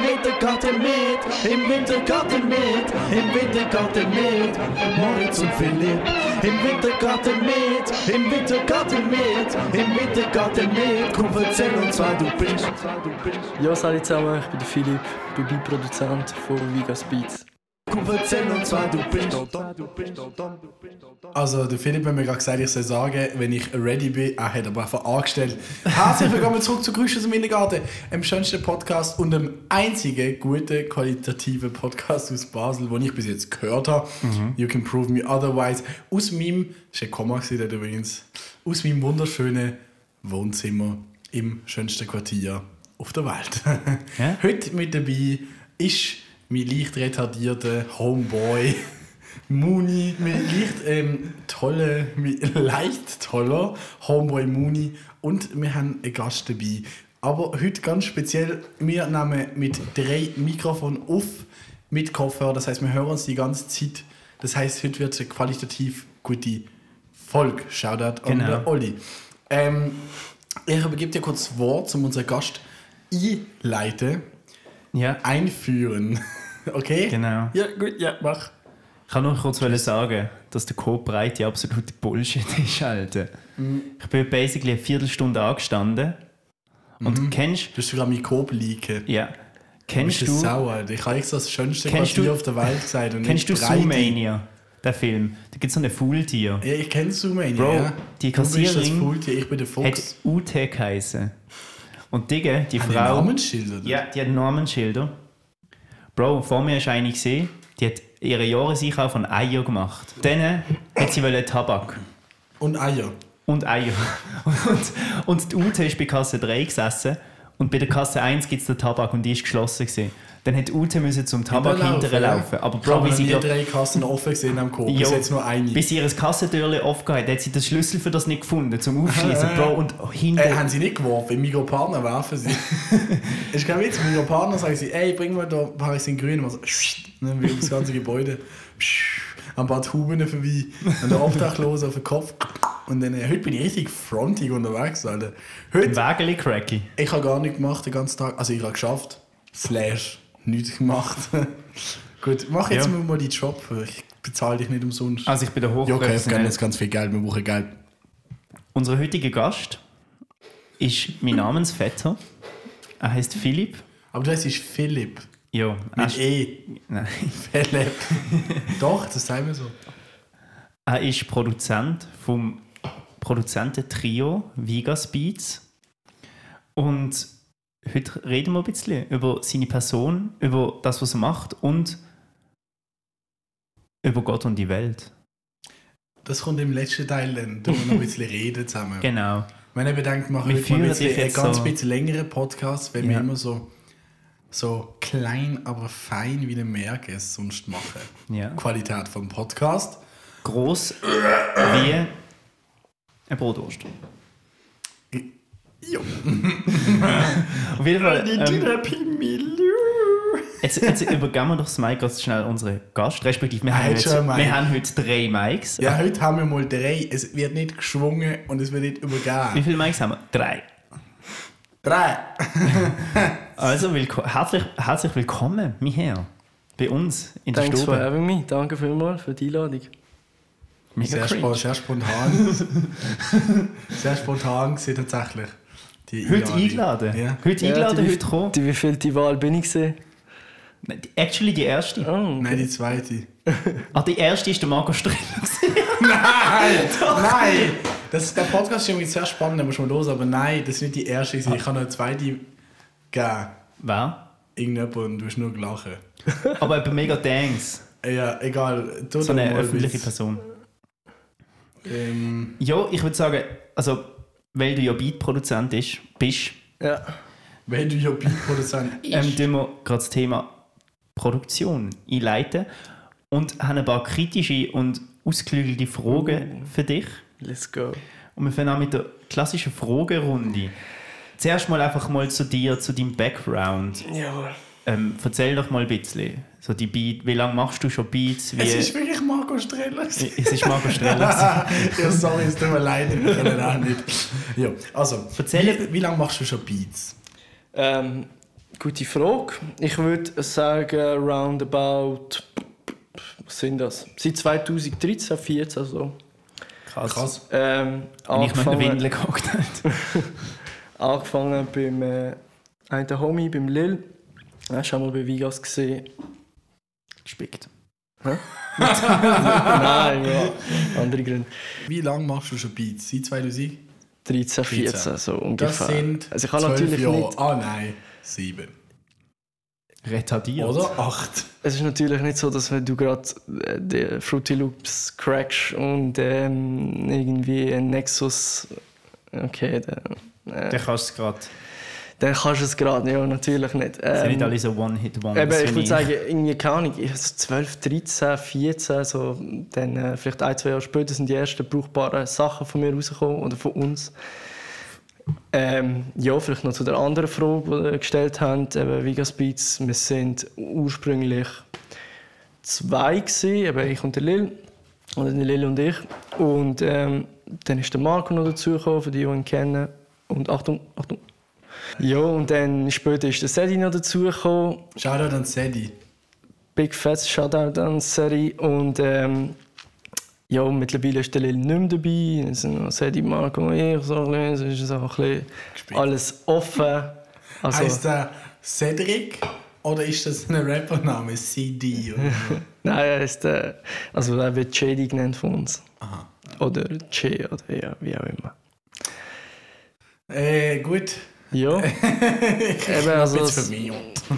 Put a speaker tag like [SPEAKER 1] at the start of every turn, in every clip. [SPEAKER 1] Winterkatten mit, im Winterkatten mit, im Winterkatten mit, Moritz und Philipp. Im Winterkatten mit, im Winterkatten mit, im Winterkatten mit, komm erzähl uns, wer du bist.
[SPEAKER 2] Ja, hallo zusammen, ich bin der Philipp, bin Beiproduzent von Vegas Beats.
[SPEAKER 1] Komm erzähl uns, wer du bist.
[SPEAKER 3] Also, der Philipp hat mir gerade gesagt, ich soll sagen, wenn ich ready bin. Er hat aber einfach angestellt. Herzlich willkommen zurück zu Grüße aus dem Kindergarten, dem schönsten Podcast und dem einzigen guten, qualitativen Podcast aus Basel, den ich bis jetzt gehört habe. You can prove me otherwise. Aus meinem, das war ein Komma gewesen dort übrigens, aus meinem wunderschönen Wohnzimmer im schönsten Quartier auf der Welt.
[SPEAKER 4] Ja?
[SPEAKER 3] Heute mit dabei ist mein leicht retardierter Homeboy. Muni, mit leicht ähm, tolle, mit leicht toller Homeboy Muni und wir haben einen Gast dabei. Aber heute ganz speziell, wir nehmen mit drei Mikrofonen auf mit Kopfhörer, das heißt, wir hören uns die ganze Zeit. Das heißt, heute wird es eine qualitativ gute Folge. Shoutout an
[SPEAKER 4] Genau.
[SPEAKER 3] den Olli. Ähm, ich übergebe dir kurz das Wort, um unseren Gast einleiten,
[SPEAKER 4] Ja,
[SPEAKER 3] einführen. Okay?
[SPEAKER 4] genau.
[SPEAKER 3] Ja, gut, ja, mach.
[SPEAKER 4] Ich kann nur kurz wollen sagen, dass der Code Breite absolute Bullshit ist, Alter.
[SPEAKER 3] Mhm.
[SPEAKER 4] Ich bin basically eine Viertelstunde angestanden. Und
[SPEAKER 3] Mhm.
[SPEAKER 4] kennst,
[SPEAKER 3] Du hast sogar mein Kopf liegen.
[SPEAKER 4] ja,
[SPEAKER 3] Bist
[SPEAKER 4] kennst
[SPEAKER 3] du
[SPEAKER 4] du,
[SPEAKER 3] sauer, Alter. Ich habe extra das schönste
[SPEAKER 4] Kennst
[SPEAKER 3] Quartier
[SPEAKER 4] du-
[SPEAKER 3] auf der Welt gesagt. Und
[SPEAKER 4] kennst du
[SPEAKER 3] nicht Breite.
[SPEAKER 4] Zoomania, den Film? Da gibt es so eine Fooltier.
[SPEAKER 3] Ja, ich kenne Zoomania.
[SPEAKER 4] Bro,
[SPEAKER 3] ja.
[SPEAKER 4] die
[SPEAKER 3] Du bist das
[SPEAKER 4] Kassiererin
[SPEAKER 3] Faultier, ich bin der
[SPEAKER 4] Hat
[SPEAKER 3] Fuchs.
[SPEAKER 4] Ute geheißen. Und Digga, die
[SPEAKER 3] Hat die
[SPEAKER 4] Frau.
[SPEAKER 3] Namensschilder? oder?
[SPEAKER 4] Ja, die hat Namensschilder. Bro, vor mir ist eine gesehen, die hat ihren Jahreseinkauf von Eier gemacht. Dann hat sie wollen Tabak.
[SPEAKER 3] Und Eier.
[SPEAKER 4] und Eier. Und, und die Ute ist bei Kasse 3 gesessen und bei der Kasse 1 gibt es den Tabak und die ist geschlossen. Gewesen. Dann hat die Ute müssen zum Tabak
[SPEAKER 3] Hinterlaufen,
[SPEAKER 4] hinterherlaufen.
[SPEAKER 3] ja.
[SPEAKER 4] Aber
[SPEAKER 3] ich
[SPEAKER 4] Bro,
[SPEAKER 3] habe
[SPEAKER 4] wie
[SPEAKER 3] noch
[SPEAKER 4] sie,
[SPEAKER 3] nie
[SPEAKER 4] glaub,
[SPEAKER 3] drei Kassen offen gesehen am Kopf. Bis
[SPEAKER 4] Jo.
[SPEAKER 3] jetzt nur eine.
[SPEAKER 4] bis sie ihres Kassentürchen aufgeht, hat sie den Schlüssel für das nicht gefunden, zum Aufschließen.
[SPEAKER 3] Ah, ja.
[SPEAKER 4] Bro, und hinter.
[SPEAKER 3] äh, haben sie nicht geworfen, Mikropartner werfen sie. ist kein Witz, Mikropartner sagen sie, ey, bring mal da ein paar in Grün. Und man so, und dann wird das ganze Gebäude an ein paar Tuben vorbei, an der Obdachlose auf den Kopf. Und dann, äh, heute bin ich richtig frontig unterwegs, Alter. Heute,
[SPEAKER 4] Wägeli Cracky.
[SPEAKER 3] ich habe gar nichts gemacht den ganzen Tag, also ich habe geschafft, slash, nichts gemacht. Gut, mach jetzt
[SPEAKER 4] Ja.
[SPEAKER 3] mal mal die Job, ich bezahle dich nicht umsonst.
[SPEAKER 4] Also ich bin der
[SPEAKER 3] ja, okay, ich
[SPEAKER 4] Hochprofessionelle.
[SPEAKER 3] gerne jetzt ganz viel Geld, wir brauchen Geld.
[SPEAKER 4] Unser heutiger Gast ist mein Namensvetter. Er heißt Philipp.
[SPEAKER 3] Aber das ist Philipp,
[SPEAKER 4] Ja, er
[SPEAKER 3] mit
[SPEAKER 4] ist,
[SPEAKER 3] E.
[SPEAKER 4] nein.
[SPEAKER 3] Philipp. Doch, das sagen wir so.
[SPEAKER 4] Er ist Produzent vom Produzententrio Vegas Beats. Und heute reden wir ein bisschen über seine Person, über das, was er macht und über Gott und die Welt.
[SPEAKER 3] Das kommt im letzten Teil dann, da wir noch ein bisschen reden zusammen.
[SPEAKER 4] Genau.
[SPEAKER 3] Wenn ihr bedenkt, machen wir
[SPEAKER 4] Wir
[SPEAKER 3] heute mal ein
[SPEAKER 4] führen
[SPEAKER 3] bisschen,
[SPEAKER 4] dich
[SPEAKER 3] einen
[SPEAKER 4] jetzt
[SPEAKER 3] ganz
[SPEAKER 4] so-
[SPEAKER 3] bisschen längeren Podcast, weil wir
[SPEAKER 4] Ja.
[SPEAKER 3] immer so, so klein, aber fein wie der Merk es sonst machen.
[SPEAKER 4] Ja.
[SPEAKER 3] Qualität vom Podcast.
[SPEAKER 4] Groß wie ein Brotwurst.
[SPEAKER 3] Jo.
[SPEAKER 4] Auf jeden Fall, ähm,
[SPEAKER 3] Happy Million.
[SPEAKER 4] jetzt, jetzt übergeben wir doch das Mic ganz schnell unseren Gast, respektive wir
[SPEAKER 3] Er
[SPEAKER 4] haben,
[SPEAKER 3] hat
[SPEAKER 4] heute,
[SPEAKER 3] schon ein Mic.
[SPEAKER 4] wir haben heute drei Mics.
[SPEAKER 3] Ja, heute haben wir mal drei. Es wird nicht geschwungen und es wird nicht
[SPEAKER 4] Wie
[SPEAKER 3] übergeben.
[SPEAKER 4] viele Mics haben wir? Drei.
[SPEAKER 3] Drei.
[SPEAKER 4] Also, willko herzlich, herzlich willkommen, Michael, bei uns in der
[SPEAKER 2] Thanks for
[SPEAKER 4] Stube.
[SPEAKER 2] having me. Danke vielmals für die Einladung.
[SPEAKER 4] Mega
[SPEAKER 3] Sehr,
[SPEAKER 4] cringe.
[SPEAKER 3] spo sehr spontan. sehr spontan gewesen, tatsächlich. Die
[SPEAKER 4] Heute
[SPEAKER 3] Einladung.
[SPEAKER 4] eingeladen.
[SPEAKER 3] Ja.
[SPEAKER 4] Heute eingeladen,
[SPEAKER 2] die,
[SPEAKER 4] heute kommen.
[SPEAKER 2] Die, wie viel die Wahl bin ich gesehen?
[SPEAKER 4] Nein, die- Actually, die erste.
[SPEAKER 2] Oh,
[SPEAKER 3] Nein, die zweite.
[SPEAKER 4] Ah, die erste ist der Marco Streller. gewesen.
[SPEAKER 3] Nein! Ah, halt. Nein! Das, der Podcast ist übrigens sehr spannend, da muss man los, aber nein, das ist nicht die erste. gewesen. Ich kann noch eine zweite geben.
[SPEAKER 4] Wer?
[SPEAKER 3] Irgendjemand und du hast nur gelachen.
[SPEAKER 4] Aber eben mega thanks.
[SPEAKER 3] Ja, egal. Tu
[SPEAKER 4] So
[SPEAKER 3] doch
[SPEAKER 4] eine
[SPEAKER 3] mal
[SPEAKER 4] öffentliche
[SPEAKER 3] Witz.
[SPEAKER 4] Person.
[SPEAKER 3] Ähm,
[SPEAKER 4] Ja, ich würde sagen, also, weil du ja Beat-Produzent bist, bist
[SPEAKER 2] ja.
[SPEAKER 3] wenn du ja Beat-Produzent
[SPEAKER 4] ähm, tun wir gerade das Thema Produktion einleiten und haben ein paar kritische und ausgeklügelte Fragen für dich.
[SPEAKER 2] Let's go.
[SPEAKER 4] Und wir fangen an mit der klassischen Fragerunde. Zuerst mal einfach mal zu dir, zu deinem Background.
[SPEAKER 2] Jawohl.
[SPEAKER 4] Ähm, erzähl doch mal ein bisschen. So die Beat, wie lange machst du schon Beats? Wie,
[SPEAKER 3] Es ist wirklich Marco Streller. Ah,
[SPEAKER 4] es ist Marco Streller.
[SPEAKER 3] ja, sorry, es tut mir leid, ich kann ihn auch nicht. Ja, also,
[SPEAKER 4] Erzähl-
[SPEAKER 3] wie, wie lange machst du schon Beats?
[SPEAKER 2] Ähm, Gute Frage. Ich würde sagen, roundabout. Was sind das? Seit 2013, 14 so.
[SPEAKER 4] Krass.
[SPEAKER 3] Krass.
[SPEAKER 2] Ähm,
[SPEAKER 4] Wenn ich mit einer
[SPEAKER 2] angefangen,
[SPEAKER 4] Windel gehockt hätte.
[SPEAKER 2] angefangen beim äh, einen Homie, beim Lil. Er war schon mal bei Vegas. Gewesen.
[SPEAKER 4] Gespickt.
[SPEAKER 2] Nein, ja. Andere Gründe.
[SPEAKER 3] Wie lange machst du schon Beats? Seit 2000?
[SPEAKER 2] 13, 14, so ungefähr.
[SPEAKER 3] Das sind
[SPEAKER 2] also ich habe
[SPEAKER 3] 12
[SPEAKER 2] natürlich
[SPEAKER 3] Jahre.
[SPEAKER 2] nicht,
[SPEAKER 3] Ah nein, 7.
[SPEAKER 4] Retardiert.
[SPEAKER 3] Oder 8.
[SPEAKER 2] es ist natürlich nicht so, dass wenn du gerade äh, die Fruity Loops crackst und ähm, irgendwie ein Nexus, okay, dann,
[SPEAKER 4] Dann kannst du es gerade.
[SPEAKER 2] dann kannst du es gerade, ja, natürlich nicht.
[SPEAKER 4] Sind
[SPEAKER 2] Ähm,
[SPEAKER 4] nicht alle so One-Hit-Wonders.
[SPEAKER 2] Eben, ich
[SPEAKER 4] wie
[SPEAKER 2] würde sagen, irgendwie, keine Ahnung, ich- so 12, 13, 14, so, dann äh, vielleicht ein, zwei Jahre später sind die ersten brauchbaren Sachen von mir rausgekommen oder von uns. Ähm, ja, vielleicht noch zu der anderen Frage, die ihr gestellt habt, eben Vegas Beats, wir sind ursprünglich zwei gewesen, eben ich und der Lil, oder der Lil und ich. Und ähm, dann ist der Marco noch dazugekommen, für die, die ihn kennen. Und Achtung, Achtung. Ja, und dann später ist der Sedi noch dazugekommen.
[SPEAKER 3] Shoutout an Sadie.
[SPEAKER 2] Big Fats Shoutout an Seri und ähm, ja, mittlerweile ist der Lil nicht mehr dabei, es sind noch Sedi, Marco und ich, so ein bisschen, es ist einfach ein bisschen
[SPEAKER 3] Gespickt.
[SPEAKER 2] alles offen. Also,
[SPEAKER 3] Heißt der Cedric oder ist das ein Rappername? CD oder so?
[SPEAKER 2] nein, er ist, äh, also er wird Jedi genannt von uns.
[SPEAKER 3] Aha.
[SPEAKER 2] Oder Che oder ja, wie auch immer.
[SPEAKER 3] Äh, gut.
[SPEAKER 2] Ja, eben, also
[SPEAKER 3] Jetzt für
[SPEAKER 2] es,
[SPEAKER 3] mich.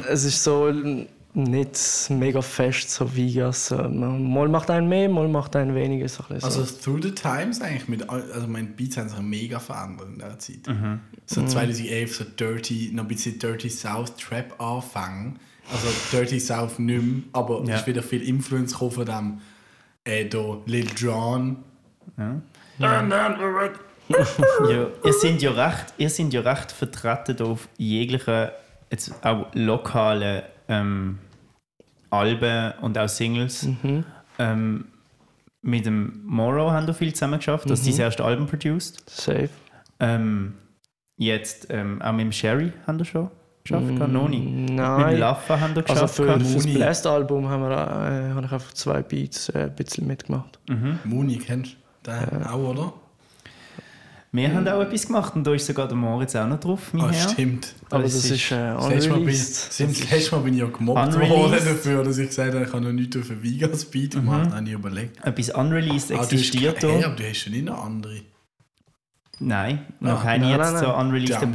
[SPEAKER 2] es ist so ähm, nicht mega fest, so Vegas. äh, Mal macht ein mehr, mal macht ein weniger. So ein bisschen so.
[SPEAKER 3] Also Through the Times eigentlich mit, all- also mein Beats haben sich mega verändert in der Zeit.
[SPEAKER 2] Mhm.
[SPEAKER 3] So 2011 so Dirty, noch ein bisschen Dirty South Trap anfangen. Also Dirty South nicht mehr, aber es
[SPEAKER 4] Ja.
[SPEAKER 3] ist wieder viel Influence gekommen von dem äh, da, Lil Jon.
[SPEAKER 2] Mhm.
[SPEAKER 4] Ja. ja, ihr sind ja recht, ihr sind ja recht vertreten auf jeglichen, jetzt auch lokalen ähm, Alben und auch Singles.
[SPEAKER 2] Mhm.
[SPEAKER 4] Ähm, mit dem Morrow haben wir viel zusammengeschafft, das ist
[SPEAKER 2] Mhm.
[SPEAKER 4] das erste Album produced.
[SPEAKER 2] Safe.
[SPEAKER 4] Ähm, jetzt ähm, auch mit dem Sherry haben wir schon geschafft, mm, noch nicht. Mit dem
[SPEAKER 2] Mhm. Nein.
[SPEAKER 4] Laffa haben wir geschafft.
[SPEAKER 2] Also für,
[SPEAKER 4] gehabt.
[SPEAKER 2] für das
[SPEAKER 3] Muni.
[SPEAKER 2] Blast-Album haben wir, äh, habe ich einfach zwei Beats äh, ein bisschen mitgemacht.
[SPEAKER 4] Ah,
[SPEAKER 3] Muni kennst du den auch, oder?
[SPEAKER 4] wir haben auch etwas gemacht und da ist sogar der Moritz auch noch drauf, mein
[SPEAKER 3] Ah,
[SPEAKER 4] Herr.
[SPEAKER 3] stimmt.
[SPEAKER 2] Aber
[SPEAKER 4] Das
[SPEAKER 2] das,
[SPEAKER 4] ist-
[SPEAKER 2] ist, äh,
[SPEAKER 3] Das letzte, Mal bin,
[SPEAKER 2] unreleased.
[SPEAKER 3] stimmt, das letzte Mal bin ich ja gemobbt
[SPEAKER 4] Unreleased.
[SPEAKER 3] worden dafür, dass ich gesagt habe, ich habe noch nichts auf den Vegas Beat gemacht. Habe ich überlegt.
[SPEAKER 4] Etwas unreleased
[SPEAKER 3] Ah, du hast-
[SPEAKER 4] existiert da.
[SPEAKER 3] Hey, aber du hast schon nicht eine andere.
[SPEAKER 4] Nein, noch
[SPEAKER 3] Ah,
[SPEAKER 4] keine
[SPEAKER 2] nein,
[SPEAKER 4] jetzt
[SPEAKER 2] nein,
[SPEAKER 4] so unreleased Plan.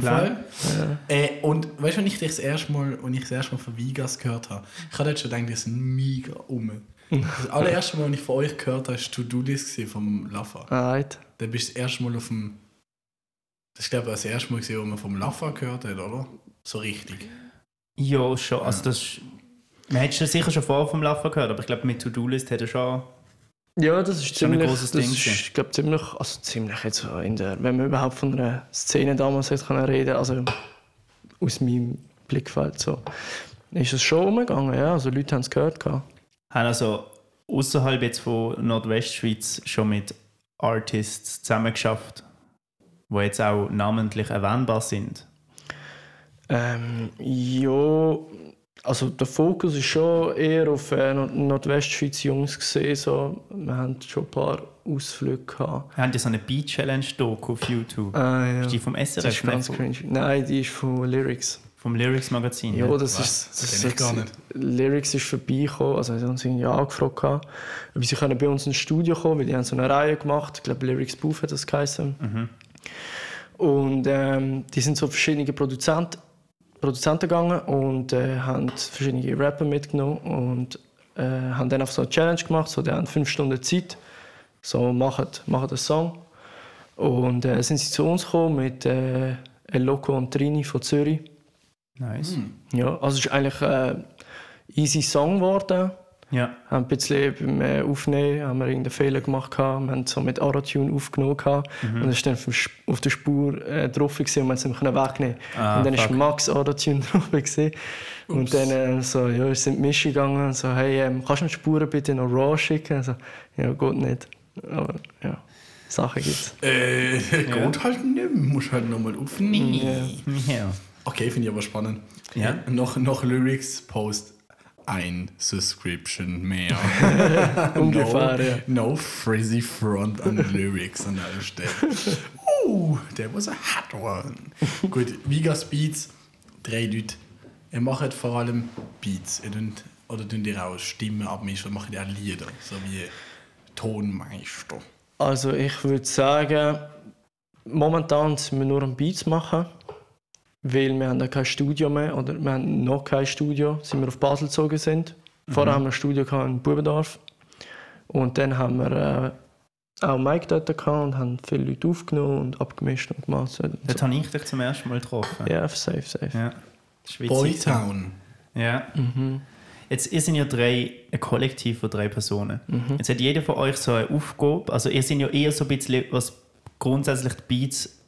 [SPEAKER 3] Fall. Äh, und weißt du, wenn ich dich das erste Mal, wenn ich das erste Mal von Vegas gehört habe, ich habe dort schon gedacht, das ist mega um. Das allererste Mal, wenn ich von euch gehört habe, war To-Do-List gewesen vom Laffa.
[SPEAKER 2] äh, Alright.
[SPEAKER 3] Dann bist du das erste Mal auf dem. Das ist, glaube ich, das erste Mal, gewesen, wo man vom Laffa gehört hat, oder? So richtig.
[SPEAKER 4] Ja, schon. Also das ist, man hätte schon sicher schon vorher vom Laufen gehört, aber ich glaube, mit To-Do-List hätte er schon.
[SPEAKER 2] Ja, das ist
[SPEAKER 4] Schon ein
[SPEAKER 2] ziemlich,
[SPEAKER 4] grosses
[SPEAKER 2] das
[SPEAKER 4] Ding
[SPEAKER 2] ist, glaub, ziemlich, also ziemlich jetzt so in der, wenn man überhaupt von einer Szene damals hätte können reden, also aus meinem Blickfeld so, ist es schon umgegangen, ja, also Leute haben es gehört gehabt.
[SPEAKER 4] Haben also außerhalb jetzt von Nordwestschweiz schon mit Artists zusammengeschafft, die jetzt auch namentlich erwähnbar sind.
[SPEAKER 2] Ähm, ja, also der Fokus ist schon eher auf äh, Nord- Nordwestschweiz Jungs gesehen, so, wir haben schon ein paar Ausflüge gehabt.
[SPEAKER 4] Wir haben ja so eine Beat-Challenge-Doku auf YouTube.
[SPEAKER 2] Ah, ja.
[SPEAKER 4] Ist die vom SRF,
[SPEAKER 2] Das ist
[SPEAKER 4] ne?
[SPEAKER 2] ganz
[SPEAKER 4] Vom-
[SPEAKER 2] cringe. Nein, die ist von Lyrics.
[SPEAKER 4] vom Lyrics-Magazin.
[SPEAKER 2] Ja,
[SPEAKER 4] ne?
[SPEAKER 2] das
[SPEAKER 3] Was?
[SPEAKER 2] ist. Das
[SPEAKER 3] Das kenn ich
[SPEAKER 2] ist
[SPEAKER 3] gar nicht.
[SPEAKER 2] Lyrics ist vorbeigekommen, also sie haben sie irgendwie angefragt, gehabt, ob sie können bei uns ins Studio kommen weil die haben so eine Reihe gemacht. Ich glaube, Lyrics Booth hat das geheißen. Und ähm, die sind so verschiedene Produzent, Produzenten gegangen und äh, haben verschiedene Rapper mitgenommen und äh, haben dann auf so eine Challenge gemacht. So, die haben fünf Stunden Zeit, so macht, macht einen Song. Und äh, sind sie zu uns gekommen mit äh, El Loco und Trini von Zürich.
[SPEAKER 4] Nice.
[SPEAKER 2] Ja, also es ist eigentlich ein easy Song geworden.
[SPEAKER 4] Ja.
[SPEAKER 2] Wir haben ein bisschen beim äh, Aufnehmen haben wir irgendeinen Fehler gemacht. Gehabt. Wir haben so mit Auratune aufgenommen. Gehabt.
[SPEAKER 4] Mhm.
[SPEAKER 2] Und es ist dann auf dem Sp- auf der Spur äh, drauf gewesen und wir haben es nicht mehr wegnehmen
[SPEAKER 4] Ah,
[SPEAKER 2] Und dann
[SPEAKER 4] fuck.
[SPEAKER 2] ist Max Auratune drauf. Gewesen. Und dann äh, so, ja, wir sind die Mischung gegangen. und So, hey, ähm, kannst du mir die Spuren bitte noch raw schicken? Also, ja, geht nicht. Aber ja, Sachen gibt es.
[SPEAKER 3] Äh, geht halt nicht mehr. Musst halt nochmal aufnehmen.
[SPEAKER 4] ja.
[SPEAKER 3] Okay, finde ich aber spannend.
[SPEAKER 4] Ja.
[SPEAKER 3] Noch, noch Lyrics Post. Ein Subscription mehr.
[SPEAKER 2] Ungefähr, ja.
[SPEAKER 3] no, no frizzy front an Lyrics an der Stelle. Oh, that was a hot one. Gut, Vigas Beats, drei Leute. Ihr macht vor allem Beats. Ihr tünt, oder tünt ihr auch Stimmen abmischen, macht ihr auch Lieder, so wie Tonmeister.
[SPEAKER 2] Also ich würde sagen, momentan sind wir nur am Beats machen, weil wir haben ja kein Studio mehr oder wir haben noch kein Studio, seit wir auf Basel gezogen sind. Vorher haben wir ein Studio gehabt in Bubendorf und dann haben wir äh, auch Mike dort gehabt und haben viele Leute aufgenommen und abgemischt und gemastert. und
[SPEAKER 4] Dort habe ich dich zum ersten Mal getroffen.
[SPEAKER 2] so. Ja, safe, safe.
[SPEAKER 4] Ja. Das ist witzig.
[SPEAKER 3] Boytown.
[SPEAKER 4] Ja.
[SPEAKER 2] Mhm.
[SPEAKER 4] Jetzt, ihr sind ja drei, ein Kollektiv von drei Personen. Jetzt hat jeder von euch so eine Aufgabe. Also, ihr sind ja eher so ein bisschen, was grundsätzlich die Beats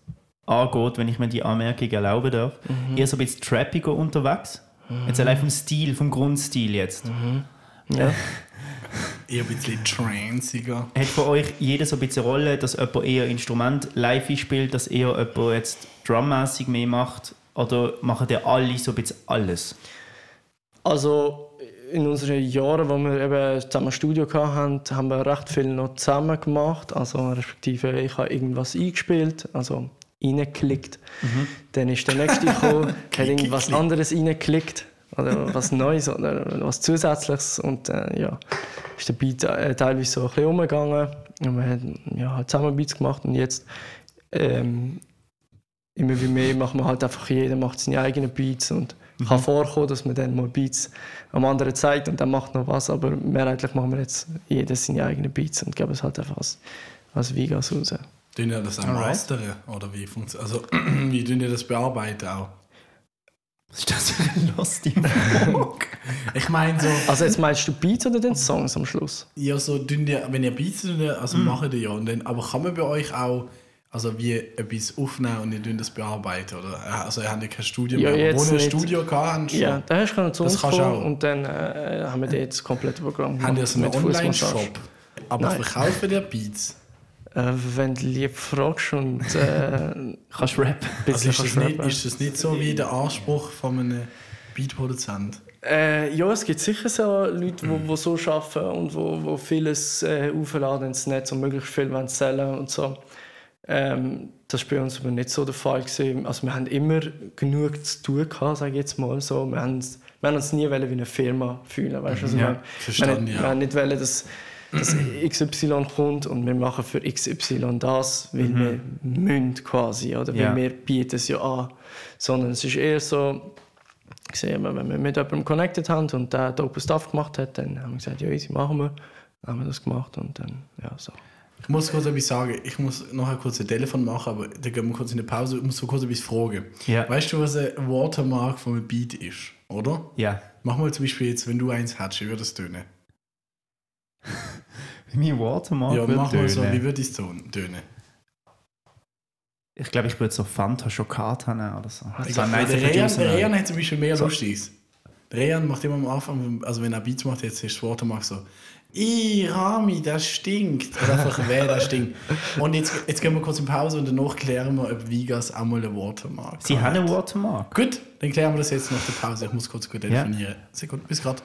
[SPEAKER 4] angeht, wenn ich mir die Anmerkung erlauben darf, eher so ein bisschen trappiger unterwegs. Jetzt allein vom Stil, vom Grundstil jetzt.
[SPEAKER 3] Eher ein bisschen tranziger.
[SPEAKER 4] Hat von euch jeder so ein bisschen eine Rolle, dass jemand eher Instrument live spielt, dass eher jemand jetzt drummäßig mehr macht? Oder machen die alle so ein bisschen alles?
[SPEAKER 2] Also in unseren Jahren, wo wir eben zusammen ein Studio hatten, haben wir recht viel noch zusammen gemacht. Also respektive ich habe irgendwas eingespielt, also reingeklickt. Dann ist der nächste gekommen, hat irgendwas anderes reingeklickt oder was Neues oder was Zusätzliches und äh, ja, ist der Beat äh, teilweise so ein bisschen umgegangen und wir haben ja, halt zusammen Beats gemacht und jetzt ähm, immer wie mehr macht man halt einfach jeder macht seine eigenen Beats und kann
[SPEAKER 3] Mhm.
[SPEAKER 2] vorkommen, dass man dann mal Beats am anderen zeigt und dann macht noch was, aber mehrheitlich machen wir jetzt jeder seine eigenen Beats und geben es halt einfach als, als Vegas raus.
[SPEAKER 3] Tun ihr das auch
[SPEAKER 4] Alright.
[SPEAKER 3] masteren? Oder wie funktioniert Also, wie tun ihr das bearbeiten auch?
[SPEAKER 4] Was ist das für ein lustige Frage?
[SPEAKER 3] Ich meine, so,
[SPEAKER 2] Also jetzt meinst du Beats oder den Songs am Schluss?
[SPEAKER 3] ja, so tun ihr, wenn ihr Beats tun, ihr-
[SPEAKER 2] Mhm.
[SPEAKER 3] also macht ihr ja. Und dann, aber kann man bei euch auch, also wie etwas aufnehmen und ihr tun das bearbeiten? Oder? Also, ihr habt ja kein Studio
[SPEAKER 2] Ja,
[SPEAKER 3] mehr. Obwohl
[SPEAKER 2] jetzt
[SPEAKER 3] ihr ein
[SPEAKER 2] nicht.
[SPEAKER 3] Studio gehabt habt, schon.
[SPEAKER 2] Ja, da hast du können zu
[SPEAKER 3] Das
[SPEAKER 2] uns
[SPEAKER 3] kannst du
[SPEAKER 2] kommen
[SPEAKER 3] auch.
[SPEAKER 2] und dann äh, haben wir dir jetzt das komplette Programm
[SPEAKER 3] habt ihr so einen
[SPEAKER 2] Fußmassage.
[SPEAKER 3] Online-Shop. Aber
[SPEAKER 2] Nein.
[SPEAKER 3] verkauft ihr Beats?
[SPEAKER 2] Äh, wenn du lieb fragst und äh, ein
[SPEAKER 4] Kannst du rappen?
[SPEAKER 3] Also,
[SPEAKER 2] bisschen
[SPEAKER 3] ist das,
[SPEAKER 2] kannst
[SPEAKER 3] nicht,
[SPEAKER 2] rappen.
[SPEAKER 3] ist das nicht so wie der Anspruch von einem Beat-Produzent?
[SPEAKER 2] Äh, ja, es gibt sicher so Leute, die
[SPEAKER 3] Mhm.
[SPEAKER 2] wo so arbeiten und wo, wo vieles äh, aufladen ins Netz und möglichst viel wollen sellen und so. Ähm, das war bei uns aber nicht so der Fall. Gewesen. Also wir haben immer genug zu tun, gehabt, sage ich jetzt mal so. Wir haben, wir haben uns nie wollen wie eine Firma fühlen. Weißt, du, also
[SPEAKER 4] Ja,
[SPEAKER 2] wir, wir,
[SPEAKER 3] verstanden,
[SPEAKER 2] haben nicht,
[SPEAKER 3] ja.
[SPEAKER 2] wir haben nicht wollen, dass, dass XY kommt und wir machen für XY das, weil wir müssen quasi, oder? Weil
[SPEAKER 4] Ja.
[SPEAKER 2] wir bieten es ja an. Sondern es ist eher so, gesehen, wenn wir mit jemandem connected haben und der dope Stuff gemacht hat, dann haben wir gesagt, ja, easy, machen wir. Dann haben wir das gemacht und dann, ja, so.
[SPEAKER 3] Ich muss kurz etwas sagen. Ich muss nachher kurz ein Telefon machen, aber da gehen wir kurz in eine Pause. Ich muss so kurz etwas fragen.
[SPEAKER 4] Ja.
[SPEAKER 3] Weißt du, was ein Watermark von einem Beat ist, oder?
[SPEAKER 4] Ja.
[SPEAKER 3] Mach mal zum Beispiel jetzt, wenn du eins hättest, wie würde das tönen?
[SPEAKER 4] Mein Watermark
[SPEAKER 3] ja,
[SPEAKER 4] wird
[SPEAKER 3] mach mal so,
[SPEAKER 4] tönen.
[SPEAKER 3] wie würde es ton- tönen?
[SPEAKER 4] Ich glaube, ich würde so Fanta Schokolade haben oder so.
[SPEAKER 2] Also,
[SPEAKER 4] so ein
[SPEAKER 3] Der
[SPEAKER 4] nicer
[SPEAKER 3] Rehan,
[SPEAKER 4] Producer.
[SPEAKER 3] der Rehan hat zum Beispiel mehr Lustiges. Der Rehan macht immer am Anfang, also wenn er Beats macht, jetzt ist das Watermark so, «Ih, Rami, das stinkt!» Oder einfach, «Wer, das stinkt!» Und jetzt, jetzt gehen wir kurz in Pause und danach klären wir, ob Vigas auch mal ein Watermark
[SPEAKER 4] Sie haben einen Watermark.
[SPEAKER 3] Gut, dann klären wir das jetzt nach der Pause. Ich muss kurz gut telefonieren. Sekunde, bis gerade.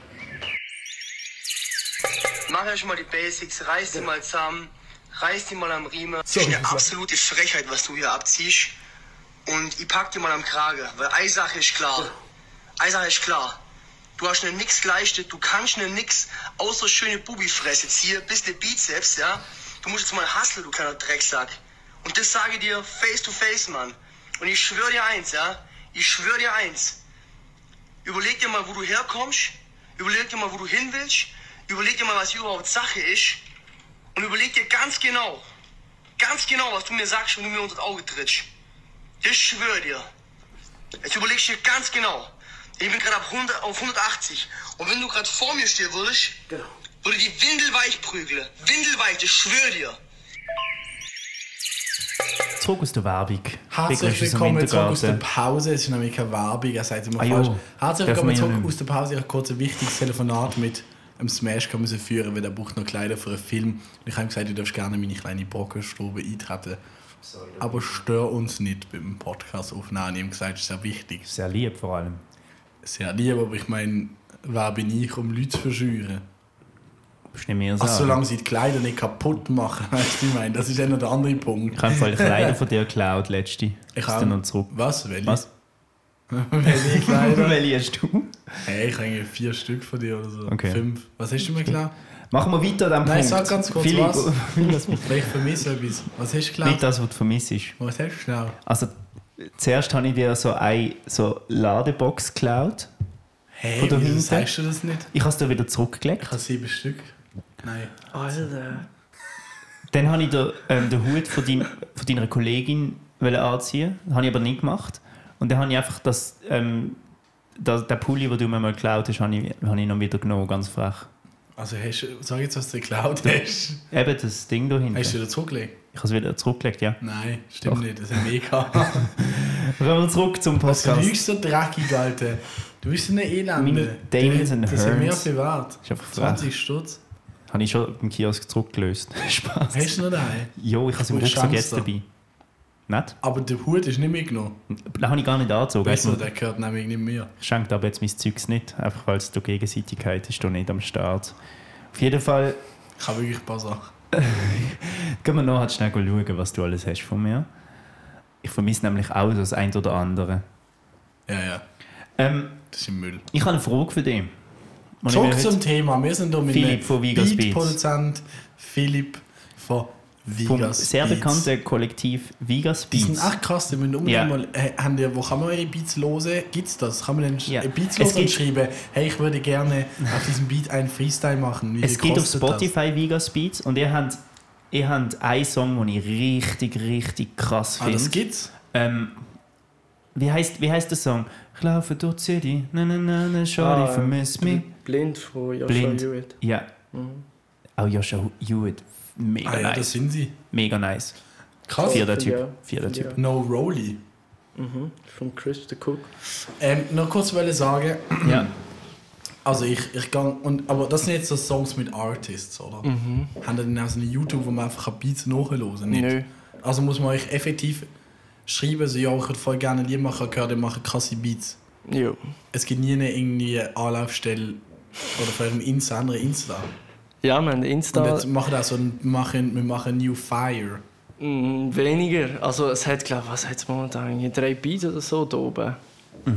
[SPEAKER 5] Mach euch mal die Basics, reiß die mal zusammen, reiß die mal am Riemen. Das
[SPEAKER 3] So,
[SPEAKER 5] ist
[SPEAKER 3] ich
[SPEAKER 5] eine
[SPEAKER 3] muss-
[SPEAKER 5] absolute Frechheit, was du hier abziehst. Und ich pack dir mal am Kragen, weil eine Sache ist klar. Eine Sache ist klar. Du hast ne nix geleistet, du kannst ne nix, außer schöne Bubifresse ziehen, bis der Bizeps, ja. Du musst jetzt mal hustlen, du kleiner Drecksack. Und das sage ich dir face to face, Mann. Und ich schwöre dir eins, ja. Ich schwöre dir eins. Überleg dir mal, wo du herkommst. Überleg dir mal, wo du hin willst. Überleg dir mal, was hier überhaupt Sache ist. Und überleg dir ganz genau, ganz genau, was du mir sagst, wenn du mir unter das Auge trittst. Ich schwöre dir. Jetzt überlegst du dir ganz genau. Ich bin gerade auf 100 auf 180. Und wenn du gerade vor mir stehen würdest, würde die Windel weich prügeln. Windelweich, ich schwöre dir.
[SPEAKER 4] Zurück aus der Werbung.
[SPEAKER 3] Herzlich
[SPEAKER 4] Wirklich aus dem
[SPEAKER 3] willkommen zurück aus der
[SPEAKER 4] Wintergarten.
[SPEAKER 3] Pause. Es ist nämlich keine Werbung, er sagt immer
[SPEAKER 4] Ah,
[SPEAKER 3] falsch.
[SPEAKER 4] jo.
[SPEAKER 3] Herzlich
[SPEAKER 4] Dürfen wir
[SPEAKER 3] willkommen
[SPEAKER 4] ja
[SPEAKER 3] zurück
[SPEAKER 4] nicht.
[SPEAKER 3] aus der Pause. Ich habe kurz ein wichtiges Telefonat mit einem Smash kann müssen führen, weil er braucht noch Kleider für einen Film. Und ich habe ihm gesagt, du darfst gerne in meine kleine Brockenstube eintreten. Aber stör uns nicht beim Podcast aufnehmen. Ich habe gesagt, es ist sehr wichtig.
[SPEAKER 4] Sehr lieb vor allem.
[SPEAKER 3] Sehr lieb, aber ich meine, wer bin ich, um Leute zu verscheuern?
[SPEAKER 4] Bist nicht mehr so.
[SPEAKER 3] Ach, solange sie die Kleider nicht kaputt machen, weißt du, ich meine, das ist ja noch der andere Punkt.
[SPEAKER 4] Ich habe voll Kleider von dir geklaut, letzte. Ist
[SPEAKER 3] hab-
[SPEAKER 4] dann noch zurück.
[SPEAKER 3] Was? Welche?
[SPEAKER 4] Was?
[SPEAKER 3] Welche Kleider?
[SPEAKER 4] Welche hast du?
[SPEAKER 3] hey, ich habe vier Stück von dir oder so.
[SPEAKER 4] Okay.
[SPEAKER 3] Fünf. Was hast du mir klar?
[SPEAKER 4] Machen wir weiter an diesem
[SPEAKER 3] Nein,
[SPEAKER 4] Punkt.
[SPEAKER 3] sag ganz kurz
[SPEAKER 4] Philipp,
[SPEAKER 3] was. Weil ich vermisse etwas. Was hast du
[SPEAKER 4] Nicht
[SPEAKER 3] geklaut?
[SPEAKER 4] das, was du vermisst.
[SPEAKER 3] Was hast du genau?
[SPEAKER 4] Also, zuerst habe ich dir so eine so Ladebox geklaut.
[SPEAKER 3] Hey,
[SPEAKER 4] Von da
[SPEAKER 3] wieso
[SPEAKER 4] hinten?
[SPEAKER 3] sagst du das nicht?
[SPEAKER 4] Ich habe es dir wieder zurückgelegt.
[SPEAKER 3] Ich habe sieben Stück. Nein.
[SPEAKER 2] Alter.
[SPEAKER 4] Dann habe ich dir, ähm, den Hut von, dein, von deiner Kollegin wollen anziehen. Das habe ich aber nicht gemacht. Und dann habe ich einfach das, ähm, das, den Pulli, den du mir mal geklaut hast, habe ich, habe ich noch wieder genommen, ganz frech.
[SPEAKER 3] Also hast du, sag jetzt, was du geklaut hast.
[SPEAKER 4] Eben das Ding da hinten.
[SPEAKER 3] Hast du
[SPEAKER 4] Ich
[SPEAKER 3] wieder zurückgelegt?
[SPEAKER 4] habe es wieder zurückgelegt, ja.
[SPEAKER 3] Nein, stimmt
[SPEAKER 4] Doch.
[SPEAKER 3] nicht. Das ist mega.
[SPEAKER 4] Kommen wir zurück zum
[SPEAKER 3] Was du
[SPEAKER 4] Podcast.
[SPEAKER 3] lügst so dreckig, Alter. Du bist so eine
[SPEAKER 4] Meine
[SPEAKER 3] Elende.
[SPEAKER 4] Damons and
[SPEAKER 3] Das haben wir
[SPEAKER 4] Herns.
[SPEAKER 3] privat.
[SPEAKER 4] Ist einfach frech.
[SPEAKER 3] 20 Stutz.
[SPEAKER 4] Habe ich schon im Kiosk zurückgelöst. Spaß.
[SPEAKER 3] Hast du noch einen?
[SPEAKER 4] Jo, ich habe es im
[SPEAKER 3] Und
[SPEAKER 4] Rucksack
[SPEAKER 3] Schamster.
[SPEAKER 4] jetzt dabei. Nicht?
[SPEAKER 3] Aber der Hut ist nicht mitgenommen.
[SPEAKER 4] Den habe ich gar nicht angezogen.
[SPEAKER 3] Weißt du,
[SPEAKER 4] Also,
[SPEAKER 3] der gehört nämlich nicht mehr.
[SPEAKER 4] ich schenke aber jetzt mein Zeugs nicht. Einfach weil es da Gegenseitigkeit ist, da nicht am Start. Auf jeden Fall
[SPEAKER 3] Ich habe wirklich ein paar Sachen.
[SPEAKER 4] gehen wir noch halt schnell schauen, was du alles hast von mir. Ich vermisse nämlich auch das ein oder andere.
[SPEAKER 3] Ja, ja.
[SPEAKER 4] Ähm,
[SPEAKER 3] Das ist im Müll.
[SPEAKER 4] ich habe eine Frage für dich. Und ich
[SPEAKER 3] Zurück
[SPEAKER 4] will
[SPEAKER 3] zum
[SPEAKER 4] heute-
[SPEAKER 3] Thema. Wir sind hier mit
[SPEAKER 4] Philipp
[SPEAKER 3] einem
[SPEAKER 4] von Vigas Beats.
[SPEAKER 3] Beat-Produzent Philipp von
[SPEAKER 4] vom
[SPEAKER 3] Vigas
[SPEAKER 4] sehr
[SPEAKER 3] Beats.
[SPEAKER 4] bekannten Kollektiv Vigas
[SPEAKER 3] Die sind
[SPEAKER 4] Beats.
[SPEAKER 3] echt krass, die müssen unbedingt
[SPEAKER 4] Ja.
[SPEAKER 3] mal, hey, haben die, wo kann man eure Beats hören? Gibt's das? Kann man denn
[SPEAKER 4] Ja.
[SPEAKER 3] sch- Beats
[SPEAKER 4] Es
[SPEAKER 3] hören und
[SPEAKER 4] gibt-
[SPEAKER 3] schreiben, hey, ich würde gerne auf diesem Beat einen Freestyle machen? Wie
[SPEAKER 4] Es
[SPEAKER 3] viel
[SPEAKER 4] gibt auf
[SPEAKER 3] kostet das?
[SPEAKER 4] Spotify Vigas Beats und ihr habt, ihr habt einen Song, den ich richtig, richtig krass
[SPEAKER 3] Ah,
[SPEAKER 4] finde.
[SPEAKER 3] das gibt's?
[SPEAKER 4] Ähm, wie heißt wie heißt der Song? Ich laufe durch die City, na na na na, Shawty,
[SPEAKER 2] Ah,
[SPEAKER 4] vermiss mich.
[SPEAKER 2] Blind von Joshua
[SPEAKER 4] Blind.
[SPEAKER 2] Hewitt.
[SPEAKER 4] Ja. Oh, Auch Joscha Hewitt, mega
[SPEAKER 3] Mhm. Ah ja, das
[SPEAKER 4] nice,
[SPEAKER 3] sind sie.
[SPEAKER 4] mega nice.
[SPEAKER 3] Krass.
[SPEAKER 4] Ah, Vierter
[SPEAKER 2] finde
[SPEAKER 4] Typ,
[SPEAKER 2] ich auch.
[SPEAKER 4] vierter
[SPEAKER 2] Finde
[SPEAKER 4] Typ.
[SPEAKER 2] ich
[SPEAKER 3] No Rolly.
[SPEAKER 2] auch. Mhm. Von Chris the Cook.
[SPEAKER 3] Ähm, noch kurz wollte sagen,
[SPEAKER 4] Ja.
[SPEAKER 3] also ich, ich gang, und, aber das sind jetzt so Songs mit Artists, oder? Haben ihr denn auch so eine YouTube, wo man einfach ein Beats nachhören kann? Nicht?
[SPEAKER 2] Nö.
[SPEAKER 3] Also muss man euch effektiv schreiben, so ja, ich würde voll gerne ein Lied machen, gehört, ihr macht krasse Beats.
[SPEAKER 2] Ja.
[SPEAKER 3] Es gibt nie eine irgendwie Anlaufstelle oder vielleicht ein Insta, andere Insta.
[SPEAKER 2] Ja, man, Insta.
[SPEAKER 3] Und jetzt machen wir auch so ein, machen, wir machen New Fire.
[SPEAKER 2] Mm, Weniger. Also es hat, glaube was hat es momentan? Irgendwie Drei Beats oder so da oben. Aber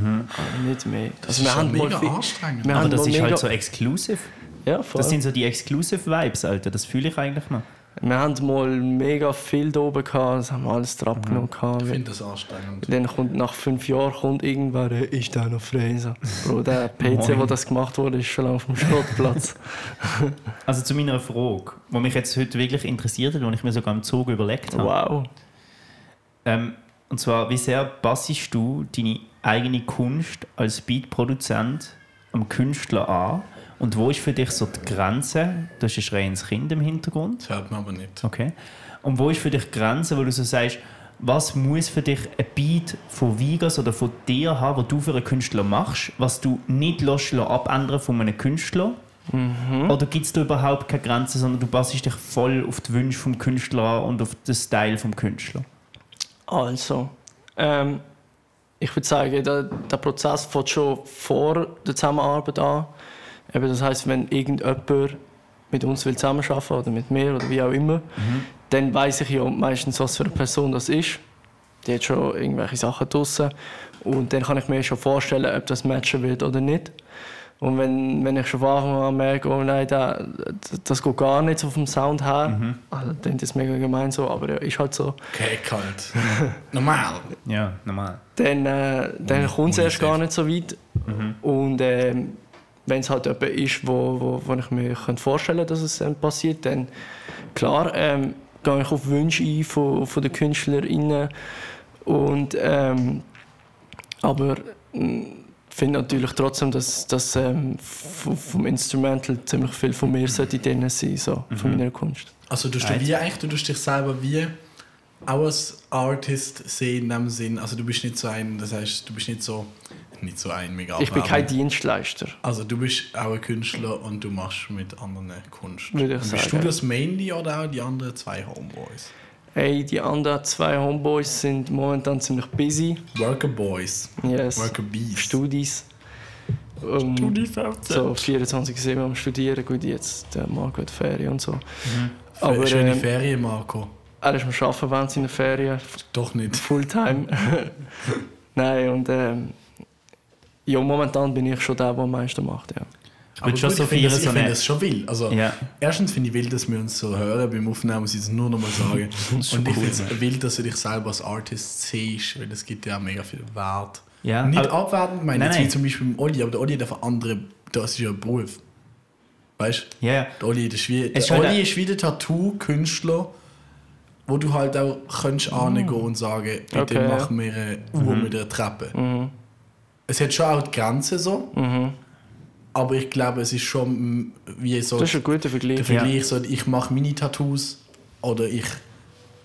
[SPEAKER 2] nicht mehr.
[SPEAKER 3] Mhm. Das
[SPEAKER 2] Also,
[SPEAKER 3] ist schon
[SPEAKER 2] mal
[SPEAKER 3] mega
[SPEAKER 2] viel-
[SPEAKER 3] anstrengend.
[SPEAKER 2] wir
[SPEAKER 4] Aber
[SPEAKER 2] haben
[SPEAKER 4] das
[SPEAKER 2] mal
[SPEAKER 4] ist
[SPEAKER 2] mega-
[SPEAKER 4] halt so exclusive.
[SPEAKER 2] Ja, voll.
[SPEAKER 4] Das sind so die exclusive Vibes, Alter. Das fühle ich eigentlich noch.
[SPEAKER 2] wir haben mal mega viel da oben gehabt, das haben wir alles drauf genommen. Gehabt.
[SPEAKER 3] Ich Mhm. finde das anstrengend.
[SPEAKER 2] Dann kommt nach fünf Jahren kommt irgendwer, «Hey, ist der noch frei? So, Bro, der PC,
[SPEAKER 4] Moin.
[SPEAKER 2] wo das gemacht wurde, ist schon lange auf dem Schrottplatz.
[SPEAKER 4] Also zu meiner Frage, die mich jetzt heute wirklich interessiert hat, die ich mir sogar im Zug überlegt habe.
[SPEAKER 2] wow.
[SPEAKER 4] Ähm, und zwar, wie sehr passest du deine eigene Kunst als Beatproduzent am Künstler an? Und wo ist für dich so die Grenze? Du hast ein schreiendes Kind im Hintergrund.
[SPEAKER 3] Das hört man aber nicht.
[SPEAKER 4] Okay. Und wo ist für dich die Grenze, wo du so sagst, was muss für dich ein Beat von Vigas oder von dir haben, was du für einen Künstler machst, was du nicht lässt, lässt abändern von einem Künstler? Oder gibt es da überhaupt keine Grenze, sondern du passest dich voll auf die Wünsche vom Künstler an und auf den Style vom Künstler?
[SPEAKER 2] Also, ähm, ich würde sagen, der, der Prozess fängt schon vor der Zusammenarbeit an. Eben, das heißt, wenn irgendjemand mit uns will zusammenarbeiten oder mit mir oder wie auch immer, dann weiß ich ja meistens, was für eine Person das ist. Die hat schon irgendwelche Sachen draussen. Und dann kann ich mir schon vorstellen, ob das matchen wird oder nicht. Und wenn, wenn ich schon von Anfang an merke, oh nein, da, das geht gar nicht so vom Sound her, also, dann ist das mega gemein so, aber ja, ist halt so.
[SPEAKER 3] Okay, kalt. Normal.
[SPEAKER 4] Ja, normal.
[SPEAKER 2] dann, äh, dann kommt es
[SPEAKER 3] ohne
[SPEAKER 2] erst gar nicht so weit. Und ähm, wenn es halt jemand ist, wo, wo, wo ich mir könnte vorstellen könnte, dass es dann passiert, dann klar, ähm, gehe ich auf Wünsche ein von, von den KünstlerInnen. Und, ähm, aber ich finde natürlich trotzdem, dass, dass ähm, v- vom Instrumental ziemlich viel von mir sollte drin sein, so, von meiner Kunst.
[SPEAKER 3] Also du tust du
[SPEAKER 4] Right.
[SPEAKER 3] wie eigentlich, du tust dich selber wie auch als Artist sehen in dem Sinn. Also du bist nicht so ein, das heißt, du bist nicht so, nicht so ein mega
[SPEAKER 2] Ich bin
[SPEAKER 3] aber-
[SPEAKER 2] kein Dienstleister.
[SPEAKER 3] Also du bist auch ein Künstler und du machst mit anderen Kunst.
[SPEAKER 2] Würde ich
[SPEAKER 3] Und bist
[SPEAKER 2] sagen.
[SPEAKER 3] du das mainly oder auch die anderen zwei Homeboys?
[SPEAKER 2] Hey, die anderen zwei Homeboys sind momentan ziemlich busy.
[SPEAKER 3] Worker Boys,
[SPEAKER 2] Yes.
[SPEAKER 3] Worker Bees.
[SPEAKER 2] Studis. Ähm, So 24-7 am Studieren, gut, jetzt der Marco hat Ferien und so. Aber
[SPEAKER 3] Mhm. Schöne
[SPEAKER 2] ähm,
[SPEAKER 3] Ferien, Marco.
[SPEAKER 2] er ist am Arbeiten während seiner Ferien,
[SPEAKER 3] Doch nicht.
[SPEAKER 2] Fulltime. Nein, und ähm, ja, momentan bin ich schon der, der am meisten macht, ja.
[SPEAKER 4] Ich würde schon
[SPEAKER 3] gut,
[SPEAKER 4] so
[SPEAKER 3] ich finde
[SPEAKER 4] feiern,
[SPEAKER 3] das-
[SPEAKER 4] so
[SPEAKER 3] Ich finde
[SPEAKER 4] eine.
[SPEAKER 3] es schon wild. Also,
[SPEAKER 4] Ja.
[SPEAKER 3] Erstens finde ich wild, dass wir uns so hören beim Aufnehmen, muss ich es nur noch mal sagen. Und ich
[SPEAKER 4] schon
[SPEAKER 3] finde
[SPEAKER 4] cool, ne?
[SPEAKER 3] es wild, dass du dich selber als Artist siehst, weil das gibt ja auch mega viel Wert.
[SPEAKER 4] Ja,
[SPEAKER 3] Nicht
[SPEAKER 4] aber-
[SPEAKER 3] abwertend, meine
[SPEAKER 4] Nein,
[SPEAKER 3] jetzt wie
[SPEAKER 4] nein.
[SPEAKER 3] zum Beispiel mit dem Olli, aber der Olli hat einfach andere, das ist ja ein Beruf. Weißt du?
[SPEAKER 4] Ja, ja.
[SPEAKER 3] Der Olli, das ist wie, der
[SPEAKER 4] Es ist halt
[SPEAKER 3] Olli
[SPEAKER 4] ein-
[SPEAKER 3] ist wie der Tattoo-Künstler, wo du halt auch
[SPEAKER 4] Mm.
[SPEAKER 3] könntest angehen und sagen, bitte
[SPEAKER 2] Okay, ja.
[SPEAKER 3] mach mir eine Uhr
[SPEAKER 4] Mhm.
[SPEAKER 3] mit einer Treppe. Es hat schon auch die Grenzen so,
[SPEAKER 4] Mhm.
[SPEAKER 3] aber ich glaube, es ist schon mm, wie so
[SPEAKER 2] Das ist ein guter
[SPEAKER 3] der
[SPEAKER 2] Vergleich.
[SPEAKER 3] Vergleich, so, ich mache meine Tattoos oder ich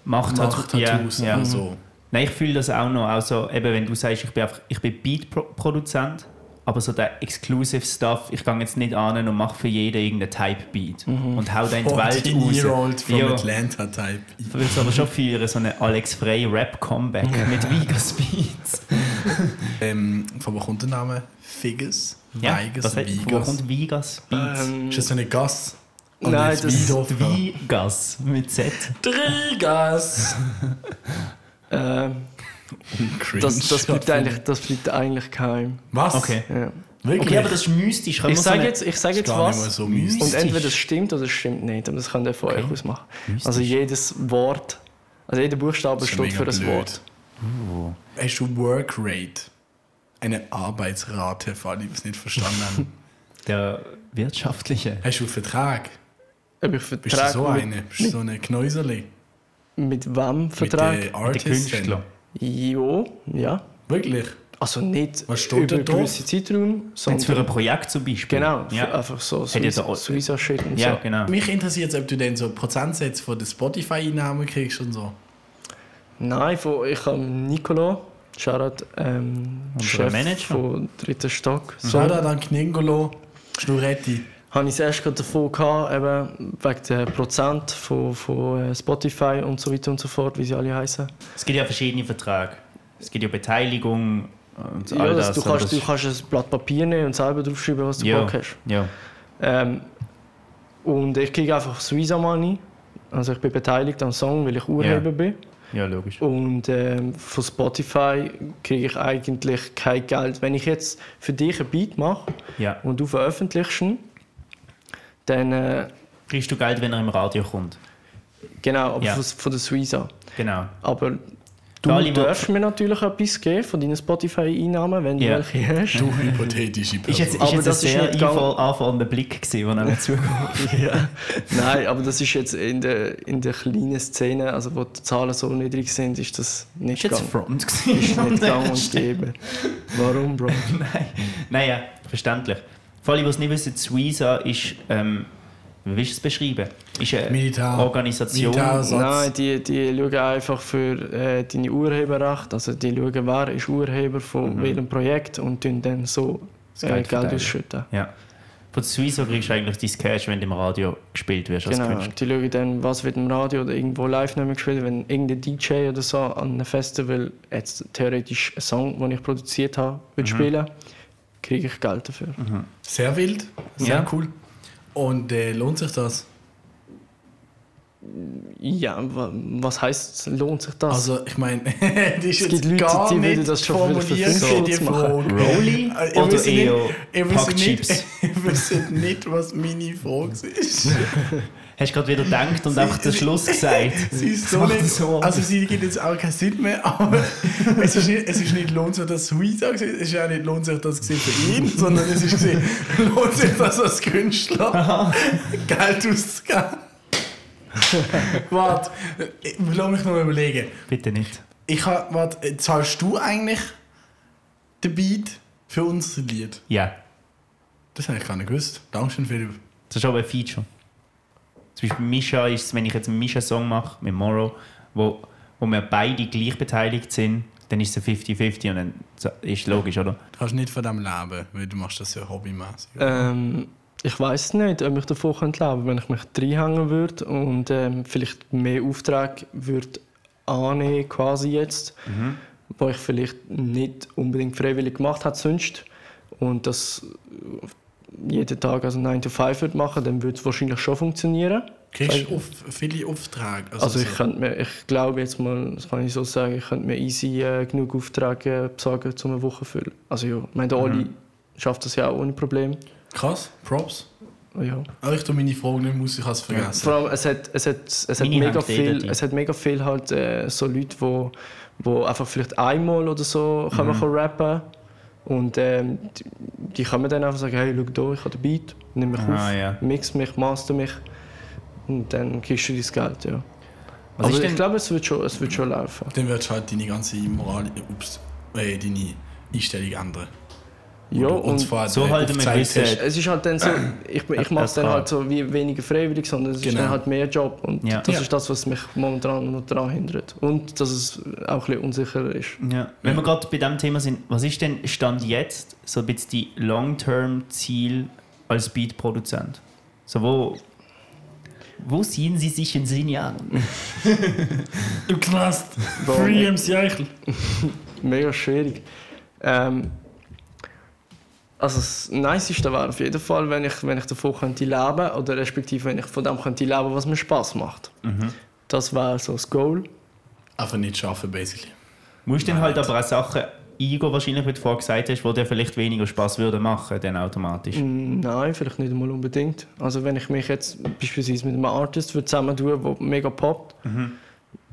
[SPEAKER 4] Macht
[SPEAKER 3] mache
[SPEAKER 4] Tattoos. Ja,
[SPEAKER 3] Tattoos.
[SPEAKER 4] ja. Mhm.
[SPEAKER 3] Also,
[SPEAKER 4] Nein, ich fühle das auch noch. Also, eben, wenn du sagst, ich bin, einfach, ich bin Beat-Produzent, aber so der Exclusive Stuff, ich gehe jetzt nicht an und mache für jeden irgendeinen Type-Beat
[SPEAKER 2] Mhm.
[SPEAKER 4] und hau den in die Welt
[SPEAKER 3] 14-year-old
[SPEAKER 4] raus.
[SPEAKER 3] from
[SPEAKER 4] ja, ich
[SPEAKER 3] Atlanta Type.
[SPEAKER 4] würde es aber schon feiern, so einen Alex Frey Rap-Comeback mit Vegas Beats.
[SPEAKER 3] Ähm, von wo kommt der Name? Figgis?
[SPEAKER 4] Ja,
[SPEAKER 3] Weiges?
[SPEAKER 4] was heißt, Wo
[SPEAKER 3] Vigas?
[SPEAKER 4] kommt Vegas Beats?
[SPEAKER 2] Ähm,
[SPEAKER 3] Ist das so eine Gas? Oh,
[SPEAKER 2] Nein, das-
[SPEAKER 3] ist wie
[SPEAKER 4] Vegas mit Z.
[SPEAKER 3] Trigas.
[SPEAKER 2] ähm, das, das, bleibt eigentlich, das bleibt eigentlich geheim.
[SPEAKER 3] Was?
[SPEAKER 4] Okay.
[SPEAKER 2] Ja.
[SPEAKER 3] Wirklich?
[SPEAKER 4] Okay, aber das ist mystisch. Können
[SPEAKER 2] Ich
[SPEAKER 4] wir so
[SPEAKER 2] sage
[SPEAKER 4] eine-
[SPEAKER 2] jetzt, ich sage
[SPEAKER 3] ist
[SPEAKER 2] jetzt
[SPEAKER 3] gar nicht mal
[SPEAKER 2] was.
[SPEAKER 3] so mystisch.
[SPEAKER 2] Und entweder es stimmt oder es stimmt nicht. Aber das könnt ihr von euch aus machen.
[SPEAKER 4] Mystisch.
[SPEAKER 2] Also jedes Wort, also jeder Buchstabe
[SPEAKER 3] Das ist
[SPEAKER 2] steht
[SPEAKER 3] mega
[SPEAKER 2] für das
[SPEAKER 3] blöd.
[SPEAKER 2] Wort.
[SPEAKER 3] Hast du Workrate? Eine Arbeitsrate, vor allem, die es nicht verstanden haben.
[SPEAKER 4] Der wirtschaftliche.
[SPEAKER 3] Hast du Vertrag?
[SPEAKER 2] Ob ich
[SPEAKER 3] Bist du
[SPEAKER 2] Vertrag
[SPEAKER 3] so
[SPEAKER 2] mit,
[SPEAKER 3] eine? Bist du so eine Knäuserli?
[SPEAKER 2] mit wem Vertrag?
[SPEAKER 3] Mit äh, den
[SPEAKER 4] Der Künstler.
[SPEAKER 3] Artisten?
[SPEAKER 2] Jo, ja.
[SPEAKER 3] Wirklich?
[SPEAKER 2] Also nicht
[SPEAKER 3] Was steht
[SPEAKER 2] über
[SPEAKER 3] da drauf?
[SPEAKER 2] gewisse Zeiträume,
[SPEAKER 4] Jetzt für ein
[SPEAKER 2] sondern
[SPEAKER 4] Projekt zum Beispiel.
[SPEAKER 2] genau, für
[SPEAKER 4] Ja,
[SPEAKER 2] einfach so
[SPEAKER 4] Hätte jetzt
[SPEAKER 2] Suiza-
[SPEAKER 4] auch-
[SPEAKER 2] Suiza-Shit und
[SPEAKER 4] ja
[SPEAKER 2] so.
[SPEAKER 4] genau.
[SPEAKER 3] Mich interessiert es, ob du denn so Prozentsätze von den Spotify-Einnahmen kriegst und so.
[SPEAKER 2] Nein, von, ich habe Nicolo, Shoutout, ähm, Chef
[SPEAKER 4] Manager.
[SPEAKER 2] von dritten Stock.
[SPEAKER 3] So,
[SPEAKER 2] So,
[SPEAKER 3] oder dann Kningolo, Schnuretti.
[SPEAKER 2] habe ich es erst gerade davon gehabt, eben wegen der Prozent von, von äh, Spotify und so weiter und so fort, wie sie alle heißen.
[SPEAKER 4] Es gibt ja verschiedene Verträge. Es gibt ja Beteiligung und
[SPEAKER 2] Ja,
[SPEAKER 4] all
[SPEAKER 2] das,
[SPEAKER 4] das.
[SPEAKER 2] du,
[SPEAKER 4] aber
[SPEAKER 2] kannst,
[SPEAKER 4] das
[SPEAKER 2] du
[SPEAKER 4] ist-
[SPEAKER 2] kannst ein Blatt Papier nehmen und selber draufschreiben, was du
[SPEAKER 4] ja,
[SPEAKER 2] Bock hast.
[SPEAKER 4] Ja.
[SPEAKER 2] Ähm, und ich kriege einfach Suiza Money. Also ich bin beteiligt am Song, weil ich Urheber
[SPEAKER 4] Ja.
[SPEAKER 2] bin.
[SPEAKER 4] ja, logisch.
[SPEAKER 2] Und ähm, von Spotify kriege ich eigentlich kein Geld. Wenn ich jetzt für dich ein Beat mache
[SPEAKER 4] Ja.
[SPEAKER 2] und du veröffentlichst ihn, dann äh,
[SPEAKER 4] Kriegst du Geld, wenn er im Radio kommt.
[SPEAKER 2] genau, aber
[SPEAKER 4] Ja.
[SPEAKER 2] von, von der Suiza.
[SPEAKER 4] Genau.
[SPEAKER 2] Aber du
[SPEAKER 4] Alle, die-
[SPEAKER 2] darfst mir natürlich etwas geben von deinen Spotify-Einnahmen, wenn
[SPEAKER 4] Ja.
[SPEAKER 2] du welche hast.
[SPEAKER 3] Du hypothetische Person.
[SPEAKER 4] Ist jetzt,
[SPEAKER 2] Aber
[SPEAKER 4] ist jetzt
[SPEAKER 2] das
[SPEAKER 4] ein
[SPEAKER 2] ist
[SPEAKER 4] sehr
[SPEAKER 2] nicht gang-
[SPEAKER 4] einvoll- anfallender Blick, gewesen, der einem zugeht.
[SPEAKER 2] Ja. Nein, aber das ist jetzt in der, in der kleinen Szene, also wo die Zahlen so niedrig sind, ist das nicht
[SPEAKER 4] Ist jetzt
[SPEAKER 2] gegangen.
[SPEAKER 4] Front
[SPEAKER 2] Ist
[SPEAKER 4] gewesen.
[SPEAKER 2] nicht gang und gäbe. Warum, Bro?
[SPEAKER 4] Nein, nein, ja, verständlich. Vor allem, die es nicht wissen, Suiza ist, ähm, wie willst du es beschreiben? Ist eine
[SPEAKER 3] Militar.
[SPEAKER 4] Organisation.
[SPEAKER 3] Militar. Satz.
[SPEAKER 2] Nein, die, die schauen einfach für äh, deine Urheberrechte, also die schauen, wer ist Urheber von welchem Projekt und tun dann so äh,
[SPEAKER 4] Mhm. Geld
[SPEAKER 2] Geld
[SPEAKER 4] verteilen.
[SPEAKER 2] ausschütten.
[SPEAKER 4] Ja. Von Suiza kriegst du eigentlich dein Cash, wenn du im Radio gespielt wirst als
[SPEAKER 2] Genau,
[SPEAKER 4] Künstler.
[SPEAKER 2] die schauen dann, was wird im Radio oder irgendwo live nicht mehr gespielt, wenn irgendein DJ oder so an einem Festival jetzt theoretisch einen Song, den ich produziert habe, würde
[SPEAKER 4] Mhm.
[SPEAKER 2] spielen, kriege ich Geld dafür.
[SPEAKER 3] Sehr wild, sehr
[SPEAKER 4] Ja.
[SPEAKER 3] cool. Und äh, lohnt sich das?
[SPEAKER 2] Ja, wa- was heißt, lohnt sich das?
[SPEAKER 3] Also, ich meine, die
[SPEAKER 2] Es
[SPEAKER 3] ist jetzt
[SPEAKER 2] gibt Leute,
[SPEAKER 3] gar
[SPEAKER 2] die würden
[SPEAKER 3] nicht
[SPEAKER 2] das schon wieder für
[SPEAKER 3] formuliert,
[SPEAKER 2] fünf
[SPEAKER 3] die
[SPEAKER 2] Stutz machen. E
[SPEAKER 3] Frage.
[SPEAKER 4] Rolli
[SPEAKER 3] Äh, ihr
[SPEAKER 4] oder
[SPEAKER 3] wisst nicht-
[SPEAKER 4] eher
[SPEAKER 3] ihr wisst
[SPEAKER 4] Packchips?
[SPEAKER 3] nicht- Ihr wisst nicht, was meine Frage ist.
[SPEAKER 4] Hast gerade wieder gedacht und einfach den Schluss gesagt.
[SPEAKER 3] Sie ist
[SPEAKER 4] Das
[SPEAKER 3] so
[SPEAKER 4] macht
[SPEAKER 3] nicht,
[SPEAKER 4] das so.
[SPEAKER 3] also sie gibt jetzt auch keinen Sinn mehr, aber es ist nicht, es ist nicht lohnt sich das Suiza gewesen, es ist auch nicht lohnt sich das gewesen für ihn, sondern es ist gewesen, lohnt sich das als Künstler Geld auszugeben. Warte, ich- lass mich noch überlegen.
[SPEAKER 4] Bitte nicht.
[SPEAKER 3] Ich hab, warte, äh, zahlst du eigentlich den Beat für unser Lied?
[SPEAKER 4] Ja,
[SPEAKER 3] Das habe ich gar nicht gewusst. Dankeschön, Philipp.
[SPEAKER 4] das ist aber ein Feature. Zum Beispiel Misha ist es, wenn ich jetzt einen Misha-Song mache mit Moro, wo, wo wir beide gleich beteiligt sind, dann ist es ein 50-50 und dann ist es logisch, oder?
[SPEAKER 3] Du kannst nicht von dem leben, weil du machst das ja hobbymäßig.
[SPEAKER 2] ähm, Ich weiß nicht, ob ich davon leben könnte, wenn ich mich reinhängen würde und ähm, vielleicht mehr Aufträge würde annehmen quasi jetzt, wo ich vielleicht nicht unbedingt freiwillig gemacht hätte sonst und das jeden Tag also 9 to 5 würde machen, dann würde es wahrscheinlich schon funktionieren.
[SPEAKER 3] Kriegst du auf, viele Aufträge?
[SPEAKER 2] äh, Also
[SPEAKER 3] so-
[SPEAKER 2] ich könnte mir, ich glaube jetzt mal, das kann ich so sagen, ich könnte mir easy äh, genug Aufträge äh, besorgen, um eine Woche zu füllen. Also ja, ich meine,
[SPEAKER 4] Mhm.
[SPEAKER 2] der Oli schafft das ja auch ohne Probleme.
[SPEAKER 3] Krass, Props.
[SPEAKER 2] Ja.
[SPEAKER 3] Aber Ah, ich tue meine Frage nicht muss, ich habe es vergessen.
[SPEAKER 4] Also
[SPEAKER 2] Vor allem, es hat, es hat, es hat,
[SPEAKER 4] Meine
[SPEAKER 2] mega,
[SPEAKER 4] Hand redet
[SPEAKER 2] viel,
[SPEAKER 4] nicht.
[SPEAKER 2] es hat mega viel halt äh, so Leute, wo, wo einfach vielleicht einmal oder so können mhm. rappen und ähm, die, die können dann einfach sagen, hey, schau da, ich habe den Beat, nimm mich
[SPEAKER 4] Ah,
[SPEAKER 2] auf,
[SPEAKER 4] ja.
[SPEAKER 2] mix mich, master mich und dann kriegst du dein Geld, ja.
[SPEAKER 4] Was
[SPEAKER 2] Aber
[SPEAKER 4] ist
[SPEAKER 2] ich
[SPEAKER 4] denn-
[SPEAKER 2] glaube, es wird schon, es wird schon laufen.
[SPEAKER 3] Dann wirst du halt deine ganze Moral, ups, äh, deine Einstellung ändern.
[SPEAKER 2] Ja,
[SPEAKER 3] Und- und
[SPEAKER 2] und
[SPEAKER 3] zwar
[SPEAKER 4] so
[SPEAKER 3] äh,
[SPEAKER 4] halt
[SPEAKER 3] auf
[SPEAKER 4] man
[SPEAKER 3] Zeit
[SPEAKER 4] gewisse-
[SPEAKER 3] hast.
[SPEAKER 2] es ist halt dann so, ich, ich mache
[SPEAKER 4] das
[SPEAKER 2] dann
[SPEAKER 4] kann.
[SPEAKER 2] halt so wie weniger freiwillig, sondern es ist
[SPEAKER 3] Genau.
[SPEAKER 2] dann halt mehr Job und
[SPEAKER 4] Ja.
[SPEAKER 2] das
[SPEAKER 3] Ja.
[SPEAKER 2] ist das, was mich momentan noch daran hindert. Und dass es auch ein bisschen unsicher ist.
[SPEAKER 4] Ja. Wenn wir gerade bei dem Thema sind, was ist denn Stand jetzt so ein bisschen die Long-Term-Ziel als Beat-Produzent? So, wo, wo sehen Sie sich in zehn Jahren?
[SPEAKER 3] Du Knast!
[SPEAKER 2] Warum?
[SPEAKER 3] Free MC Eichel!
[SPEAKER 2] Mega schwierig. Ähm, also das Niceste wäre auf jeden Fall, wenn ich, wenn ich davon könnte leben oder respektive wenn ich von dem könnte leben, was mir Spaß macht. Das wäre so das Goal.
[SPEAKER 3] Einfach nicht schaffen, basically.
[SPEAKER 4] Musst dann halt aber auch Sachen eingehen, wahrscheinlich, wie du vorher gesagt hast, wo dir vielleicht weniger Spaß würde machen, dann automatisch.
[SPEAKER 2] Nein, vielleicht nicht einmal unbedingt. Also wenn ich mich jetzt beispielsweise mit einem Artist würde zusammen tun, der mega poppt,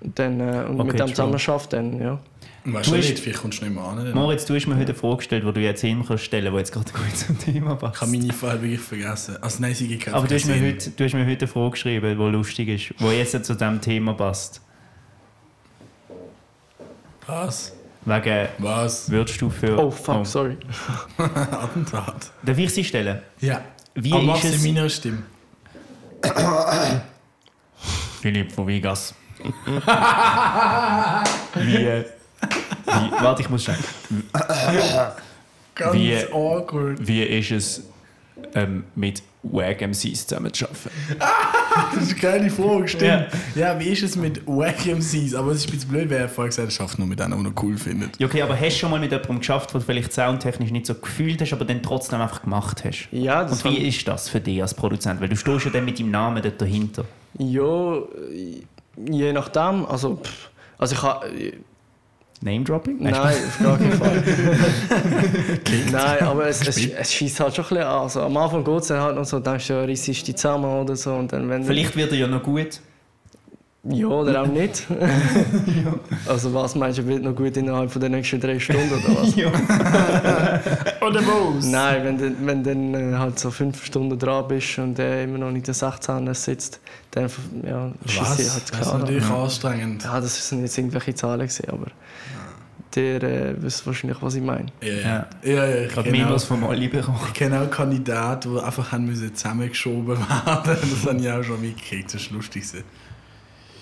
[SPEAKER 2] dann, äh, und
[SPEAKER 4] Mhm. Okay,
[SPEAKER 2] mit dem
[SPEAKER 4] true.
[SPEAKER 2] zusammen schafft, dann ja.
[SPEAKER 3] Und Weißt du
[SPEAKER 4] Du
[SPEAKER 3] nicht,
[SPEAKER 4] hast-
[SPEAKER 3] vielleicht kommst du nicht mehr an. ne? dann.
[SPEAKER 4] Moritz, du hast mir heute eine Frage gestellt, die du jetzt hin kannst stellen, die jetzt gerade gut zum Thema
[SPEAKER 3] Ich
[SPEAKER 4] passt.
[SPEAKER 3] habe meine Frage wirklich vergessen. Also nein, sie gekauft.
[SPEAKER 4] Aber du hast, mir heute, du hast mir heute eine Frage geschrieben, die lustig ist, die jetzt zu diesem Thema passt.
[SPEAKER 3] Was?
[SPEAKER 4] Wegen,
[SPEAKER 3] Was?
[SPEAKER 4] würdest du für...
[SPEAKER 2] Oh fuck, sorry.
[SPEAKER 3] Attentat.
[SPEAKER 4] Darf ich sie stellen?
[SPEAKER 3] Ja.
[SPEAKER 4] Wie
[SPEAKER 3] Aber mach's
[SPEAKER 4] ist
[SPEAKER 3] in
[SPEAKER 4] es...
[SPEAKER 3] meiner Stimme.
[SPEAKER 4] Philipp von Vegas. wie, äh, wie... Warte, ich muss schauen.
[SPEAKER 3] Ganz
[SPEAKER 6] Wie-
[SPEAKER 3] awkward.
[SPEAKER 6] Wie ist es, ähm, mit Wag-MCs zusammenzuarbeiten?
[SPEAKER 3] Das ist eine geile Frage, stimmt.
[SPEAKER 4] Ja.
[SPEAKER 3] Ja, wie ist es mit Wack MCs? Aber es ist ein bisschen blöd, weil er vorher gesagt hat, schafft nur mit einem, der noch cool findet.
[SPEAKER 4] Ja, okay, aber hast du schon mal mit jemandem geschafft, wo du vielleicht soundtechnisch nicht so gefühlt hast, aber dann trotzdem einfach gemacht hast?
[SPEAKER 2] Ja, das
[SPEAKER 4] Und wie ist das für dich als Produzent? Weil du stehst ja dann mit deinem Namen dort dahinter.
[SPEAKER 2] Ja, äh, je nachdem. Also, pff, also ich habe.
[SPEAKER 4] Name-Dropping?
[SPEAKER 2] Nein, auf gar keinen Fall. Nein, aber es, es, es schießt halt schon ein bisschen an. Also, am Anfang geht es dann halt noch so, denkst du, ja, reiss ist die zusammen oder so. Und dann, wenn
[SPEAKER 4] Vielleicht wird er ja noch gut.
[SPEAKER 2] Ja, oder auch nicht. Also, was meinst du, wird noch gut innerhalb von der nächsten drei Stunden oder was?
[SPEAKER 3] Oder was?
[SPEAKER 2] Nein, wenn du wenn du dann äh, halt so fünf Stunden dran bist und der immer noch nicht der 16 sitzt, dann ja,
[SPEAKER 3] Was?
[SPEAKER 2] schießt er halt
[SPEAKER 3] Das ist
[SPEAKER 2] klar. an.
[SPEAKER 3] natürlich anstrengend.
[SPEAKER 2] Ja, das sind jetzt irgendwelche Zahlen, gewesen, aber der äh, wisst wahrscheinlich, was ich meine.
[SPEAKER 3] Ja, ja. ja, ja ich
[SPEAKER 2] Genau.
[SPEAKER 3] kenne
[SPEAKER 4] Gerade Minus
[SPEAKER 3] auch,
[SPEAKER 4] vom Olli bekommen.
[SPEAKER 3] ich kenn auch Kandidaten, die einfach haben müssen zusammengeschoben werden Das habe ich auch schon mitgekriegt. Das ist lustig. gewesen.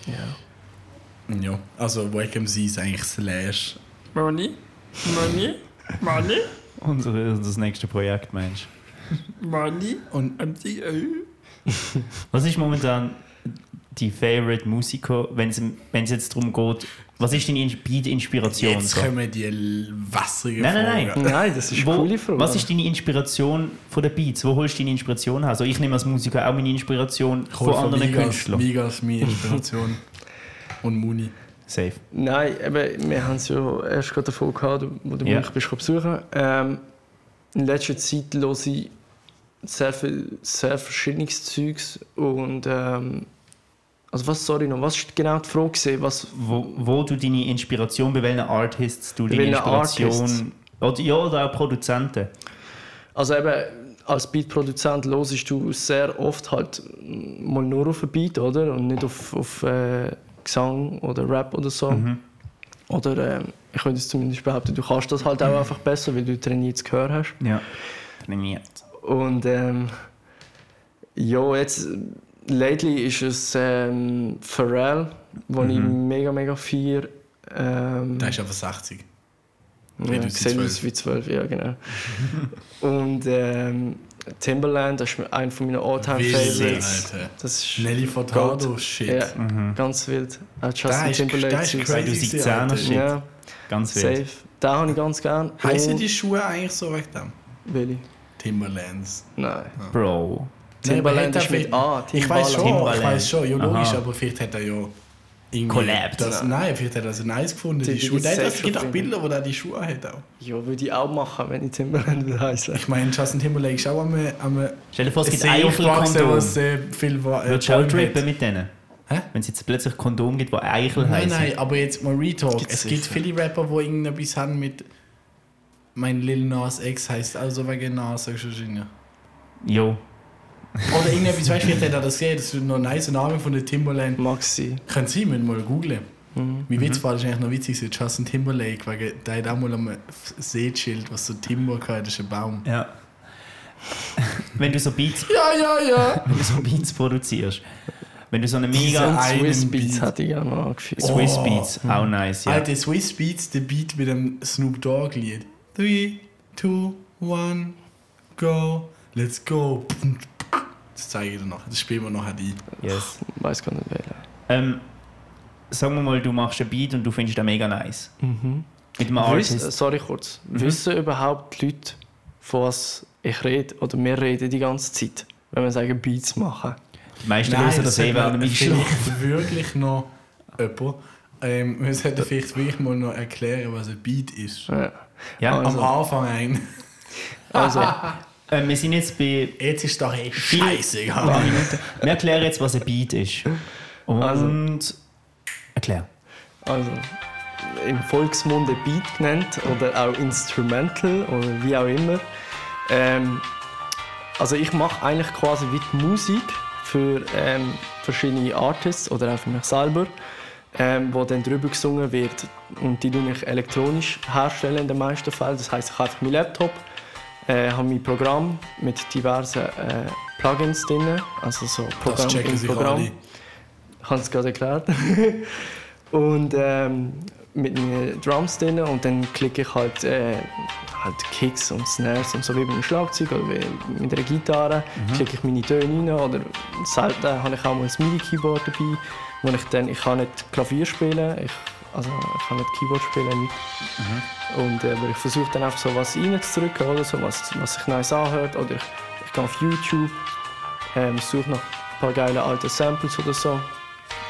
[SPEAKER 2] Ja.
[SPEAKER 3] Ja, also Wack MCs ist eigentlich Slash.
[SPEAKER 7] Money, money, money,
[SPEAKER 4] Unsere, das nächste Projekt, Mensch.
[SPEAKER 7] money,
[SPEAKER 3] Und
[SPEAKER 7] MCU.
[SPEAKER 4] Was ist momentan die Favorite Musiker, wenn es jetzt darum geht, was ist deine In- Beat-Inspiration?
[SPEAKER 3] jetzt
[SPEAKER 4] so?
[SPEAKER 3] kommen die l- wasserigen
[SPEAKER 4] Nein, nein,
[SPEAKER 3] Fragen.
[SPEAKER 2] Nein, das ist
[SPEAKER 4] Wo-
[SPEAKER 2] eine coole Frage.
[SPEAKER 4] Was ist deine Inspiration von den Beats? Wo holst du deine Inspiration her? Also ich nehme als Musiker auch meine Inspiration
[SPEAKER 3] Ich hol
[SPEAKER 4] von anderen
[SPEAKER 3] Migas,
[SPEAKER 4] Künstlern.
[SPEAKER 3] Migas, meine Inspiration. Und Muni.
[SPEAKER 4] Safe.
[SPEAKER 2] Nein, eben, wir haben es ja erst gerade davon gehabt, wo du
[SPEAKER 4] Ja.
[SPEAKER 2] mich bist besuchen. Ähm, in letzter Zeit höre ich sehr viel, sehr verschiedenes Zeugs und ähm, also was, sorry noch, was ist genau die Frage gewesen? was
[SPEAKER 4] Wo, wo du deine Inspiration, bei welchen Artists du
[SPEAKER 2] Bei
[SPEAKER 4] deine
[SPEAKER 2] welchen
[SPEAKER 4] Inspiration...
[SPEAKER 2] Artists?
[SPEAKER 4] Oder, ja, oder auch Produzenten.
[SPEAKER 2] Also eben, als Beatproduzent hörst du sehr oft halt mal nur auf einen Beat, oder? Und nicht auf, auf äh, Gesang oder Rap oder so. Oder ähm, ich könnte es zumindest behaupten, du kannst das halt auch einfach besser, weil du trainiertes Gehör hast.
[SPEAKER 4] Ja. Trainiert.
[SPEAKER 2] Und ähm, ja, jetzt äh, lately ist es ähm, Pharrell, wo ich mega, mega viel... Ähm,
[SPEAKER 3] Der Mhm. ist einfach 60.
[SPEAKER 2] ja,
[SPEAKER 3] Reduziert
[SPEAKER 2] gesehen aus wie zwölf, ja genau. und ähm, Timberland, das ist einer von meinen Alltime favorites
[SPEAKER 3] Alter.
[SPEAKER 2] Das ist
[SPEAKER 3] Nelly Furtado, shit.
[SPEAKER 2] Ja, ganz wild. Auch Justin
[SPEAKER 3] Da ist-
[SPEAKER 2] Timberlake.
[SPEAKER 3] da ist
[SPEAKER 2] sind's.
[SPEAKER 3] crazy.
[SPEAKER 4] 2010er Shit.
[SPEAKER 2] Ja,
[SPEAKER 4] Ganz
[SPEAKER 2] safe.
[SPEAKER 4] wild.
[SPEAKER 2] Den habe ich ganz gern.
[SPEAKER 3] Heißen
[SPEAKER 2] Und-
[SPEAKER 3] die Schuhe eigentlich so wegen dem?
[SPEAKER 2] Willi.
[SPEAKER 3] Timberlands.
[SPEAKER 2] Nein.
[SPEAKER 4] Bro.
[SPEAKER 2] Timberland
[SPEAKER 3] Nein,
[SPEAKER 2] ist
[SPEAKER 3] aber hat
[SPEAKER 2] mit
[SPEAKER 3] er
[SPEAKER 2] A.
[SPEAKER 3] Ich weiß schon,
[SPEAKER 2] Timbaland.
[SPEAKER 3] ich weiß schon, ja logisch,
[SPEAKER 4] Aha.
[SPEAKER 3] aber vielleicht hat er ja irgendwie
[SPEAKER 4] Collabed.
[SPEAKER 3] Das, nein, vielleicht hat er sie nice gefunden,
[SPEAKER 2] Die-
[SPEAKER 3] die,
[SPEAKER 2] die
[SPEAKER 3] Schuhe. Nein, das
[SPEAKER 2] Sexual
[SPEAKER 3] gibt auch
[SPEAKER 2] Thing.
[SPEAKER 3] Bilder, wo er die Schuhe hat auch.
[SPEAKER 2] Ja, würde ich auch machen, wenn ich Timberland würde heißen.
[SPEAKER 3] Ich meine, Justin Timberlake ist auch am, am
[SPEAKER 4] Stell dir vor, es gibt
[SPEAKER 3] sehr
[SPEAKER 4] ein
[SPEAKER 3] oft gewachsen,
[SPEAKER 4] Kondom.
[SPEAKER 3] was äh, viel war. Äh,
[SPEAKER 4] Würdest du auch
[SPEAKER 3] Bäume
[SPEAKER 4] trippen
[SPEAKER 3] hat.
[SPEAKER 4] mit denen?
[SPEAKER 3] Hä?
[SPEAKER 4] Wenn es jetzt plötzlich Kondom gibt, wo Eichel
[SPEAKER 3] Nein,
[SPEAKER 4] heißen.
[SPEAKER 3] nein, aber jetzt mal Retalk. es gibt
[SPEAKER 2] sicher.
[SPEAKER 3] viele Rapper, die irgendetwas haben mit mein Lil Nas X heißt also wegen Nas, sagst du wahrscheinlich.
[SPEAKER 4] Jo.
[SPEAKER 3] Oder irgendetwas, weißt du, vielleicht hat er das gesehen, das ist noch ein nicer Name von der Timberland.
[SPEAKER 2] Maxi.
[SPEAKER 3] Können Sie müssen mal googlen.
[SPEAKER 4] Mhm.
[SPEAKER 3] Mein Witz war das ist eigentlich noch witzig, gewesen, Justin Timberlake, weil der hat auch mal am Seeschild, was so Timber gehört, das ist ein Baum.
[SPEAKER 4] Ja. Wenn du so Beats,
[SPEAKER 3] Ja, ja, ja.
[SPEAKER 4] wenn du so Beats produzierst. Wenn du so eine
[SPEAKER 3] Diese-
[SPEAKER 4] mega
[SPEAKER 2] Und
[SPEAKER 3] einen
[SPEAKER 2] Swiss Beats
[SPEAKER 3] Beat.
[SPEAKER 2] hatte ich gerne noch angefühlt.
[SPEAKER 4] Swiss
[SPEAKER 3] Oh.
[SPEAKER 4] Beats, auch nice, ja.
[SPEAKER 3] Alter, Swiss Beats, der Beat mit dem Snoop Dogg Lied. 3, 2, 1, go, let's go. Das zeige ich dir noch, das spielen wir noch ein.
[SPEAKER 4] Yes.
[SPEAKER 2] Ich weiß gar nicht welcher.
[SPEAKER 4] Ähm, sagen wir mal, du machst einen Beat und du findest den mega nice.
[SPEAKER 3] Mhm.
[SPEAKER 4] Mit einem
[SPEAKER 3] Ah,
[SPEAKER 2] Wiss-
[SPEAKER 4] Artist.
[SPEAKER 2] Sorry kurz. Wissen überhaupt die Leute, von was ich rede oder wir reden die ganze Zeit, wenn wir sagen Beats machen?
[SPEAKER 4] Die meisten lösen das eh während dem Einschlafen.
[SPEAKER 3] vielleicht wirklich noch jemand. Ähm, wir sollten vielleicht wirklich mal noch erklären, was ein Beat ist.
[SPEAKER 2] Ja.
[SPEAKER 4] Ja,
[SPEAKER 2] Also-
[SPEAKER 3] Am Anfang eigentlich.
[SPEAKER 2] Also,
[SPEAKER 4] ähm, wir sind jetzt bei
[SPEAKER 3] Jetzt ist doch eh scheißegal.
[SPEAKER 4] paar Minuten. Wir erklären jetzt, was ein Beat ist. Und
[SPEAKER 3] Also.
[SPEAKER 4] erklär.
[SPEAKER 2] also im Volksmund ein Beat genannt oder auch Instrumental oder wie auch immer. Ähm, also ich mache eigentlich quasi wie die Musik für ähm, verschiedene Artists oder auch für mich selber, ähm, wo dann drüber gesungen wird und die tue ich elektronisch herstellen in den meisten Fällen. Das heißt, ich habe einfach meinen Laptop, äh, habe mein Programm mit diversen äh, Plugins drin, also so Programm
[SPEAKER 3] checken
[SPEAKER 2] im
[SPEAKER 3] sich
[SPEAKER 2] Programm.
[SPEAKER 3] alle.
[SPEAKER 2] Ich habe es gerade erklärt. und ähm, mit meinen Drums drin und dann klicke ich halt, äh, halt Kicks und Snares und so wie beim Schlagzeug oder wie mit einer Gitarre klicke ich meine Töne rein oder selten habe ich auch mal ein MIDI-Keyboard dabei, wo ich dann, ich kann nicht Klavier spielen, ich, also ich kann nicht Keyboard spielen, nicht. Und äh, aber ich versuche dann einfach so was reinzudrücken oder so, was, was sich nice anhört oder ich, ich gehe auf YouTube, ähm, suche nach ein paar geile alte Samples oder so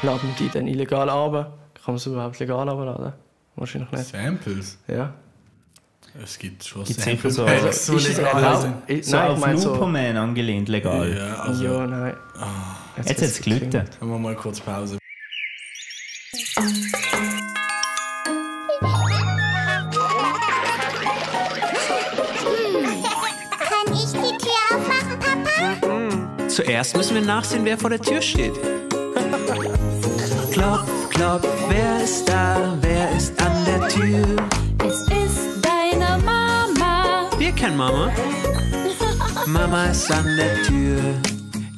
[SPEAKER 2] laden wir die dann illegal runter. Kann man es überhaupt legal runterladen? Wahrscheinlich nicht.
[SPEAKER 3] Samples.
[SPEAKER 2] Ja.
[SPEAKER 3] Es gibt schon
[SPEAKER 4] Gibt's sicher so-
[SPEAKER 3] Samples.
[SPEAKER 2] Ist es erlaubt? Ich-
[SPEAKER 4] So
[SPEAKER 2] nein, ich
[SPEAKER 4] auf
[SPEAKER 2] meine so.
[SPEAKER 4] Looperman angelehnt, legal.
[SPEAKER 3] Ja, also,
[SPEAKER 2] ja, nein.
[SPEAKER 4] Jetzt hat es
[SPEAKER 2] geklingelt.
[SPEAKER 4] gelitten.
[SPEAKER 3] machen wir mal kurz Pause.
[SPEAKER 8] Kann ich die Tür aufmachen, Papa?
[SPEAKER 9] Zuerst müssen wir nachsehen, wer vor der Tür steht. klopf, klopf, wer ist da? Wer ist an der Tür?
[SPEAKER 8] Es ist deine Mama.
[SPEAKER 9] Wir kennen Mama. Mama ist an der Tür.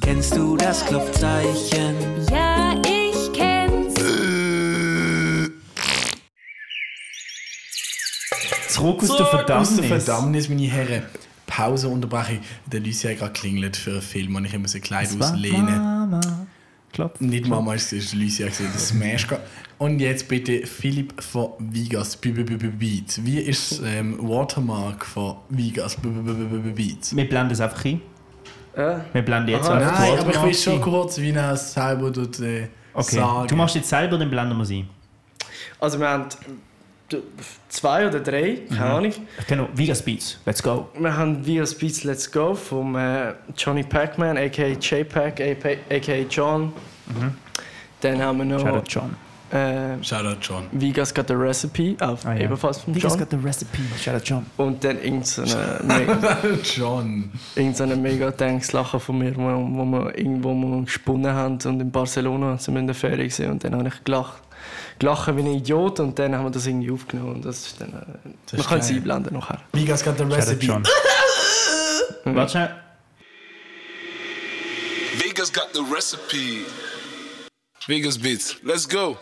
[SPEAKER 9] Kennst du das Klopfzeichen?
[SPEAKER 8] Ja, ich kenn's.
[SPEAKER 4] Zurück aus der
[SPEAKER 3] Aus der
[SPEAKER 4] Verdammnis.
[SPEAKER 3] Verdammnis, meine Herren. Pause unterbreche. Der Lucy hat gerade klingelt für einen Film und ich muss ein Kleid auslehnen.
[SPEAKER 4] Mama. Klopf.
[SPEAKER 3] Nicht Mama, es war Lucy, es war das Smash. Und jetzt bitte Philipp von Vigas B- B- B- B- Beats. Wie ist das ähm, Watermark von Vigas B- B- B- B- B- Beats?
[SPEAKER 4] Wir blenden es einfach ein.
[SPEAKER 2] Äh,
[SPEAKER 4] Wir blenden jetzt
[SPEAKER 2] Aha.
[SPEAKER 4] einfach
[SPEAKER 3] Nein, aber
[SPEAKER 4] das
[SPEAKER 3] ich will
[SPEAKER 4] Watermark
[SPEAKER 3] schon
[SPEAKER 4] ein.
[SPEAKER 3] kurz, wie er es selber tut, äh,
[SPEAKER 4] Okay,
[SPEAKER 3] sagen.
[SPEAKER 4] du machst jetzt selber, dann blenden wir es ein.
[SPEAKER 2] also wir haben d- zwei oder drei, keine
[SPEAKER 4] Mhm.
[SPEAKER 2] Ahnung.
[SPEAKER 4] Ich kenne auch Vegas Beats. Let's go.
[SPEAKER 3] Oh.
[SPEAKER 2] Wir haben Via Beats Let's Go vom äh, Johnny Pac-Man, a.k.a. JPac, a.k.a. John. Dann haben wir
[SPEAKER 4] Shadow
[SPEAKER 2] noch
[SPEAKER 4] John.
[SPEAKER 2] äh,
[SPEAKER 3] Shoutout John.
[SPEAKER 2] Vegas Got the Recipe, auch
[SPEAKER 4] Ah, ja.
[SPEAKER 2] ebenfalls von
[SPEAKER 4] Vegas
[SPEAKER 2] John.
[SPEAKER 4] got the recipe. Shadow John.
[SPEAKER 2] Und dann irgendeine mega,
[SPEAKER 3] John.
[SPEAKER 2] irgendeine mega thanks Lachen von mir, wo, wo wir irgendwo mal gesponnen haben und in Barcelona sind wir in der Ferie gewesen. und dann habe ich gelacht, gelacht wie ein Idiot und dann haben wir das irgendwie aufgenommen und das ist dann, äh, man
[SPEAKER 3] ist
[SPEAKER 2] kann es
[SPEAKER 3] geil.
[SPEAKER 2] einblenden nachher.
[SPEAKER 3] Vigas got the
[SPEAKER 4] Shadow
[SPEAKER 3] recipe.
[SPEAKER 4] John. Warte schnell.
[SPEAKER 10] Vegas got the recipe. Vegas beats. Let's go.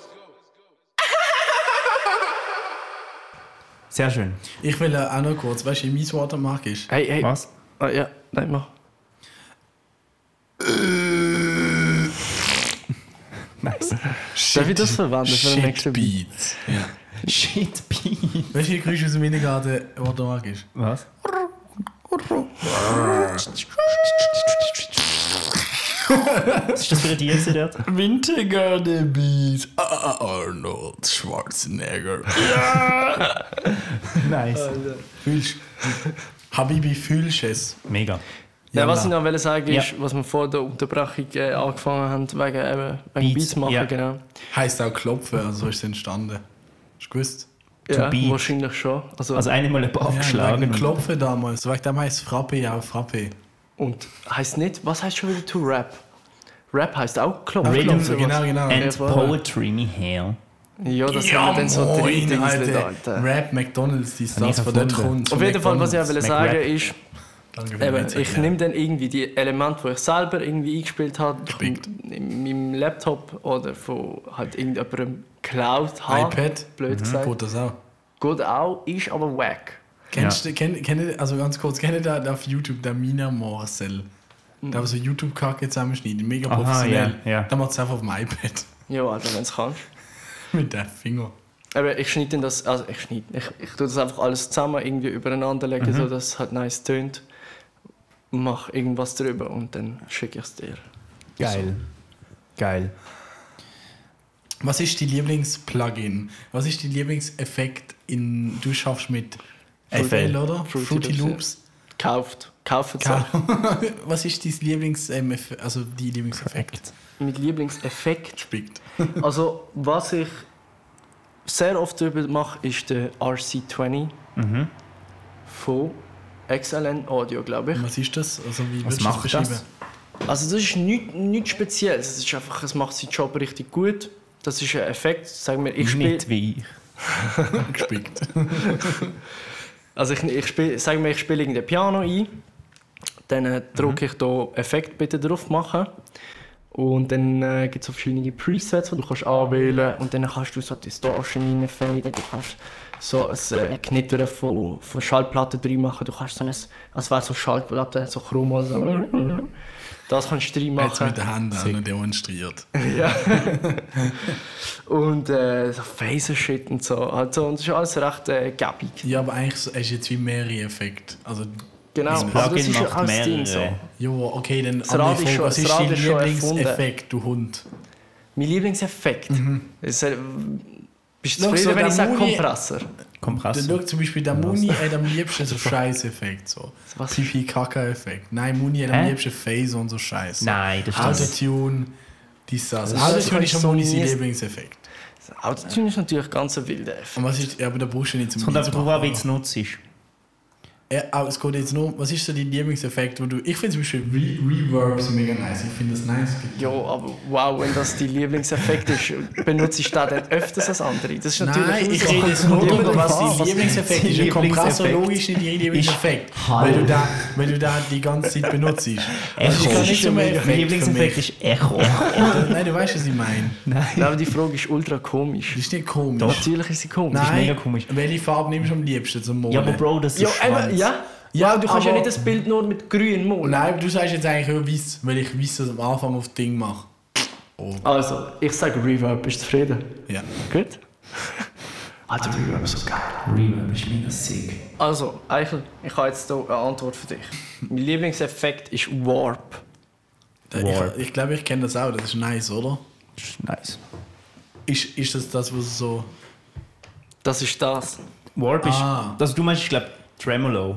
[SPEAKER 4] Sehr schön.
[SPEAKER 3] Ich will äh, auch noch kurz, weißt du, wie mein Watermark ist?
[SPEAKER 2] Hey, hey,
[SPEAKER 4] Was?
[SPEAKER 2] Ah, ja, nein, mach. Nice. Darf ich das verwandeln für den nächsten Beat?
[SPEAKER 3] Beats. Ja.
[SPEAKER 4] Shit, Beat.
[SPEAKER 3] Weißt du, wie Geräusch aus dem Wintergarten, was du magst?
[SPEAKER 4] Was? Was ist das für ein Tier gewesen dort?
[SPEAKER 3] Wintergarten Beats. Ah, Arnold Schwarzenegger.
[SPEAKER 4] Nice.
[SPEAKER 3] Fühlst Habibi, fühlst es?
[SPEAKER 4] Mega.
[SPEAKER 2] Ja, was ich
[SPEAKER 3] Jalla.
[SPEAKER 2] noch wollte sagen ist,
[SPEAKER 4] Ja.
[SPEAKER 2] was wir vor der Unterbrechung äh, angefangen haben, wegen, eben, wegen
[SPEAKER 4] Beats,
[SPEAKER 2] Beats, machen,
[SPEAKER 4] ja.
[SPEAKER 2] genau.
[SPEAKER 3] Heißt auch klopfen, also so ist es entstanden. Hast du gewusst?
[SPEAKER 2] Ja,
[SPEAKER 4] Beat.
[SPEAKER 2] wahrscheinlich schon. Also,
[SPEAKER 4] Also einmal ein paar
[SPEAKER 3] Ja, wegen
[SPEAKER 4] abgeschlagen. und-
[SPEAKER 3] Klopfen damals. Wegen dem heisst Frappe ja auch Frappe.
[SPEAKER 2] und heisst nicht, was heisst schon wieder to rap? Rap heisst auch klopfen.
[SPEAKER 4] Rhythm
[SPEAKER 2] Klopfen,
[SPEAKER 3] genau,
[SPEAKER 2] was-
[SPEAKER 3] genau.
[SPEAKER 4] And
[SPEAKER 2] Jawohl.
[SPEAKER 4] poetry, me hell.
[SPEAKER 2] Ja, das haben wir dann so
[SPEAKER 3] moin,
[SPEAKER 2] drin
[SPEAKER 3] Alter.
[SPEAKER 2] Alter.
[SPEAKER 3] Rap, McDonalds, die
[SPEAKER 4] Hab ich
[SPEAKER 3] das von dort
[SPEAKER 4] erfunden.
[SPEAKER 3] kommt.
[SPEAKER 2] Auf jeden Fall, was ich auch
[SPEAKER 3] McDonald's.
[SPEAKER 2] wollte
[SPEAKER 4] McRap.
[SPEAKER 2] sagen ist,
[SPEAKER 3] Danke für die
[SPEAKER 2] eben,
[SPEAKER 3] Witze.
[SPEAKER 2] ich nehme dann irgendwie die Elemente, die ich selber irgendwie eingespielt habe, durch
[SPEAKER 3] Gespickt.
[SPEAKER 2] m- in meinem Laptop oder von halt irgendjemandem geklaut habe.
[SPEAKER 3] iPad, Mhm,
[SPEAKER 2] Blöd gesagt.
[SPEAKER 3] gut das auch.
[SPEAKER 2] Gut auch, ist aber wack.
[SPEAKER 3] Kennst du, kenn, kenn, also ganz kurz, kennt ihr da da auf YouTube der Mina Marcel?
[SPEAKER 2] Mhm.
[SPEAKER 3] Da haben so YouTube-Kacke zusammenschneiden, mega
[SPEAKER 4] Aha,
[SPEAKER 3] professionell.
[SPEAKER 4] ja, ja.
[SPEAKER 3] Da macht es einfach auf dem iPad
[SPEAKER 2] Ja, also wenn es kannst.
[SPEAKER 3] mit dem Finger.
[SPEAKER 2] Aber ich schneide dann das, also ich schneide, ich, ich tue das einfach alles zusammen, irgendwie übereinander legen,
[SPEAKER 3] Mhm.
[SPEAKER 2] so dass es halt nice tönt. Mach irgendwas drüber und dann schicke ich es dir.
[SPEAKER 4] Geil. Geil.
[SPEAKER 3] Was ist die Lieblings-Plugin? Was ist die Lieblingseffekt in, du schaffst mit
[SPEAKER 4] FL,
[SPEAKER 3] FL, oder?
[SPEAKER 2] Fruity
[SPEAKER 3] Fruity
[SPEAKER 2] Loops,
[SPEAKER 3] Loops.
[SPEAKER 2] Kauft, kauft es
[SPEAKER 3] Ka-
[SPEAKER 2] euch.
[SPEAKER 3] Was ist dein Lieblings, ähm, Eff- also die Lieblingseffekt?
[SPEAKER 2] Mit Lieblingseffekt.
[SPEAKER 3] Spickt.
[SPEAKER 2] Also was ich sehr oft drüber mache, ist der RC20 von Excellent Audio, glaube ich.
[SPEAKER 3] Was ist das? Also wie würdest du
[SPEAKER 4] macht das?
[SPEAKER 2] Also das ist nichts nicht Spezielles, es ist einfach, es macht seinen Job richtig gut. Das ist ein Effekt, sagen wir, ich spiele...
[SPEAKER 4] Nicht wie ich.
[SPEAKER 3] Gespickt.
[SPEAKER 2] Also ich, ich spiele, sagen wir, ich spiele irgendein Piano ein, dann äh, drücke ich hier Effekt bitte drauf machen und dann äh, gibt es so verschiedene Presets, die du kannst anwählen und dann kannst du so Distortion reinfaden, du kannst so ein äh, Knittern von, von Schallplatten drin machen, du kannst so ein, als wäre so Schallplatte, so Chromo, so. das kannst du drin
[SPEAKER 3] Jetzt
[SPEAKER 2] machen
[SPEAKER 3] mit den Händen und demonstriert.
[SPEAKER 2] und äh, so Phaser-Shit und so, also und das ist alles recht äh, gäbig.
[SPEAKER 3] Ja, aber eigentlich so- es ist jetzt wie mehrere Effekte. Also,
[SPEAKER 2] Genau,
[SPEAKER 3] Das
[SPEAKER 2] also
[SPEAKER 4] Plugin
[SPEAKER 2] ja
[SPEAKER 4] macht
[SPEAKER 2] auch das Ding
[SPEAKER 4] mehrere.
[SPEAKER 3] ja, okay, dann
[SPEAKER 2] Rad
[SPEAKER 3] andere
[SPEAKER 2] ist
[SPEAKER 3] Frage.
[SPEAKER 2] schon-
[SPEAKER 3] was
[SPEAKER 2] das
[SPEAKER 3] ist
[SPEAKER 2] Rad
[SPEAKER 3] dein
[SPEAKER 2] ist schon
[SPEAKER 3] Lieblingseffekt, du Hund?
[SPEAKER 2] Mein Lieblingseffekt. Ist, äh, bist du
[SPEAKER 3] Schau,
[SPEAKER 2] zufrieden,
[SPEAKER 3] so
[SPEAKER 2] wenn
[SPEAKER 3] der
[SPEAKER 2] ich sage
[SPEAKER 3] Muni-
[SPEAKER 2] Kompressor?
[SPEAKER 3] Dann
[SPEAKER 4] Kompressor.
[SPEAKER 3] schau zum Beispiel, der Muni hat am liebsten so Scheiß-Effekt. So.
[SPEAKER 2] Was?
[SPEAKER 3] Pipi-Kaka-Effekt. Nein, Muni hat am
[SPEAKER 4] Hä?
[SPEAKER 3] liebsten Phase und so Scheiß.
[SPEAKER 4] Nein, das stimmt nicht.
[SPEAKER 3] Autotune, dies, das.
[SPEAKER 2] Das ist-
[SPEAKER 3] Autotune ist am
[SPEAKER 2] so
[SPEAKER 3] Muni sein
[SPEAKER 2] mies.
[SPEAKER 3] Lieblingseffekt.
[SPEAKER 2] Autotune ist natürlich ganz ein wilder
[SPEAKER 3] Und
[SPEAKER 2] Effekt.
[SPEAKER 3] was ist, ja, aber der brauchst du nicht zum
[SPEAKER 4] Es kommt einfach darauf an, wie du es
[SPEAKER 3] Beatmachen.
[SPEAKER 4] nutzt. Ich
[SPEAKER 3] Ja, aber es geht jetzt nur, was ist so dein Lieblingseffekt, wo du, ich finde zum Beispiel Re Reverb so mega nice, ich finde das nice.
[SPEAKER 2] Ja, aber wow, wenn das dein Lieblingseffekt ist, benutze ich den dann öfters als andere. Das ist natürlich
[SPEAKER 3] Nein, ich
[SPEAKER 2] Auswahl.
[SPEAKER 3] rede jetzt nur
[SPEAKER 2] Und
[SPEAKER 3] darüber,
[SPEAKER 2] irgendwas-
[SPEAKER 3] was dein Lieblingseffekt ist. Ein Kompressor
[SPEAKER 4] Lieblingseffekt.
[SPEAKER 3] logisch nicht dein Lieblingseffekt, weil du, da, weil du da die ganze Zeit benutzt. Also ich kann nicht so mehr
[SPEAKER 4] Mein
[SPEAKER 3] Effekt für
[SPEAKER 4] Lieblingseffekt
[SPEAKER 3] mich.
[SPEAKER 4] ist Echo.
[SPEAKER 3] Nein, du weißt, was ich meine.
[SPEAKER 2] Nein, aber die Frage ist ultra komisch.
[SPEAKER 3] Das ist nicht komisch.
[SPEAKER 2] Natürlich ist sie komisch.
[SPEAKER 3] Nein,
[SPEAKER 4] mega komisch.
[SPEAKER 3] welche Farbe nimmst du am liebsten zum Malen?
[SPEAKER 4] ja, aber Bro, das ist
[SPEAKER 2] Ja,
[SPEAKER 4] Schwanz.
[SPEAKER 2] eben, ja.
[SPEAKER 3] Ja,
[SPEAKER 2] Wow, du kannst ja
[SPEAKER 3] aber-
[SPEAKER 2] nicht das Bild nur mit grün malen.
[SPEAKER 3] Nein, aber du sagst jetzt eigentlich nur weiß, weil ich weiß, dass am Anfang auf das Ding mache.
[SPEAKER 2] Also, ich sage Reverb, bist du zufrieden?
[SPEAKER 3] Ja.
[SPEAKER 2] Gut? Also, Reverb ist so geil.
[SPEAKER 4] Reverb ist mega sick.
[SPEAKER 2] Also, Eichel, ich habe jetzt hier eine Antwort für dich. Mein Lieblingseffekt ist Warp.
[SPEAKER 4] Warp.
[SPEAKER 3] Ich, ich glaube, ich kenne das auch. Das ist nice, oder?
[SPEAKER 4] Das ist nice.
[SPEAKER 3] Ist, ist das das, was so...
[SPEAKER 2] Das ist das.
[SPEAKER 4] Warp ist.
[SPEAKER 3] Ah.
[SPEAKER 4] Also, du meinst, ich glaube, Tremolo.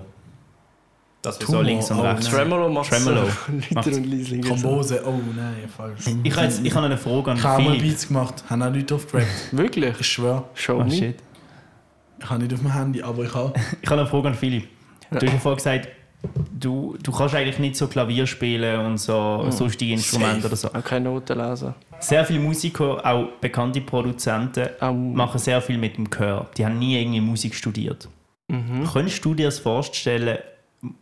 [SPEAKER 4] Das ist so
[SPEAKER 3] Tumor,
[SPEAKER 4] links und
[SPEAKER 3] oh
[SPEAKER 4] rechts.
[SPEAKER 3] nein.
[SPEAKER 2] Tremolo macht
[SPEAKER 4] Tremolo
[SPEAKER 2] so
[SPEAKER 4] macht's.
[SPEAKER 2] Liter und Liesling.
[SPEAKER 3] Thrombose. Oh nein, falsch.
[SPEAKER 4] Ich habe jetzt- ich habe eine Frage an
[SPEAKER 3] Ich habe auch mal
[SPEAKER 4] Philipp.
[SPEAKER 3] Beats gemacht, habe auch Leute aufgerappt. Ich
[SPEAKER 2] Wirklich?
[SPEAKER 3] schwöre,
[SPEAKER 2] Show
[SPEAKER 4] Oh,
[SPEAKER 2] me.
[SPEAKER 4] shit.
[SPEAKER 3] ich habe nicht auf dem Handy, aber ich habe...
[SPEAKER 4] Ich habe eine Frage an Philipp. Du hast ja vorhin gesagt, du, du kannst eigentlich nicht so Klavier spielen und so sonstige Instrumente
[SPEAKER 3] Safe.
[SPEAKER 4] oder so.
[SPEAKER 2] Ich kann keine Noten lesen.
[SPEAKER 4] Sehr viele Musiker, auch bekannte Produzenten,
[SPEAKER 2] Am-
[SPEAKER 4] machen sehr viel mit dem Chor. Die haben nie irgendwie Musik studiert. Könntest du dir das vorstellen,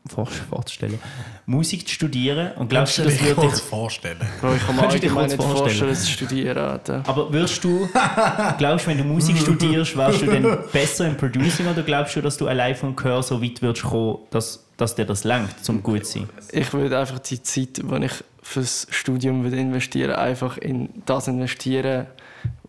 [SPEAKER 4] vor- vorstellen, Musik zu studieren? Und glaubst du,
[SPEAKER 3] Kannst
[SPEAKER 4] das
[SPEAKER 3] du dir
[SPEAKER 4] würde
[SPEAKER 3] kurz
[SPEAKER 4] dich
[SPEAKER 3] vorstellen?
[SPEAKER 2] Bro, ich kann mir
[SPEAKER 4] Kannst du dir
[SPEAKER 2] allgemein
[SPEAKER 4] kurz
[SPEAKER 2] nicht vorstellen,
[SPEAKER 4] vorstellen?
[SPEAKER 2] zu studieren. Alter.
[SPEAKER 4] Aber würdest du, glaubst du, wenn du Musik studierst, wärst du dann besser im Producing oder glaubst du, dass du allein vom Chor so weit würdest kommen, dass, dass dir das langt, zum gut zu sein?
[SPEAKER 2] Ich würde einfach die Zeit, die ich fürs Studium würde investieren einfach in das investieren,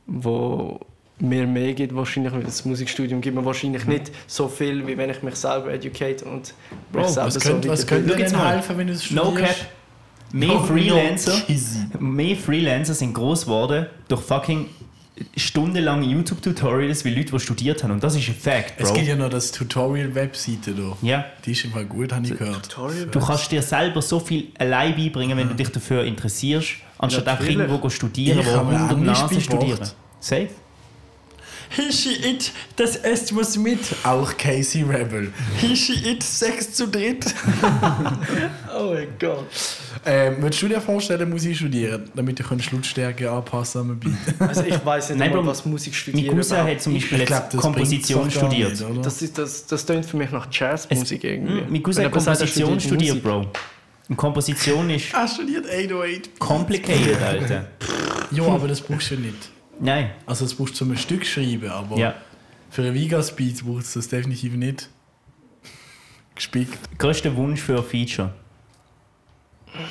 [SPEAKER 2] wo mir mehr gibt wahrscheinlich, weil das Musikstudium gibt mir wahrscheinlich nicht so viel, wie wenn ich mich selber educate und
[SPEAKER 3] Bro,
[SPEAKER 2] mich selber
[SPEAKER 3] was könnte- was könnte
[SPEAKER 2] weiterbilde.
[SPEAKER 3] denn Schau jetzt mal. helfen, wenn du es
[SPEAKER 4] Genau. No
[SPEAKER 3] studierst? Oh,
[SPEAKER 4] cap. Mehr
[SPEAKER 3] No, no
[SPEAKER 4] Freelancer.
[SPEAKER 3] cheesy.
[SPEAKER 4] Mehr Freelancer sind groß geworden durch fucking stundenlange YouTube-Tutorials wie Leute, die studiert haben. Und das ist ein Fact, Bro.
[SPEAKER 3] Es gibt ja noch das Tutorial-Webseite da.
[SPEAKER 4] Ja.
[SPEAKER 3] Die ist immer gut, habe ich gehört.
[SPEAKER 4] Du kannst dir selber so viel allein beibringen, wenn du dich dafür interessierst, anstatt einfach
[SPEAKER 3] Natürlich.
[SPEAKER 4] irgendwo studieren,
[SPEAKER 3] Ich
[SPEAKER 4] wo
[SPEAKER 3] habe mir
[SPEAKER 4] 100
[SPEAKER 3] Englisch
[SPEAKER 4] Nasen studieren.
[SPEAKER 3] beigebracht.
[SPEAKER 4] Safe?
[SPEAKER 7] Hishi it, das esst was mit.
[SPEAKER 3] Auch Casey Rebel.
[SPEAKER 7] Hishi it, 6 zu dritt.
[SPEAKER 2] Oh mein Gott.
[SPEAKER 3] Ähm, würdest du dir vorstellen, Musik studieren, damit du Schlussstärke anpassen am Beat?
[SPEAKER 2] Also ich weiß nicht
[SPEAKER 4] Nein,
[SPEAKER 2] mal,
[SPEAKER 4] Bro,
[SPEAKER 2] was Musik
[SPEAKER 4] Mein
[SPEAKER 2] studieren
[SPEAKER 4] Cousin
[SPEAKER 2] überhaupt
[SPEAKER 4] hat zum
[SPEAKER 2] ist.
[SPEAKER 4] Beispiel
[SPEAKER 3] Ich glaub,
[SPEAKER 4] jetzt
[SPEAKER 3] das
[SPEAKER 4] Komposition
[SPEAKER 3] bringt's doch gar
[SPEAKER 4] studiert.
[SPEAKER 3] nicht, oder?
[SPEAKER 2] Das, ist, das, das tönt für mich nach Jazzmusik irgendwie.
[SPEAKER 4] Mein Cousin
[SPEAKER 2] Wenn
[SPEAKER 4] Mm,
[SPEAKER 2] jemand
[SPEAKER 4] hat
[SPEAKER 2] sagt, er
[SPEAKER 4] Komposition
[SPEAKER 2] Musik.
[SPEAKER 4] studiert, Bro. Und Komposition ist
[SPEAKER 3] Ah, studiert 808.
[SPEAKER 4] complicated, Alter.
[SPEAKER 3] Ja, aber das brauchst du ja nicht.
[SPEAKER 4] Nein,
[SPEAKER 3] Also das brauchst du zum ein Stück schreiben, aber
[SPEAKER 4] ja.
[SPEAKER 3] für einen Vegas-Beat brauchst du das definitiv nicht. Gespickt.
[SPEAKER 4] Größter Wunsch für ein Feature?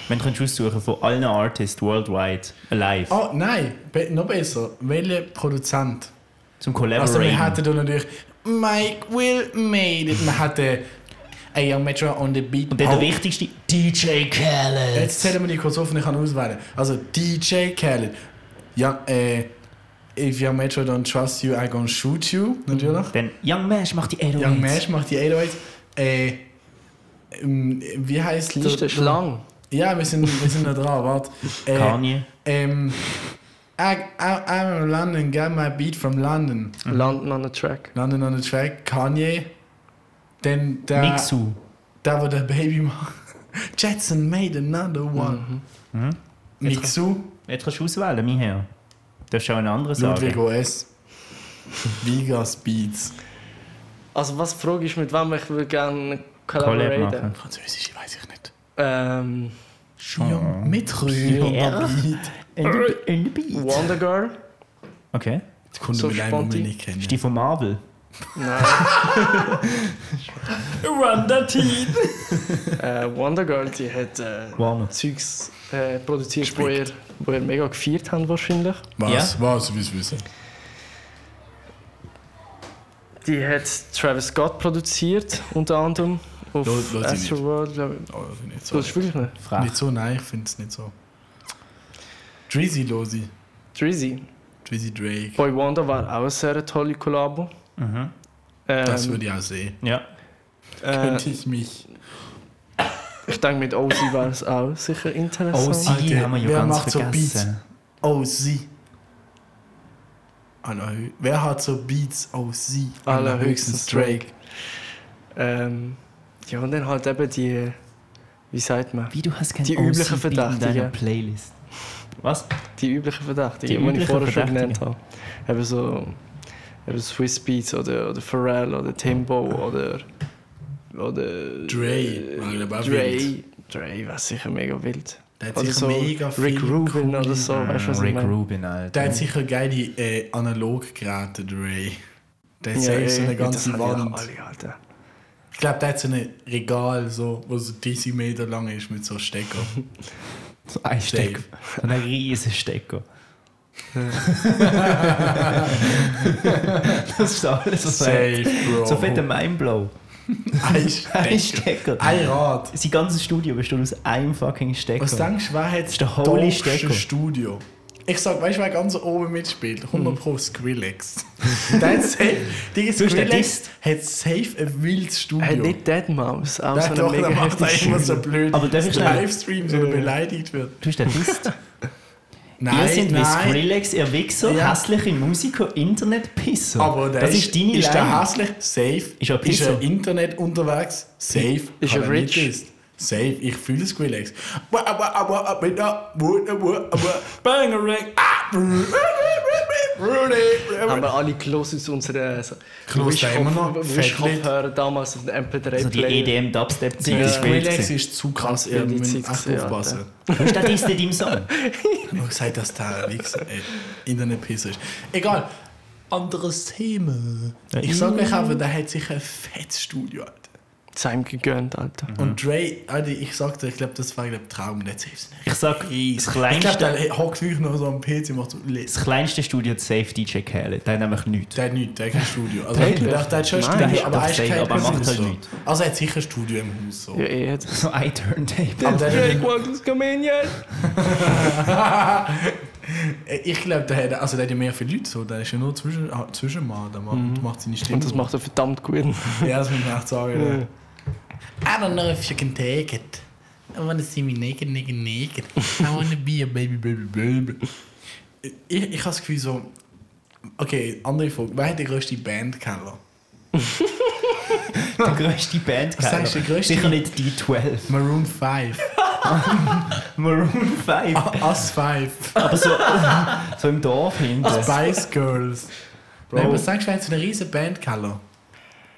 [SPEAKER 4] Wenn du könntest aussuchen von allen Artists worldwide, alive,
[SPEAKER 3] Oh, nein, be noch besser. Welcher Produzent?
[SPEAKER 4] zum
[SPEAKER 3] Also
[SPEAKER 4] Collaboraten.
[SPEAKER 3] wir hatten da natürlich Mike Will made it. Wir hatten AM Metro on the beat.
[SPEAKER 4] Und der,
[SPEAKER 3] Oh,
[SPEAKER 4] der wichtigste, DJ Khaled.
[SPEAKER 3] Jetzt zählen wir die kurz auf und ich kann auswählen. Also DJ Khaled. Ja, äh, if Young Metro don't trust you, I gonna shoot you.
[SPEAKER 4] Mhm.
[SPEAKER 3] Natürlich.
[SPEAKER 4] Dann Young Mash macht die Edelweiss.
[SPEAKER 3] Young Mash macht die 808. Äh, ähm, wie heißt
[SPEAKER 2] Die Liste ist lang.
[SPEAKER 3] Ja, wir sind, wir sind da dran, warte. Äh,
[SPEAKER 4] Kanye.
[SPEAKER 3] Ähm, I, I, I'm in London, got my beat from London.
[SPEAKER 4] Mhm.
[SPEAKER 2] Landen on a track.
[SPEAKER 3] London on the track, Kanye. Dann der,
[SPEAKER 4] Mixu.
[SPEAKER 3] der, wo der Baby macht. Jetson made another one. Mhm. Mixu,
[SPEAKER 4] Mhm. Jetzt kannst du auswählen, mein Herr. Du darfst auch einen anderen
[SPEAKER 3] Ludwig
[SPEAKER 4] sagen.
[SPEAKER 3] OS. Vegas Beats.
[SPEAKER 2] Also was die Frage ist, mit wem ich würde gerne
[SPEAKER 4] Collab
[SPEAKER 2] collaboraten.
[SPEAKER 4] machen.
[SPEAKER 3] Französisch, weiß ich nicht.
[SPEAKER 2] Ähm,
[SPEAKER 3] Jean Metro.
[SPEAKER 4] Pierre.
[SPEAKER 3] Beat.
[SPEAKER 4] In the Beat.
[SPEAKER 2] Wonder Girl?
[SPEAKER 4] Okay.
[SPEAKER 3] Die Kunde
[SPEAKER 2] So
[SPEAKER 3] mit einem, den
[SPEAKER 2] sponti.
[SPEAKER 3] wir nicht kennen.
[SPEAKER 4] Ist die von Marvel?
[SPEAKER 2] Nein.
[SPEAKER 7] Wanda Teen.
[SPEAKER 2] äh, Wonder Girl, die hat äh,
[SPEAKER 4] Warner.
[SPEAKER 2] Zeugs äh, produziert, wo ihr, wo ihr mega gefeiert habt wahrscheinlich.
[SPEAKER 3] Was? Was? Wie wissen?
[SPEAKER 2] Die hat Travis Scott produziert, unter anderem. Auf
[SPEAKER 3] Lo- lo- sie
[SPEAKER 2] Astro
[SPEAKER 3] nicht.
[SPEAKER 2] World, glaube ich.
[SPEAKER 3] Oh, das ist nicht so.
[SPEAKER 2] So, das ist wirklich nicht.
[SPEAKER 4] Frech.
[SPEAKER 3] Nicht so, nein, ich finde es nicht so. Drizzy Losi.
[SPEAKER 2] Drizzy.
[SPEAKER 3] Drizzy Drake.
[SPEAKER 2] Boy Wonder war auch eine sehr tolle Kollabo.
[SPEAKER 4] Mhm.
[SPEAKER 2] Ähm,
[SPEAKER 3] Das würde ich auch sehen.
[SPEAKER 4] Ja.
[SPEAKER 2] äh,
[SPEAKER 3] Könnte ich mich.
[SPEAKER 2] ich denke, mit Ozzy wäre es auch sicher interessant.
[SPEAKER 4] Oh, sie
[SPEAKER 3] Alter,
[SPEAKER 4] haben wir ja
[SPEAKER 3] Ah, wer
[SPEAKER 4] ganz
[SPEAKER 3] macht so
[SPEAKER 4] vergessen.
[SPEAKER 3] Oh, sie. Allerhö Wer hat so Beats aus sie?
[SPEAKER 2] Allerhöchstens Drake. Ähm, ja, und dann halt eben die, wie sagt man,
[SPEAKER 4] Wie du hast kein
[SPEAKER 2] Die
[SPEAKER 4] OC
[SPEAKER 2] üblichen
[SPEAKER 4] Beat in deiner
[SPEAKER 2] Verdächtigen.
[SPEAKER 4] Playlist. Was?
[SPEAKER 2] die üblichen
[SPEAKER 4] Die
[SPEAKER 2] Verdächtigen, die,
[SPEAKER 4] üblichen
[SPEAKER 2] ich vorher schon
[SPEAKER 4] Verdächtigen.
[SPEAKER 2] genannt habe. Eben so eben Swiss Beats oder, oder Pharrell oder Timbo oder. oder äh,
[SPEAKER 3] Dre. Weil er aber wild.
[SPEAKER 2] Dre. Dre war sicher mega wild.
[SPEAKER 3] Der hat
[SPEAKER 2] Oder
[SPEAKER 3] sicher
[SPEAKER 2] so
[SPEAKER 3] mega
[SPEAKER 2] Rick
[SPEAKER 3] viel
[SPEAKER 2] Rubin
[SPEAKER 3] coole-
[SPEAKER 2] oder so, weißt du, was ich
[SPEAKER 4] Ah, Mm, Rick
[SPEAKER 2] meine?
[SPEAKER 4] Rubin, Alter.
[SPEAKER 3] Der hat sicher geile äh, Analoggeräte, Dre. Der hat
[SPEAKER 2] Ja,
[SPEAKER 3] safe
[SPEAKER 2] ey,
[SPEAKER 3] so eine
[SPEAKER 2] das
[SPEAKER 3] ganze
[SPEAKER 2] haben die
[SPEAKER 3] Wand.
[SPEAKER 2] alle, Alter.
[SPEAKER 3] Ich glaube, der hat so ein Regal, so, wo so 30 Meter lang ist mit so Stecker.
[SPEAKER 4] So ein Stecker. So ein riesen Stecker. das ist alles, was er
[SPEAKER 3] Safe,
[SPEAKER 4] hat.
[SPEAKER 3] Bro.
[SPEAKER 4] So fett ein Mindblow.
[SPEAKER 3] Ein
[SPEAKER 4] Ein
[SPEAKER 3] Stecker.
[SPEAKER 4] Stecker.
[SPEAKER 3] Ein Rad.
[SPEAKER 4] Sein ganzes Studio besteht aus einem fucking Stecker.
[SPEAKER 3] Was denkst du, wer hat das
[SPEAKER 4] ist der holy
[SPEAKER 3] doofste
[SPEAKER 4] Stecker.
[SPEAKER 3] Studio? Ich sag, weißt du, wer ganz oben mitspielt? 100 Pro Skrillex. der hat safe, Digga,
[SPEAKER 4] hast den
[SPEAKER 3] Skrillex
[SPEAKER 4] Dist.
[SPEAKER 3] hat safe ein wildes Studio.
[SPEAKER 2] Hat nicht Dead Mouse, auch
[SPEAKER 3] der
[SPEAKER 2] so
[SPEAKER 3] hat
[SPEAKER 2] eine
[SPEAKER 3] doch,
[SPEAKER 2] mega
[SPEAKER 3] der macht da
[SPEAKER 2] heftige
[SPEAKER 3] immer so blöd.
[SPEAKER 4] Aber darf ich schnell-
[SPEAKER 3] Livestreams, wo er beleidigt wird.
[SPEAKER 4] Du bist der Fist.
[SPEAKER 3] Nein,
[SPEAKER 4] Ihr seid wie
[SPEAKER 3] nein.
[SPEAKER 4] Skrillex, ihr Wichser,
[SPEAKER 3] Ja.
[SPEAKER 4] hässliche Musiker, Internetpisser.
[SPEAKER 3] Aber der
[SPEAKER 4] das ist, deine
[SPEAKER 3] ist
[SPEAKER 4] Line.
[SPEAKER 3] der hässlich? Safe.
[SPEAKER 4] Ist er
[SPEAKER 3] ist er
[SPEAKER 4] Pisser?
[SPEAKER 3] Internet unterwegs? Safe.
[SPEAKER 2] Ist
[SPEAKER 3] Kann
[SPEAKER 2] er
[SPEAKER 3] nicht
[SPEAKER 2] rich?
[SPEAKER 3] wissen. Safe. Ich fühle Skrillex. Wa, wa, wa, wa, wa, da, wo, da, wo, da, wo. Bangarang. Ah.
[SPEAKER 2] haben wir alle gelost aus unseren so,
[SPEAKER 3] Gelost da immer noch? Fettlied.
[SPEAKER 2] Wischkopfhörer damals auf den MP3
[SPEAKER 4] Also die edm dubstep
[SPEAKER 3] Digga,
[SPEAKER 4] Szene ist wild
[SPEAKER 3] Skrillex
[SPEAKER 4] gewesen.
[SPEAKER 3] ist zu krass.
[SPEAKER 2] Ganz
[SPEAKER 3] Ihr
[SPEAKER 2] wilde
[SPEAKER 3] müsst
[SPEAKER 2] Zeit
[SPEAKER 3] echt
[SPEAKER 2] gewesen,
[SPEAKER 3] aufpassen.
[SPEAKER 2] Alter.
[SPEAKER 4] Du statist in deinem Song.
[SPEAKER 3] Ich habe gesagt, dass der Wichser äh, Internetpisser ist. Egal. Anderes Thema. Ich sag euch aber, der hat sich ein fettes Studio. Alter.
[SPEAKER 2] Das haben gegönnt, Alter.
[SPEAKER 3] Und Dre, Alter, ich sagte, ich glaube, das war glaub, Traum, let's saves nicht.
[SPEAKER 4] Ich sag, das
[SPEAKER 3] Ich glaube,
[SPEAKER 4] kleinste,
[SPEAKER 3] der hockt wirklich noch so am PC und macht so, let's.
[SPEAKER 4] das kleinste Studio hat Safe DJ Khaled. Der hat nämlich nichts.
[SPEAKER 3] Der hat halt nichts, der hat kein Studio. Also,
[SPEAKER 2] Wirklich?
[SPEAKER 3] der, der hat schon ein
[SPEAKER 2] Nein,
[SPEAKER 3] Studio,
[SPEAKER 4] der
[SPEAKER 3] aber
[SPEAKER 4] hat
[SPEAKER 3] er ist
[SPEAKER 4] doch
[SPEAKER 3] kein
[SPEAKER 4] gesagt, aber er macht halt
[SPEAKER 3] Producer.
[SPEAKER 4] nichts.
[SPEAKER 3] Also, er hat sicher ein Studio im Haus. So.
[SPEAKER 2] Ja, eh. jetzt-
[SPEAKER 4] So ein Turntable.
[SPEAKER 3] Aber der-
[SPEAKER 2] Drake, welcome to come in yet?
[SPEAKER 3] Äh, Ich glaube, der hat, also der hat ja mehr viele Leute, so. der ist ja nur zwischen, ah, Zwischenmann, der macht,
[SPEAKER 4] Mhm.
[SPEAKER 3] macht seine Stimme.
[SPEAKER 2] Und das macht er verdammt gut.
[SPEAKER 3] Ja, das muss man echt sagen. Ja. I don't know if you can take it. I wanna see me naked, naked, naked. I wanna be a baby, baby, baby. Ich, ich habe das Gefühl so... Okay, andere Frage. Wer hat die grösste Band kennen?
[SPEAKER 4] Der grösste Band
[SPEAKER 3] Was sagst du, die grösste?
[SPEAKER 4] Sicher nicht die 12.
[SPEAKER 3] Maroon 5.
[SPEAKER 4] Maroon 5.
[SPEAKER 3] Us 5.
[SPEAKER 4] Aber so, so im Dorf hinten.
[SPEAKER 3] Spice Girls. Nein, was sagst du, wer hat so eine riesen Band kennen?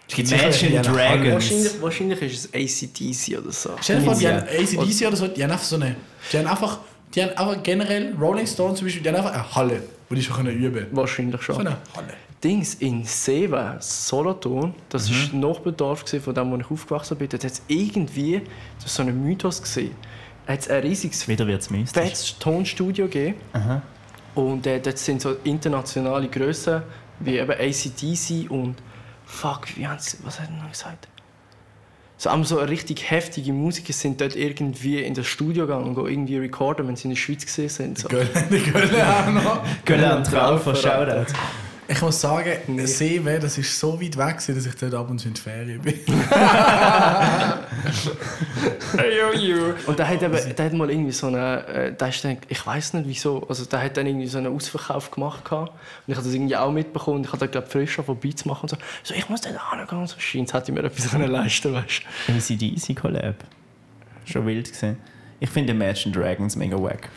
[SPEAKER 4] Es gibt Imagine
[SPEAKER 3] sicher-
[SPEAKER 4] Dragons.
[SPEAKER 2] Wahrscheinlich, wahrscheinlich ist es ACDC oder so.
[SPEAKER 3] Stell dir vor, die
[SPEAKER 4] Ja.
[SPEAKER 3] haben ACDC oder so, die haben einfach so eine... Die haben einfach... Die haben einfach generell, Rolling Stones zum Beispiel, die haben einfach eine Halle, wo die schon können üben können.
[SPEAKER 2] Wahrscheinlich schon.
[SPEAKER 3] So eine Halle.
[SPEAKER 2] Dings in Seva, Solothurn, das war mhm. Nachbardorf gewesen, von dem, wo ich aufgewachsen bin. Dort hat es irgendwie das ist so einen Mythos gesehen. Hat es ein riesiges
[SPEAKER 4] Wieder wird's mystisch.
[SPEAKER 2] fettes Tonstudio gegeben. Und äh, dort sind so internationale Grössen wie eben ACDC und fuck, wie haben sie, was hat er noch gesagt? So, aber so richtig heftige Musiker sind dort irgendwie in das Studio gegangen und go irgendwie recorden, wenn sie in der Schweiz gesehen sind. So.
[SPEAKER 3] Die können auch noch.
[SPEAKER 4] Göller und Traufer, Shoutout.
[SPEAKER 3] Ich muss sagen, Seewe, das ist so weit weg, gewesen, dass ich dort ab und zu in die Ferien bin.
[SPEAKER 2] Und der hat, eben, der hat mal irgendwie so eine, äh, der ist dann, ich weiß nicht wieso, also der hat dann irgendwie so einen Ausverkauf gemacht gehabt. und ich habe das irgendwie auch mitbekommen und ich habe da glaube frisch auf Beats machen und so, so ich muss dann angehen und so, scheint, hätte ich mir etwas können leisten weißt
[SPEAKER 4] Easy Äh, Easy Collab. Schon wild gesehen. Ich finde Imagine Dragons mega wack.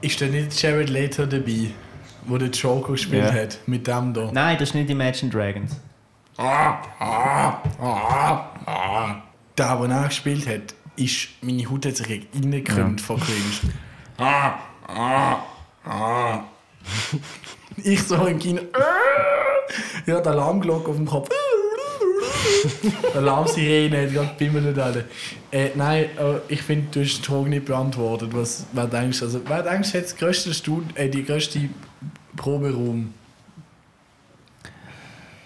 [SPEAKER 3] Ist denn nicht Jared Leto dabei, wo der Joker
[SPEAKER 6] Ja.
[SPEAKER 3] gespielt hat, mit dem da?
[SPEAKER 4] Nein, das ist nicht Imagine Dragons.
[SPEAKER 3] Der, der auch gespielt hat, ist, meine Haut hat sich gegen reingekrümmt von Cringe. ich so im Kino. ja, die Alarmglocke auf dem Kopf. Alarmsirene, die ganze Bimmel nicht alle. Äh, nein, äh, ich finde, du hast die Frage nicht beantwortet. Was, wer denkst du? Also, wer denkst du, hat das grösste Stud äh, die grösste Proberaum?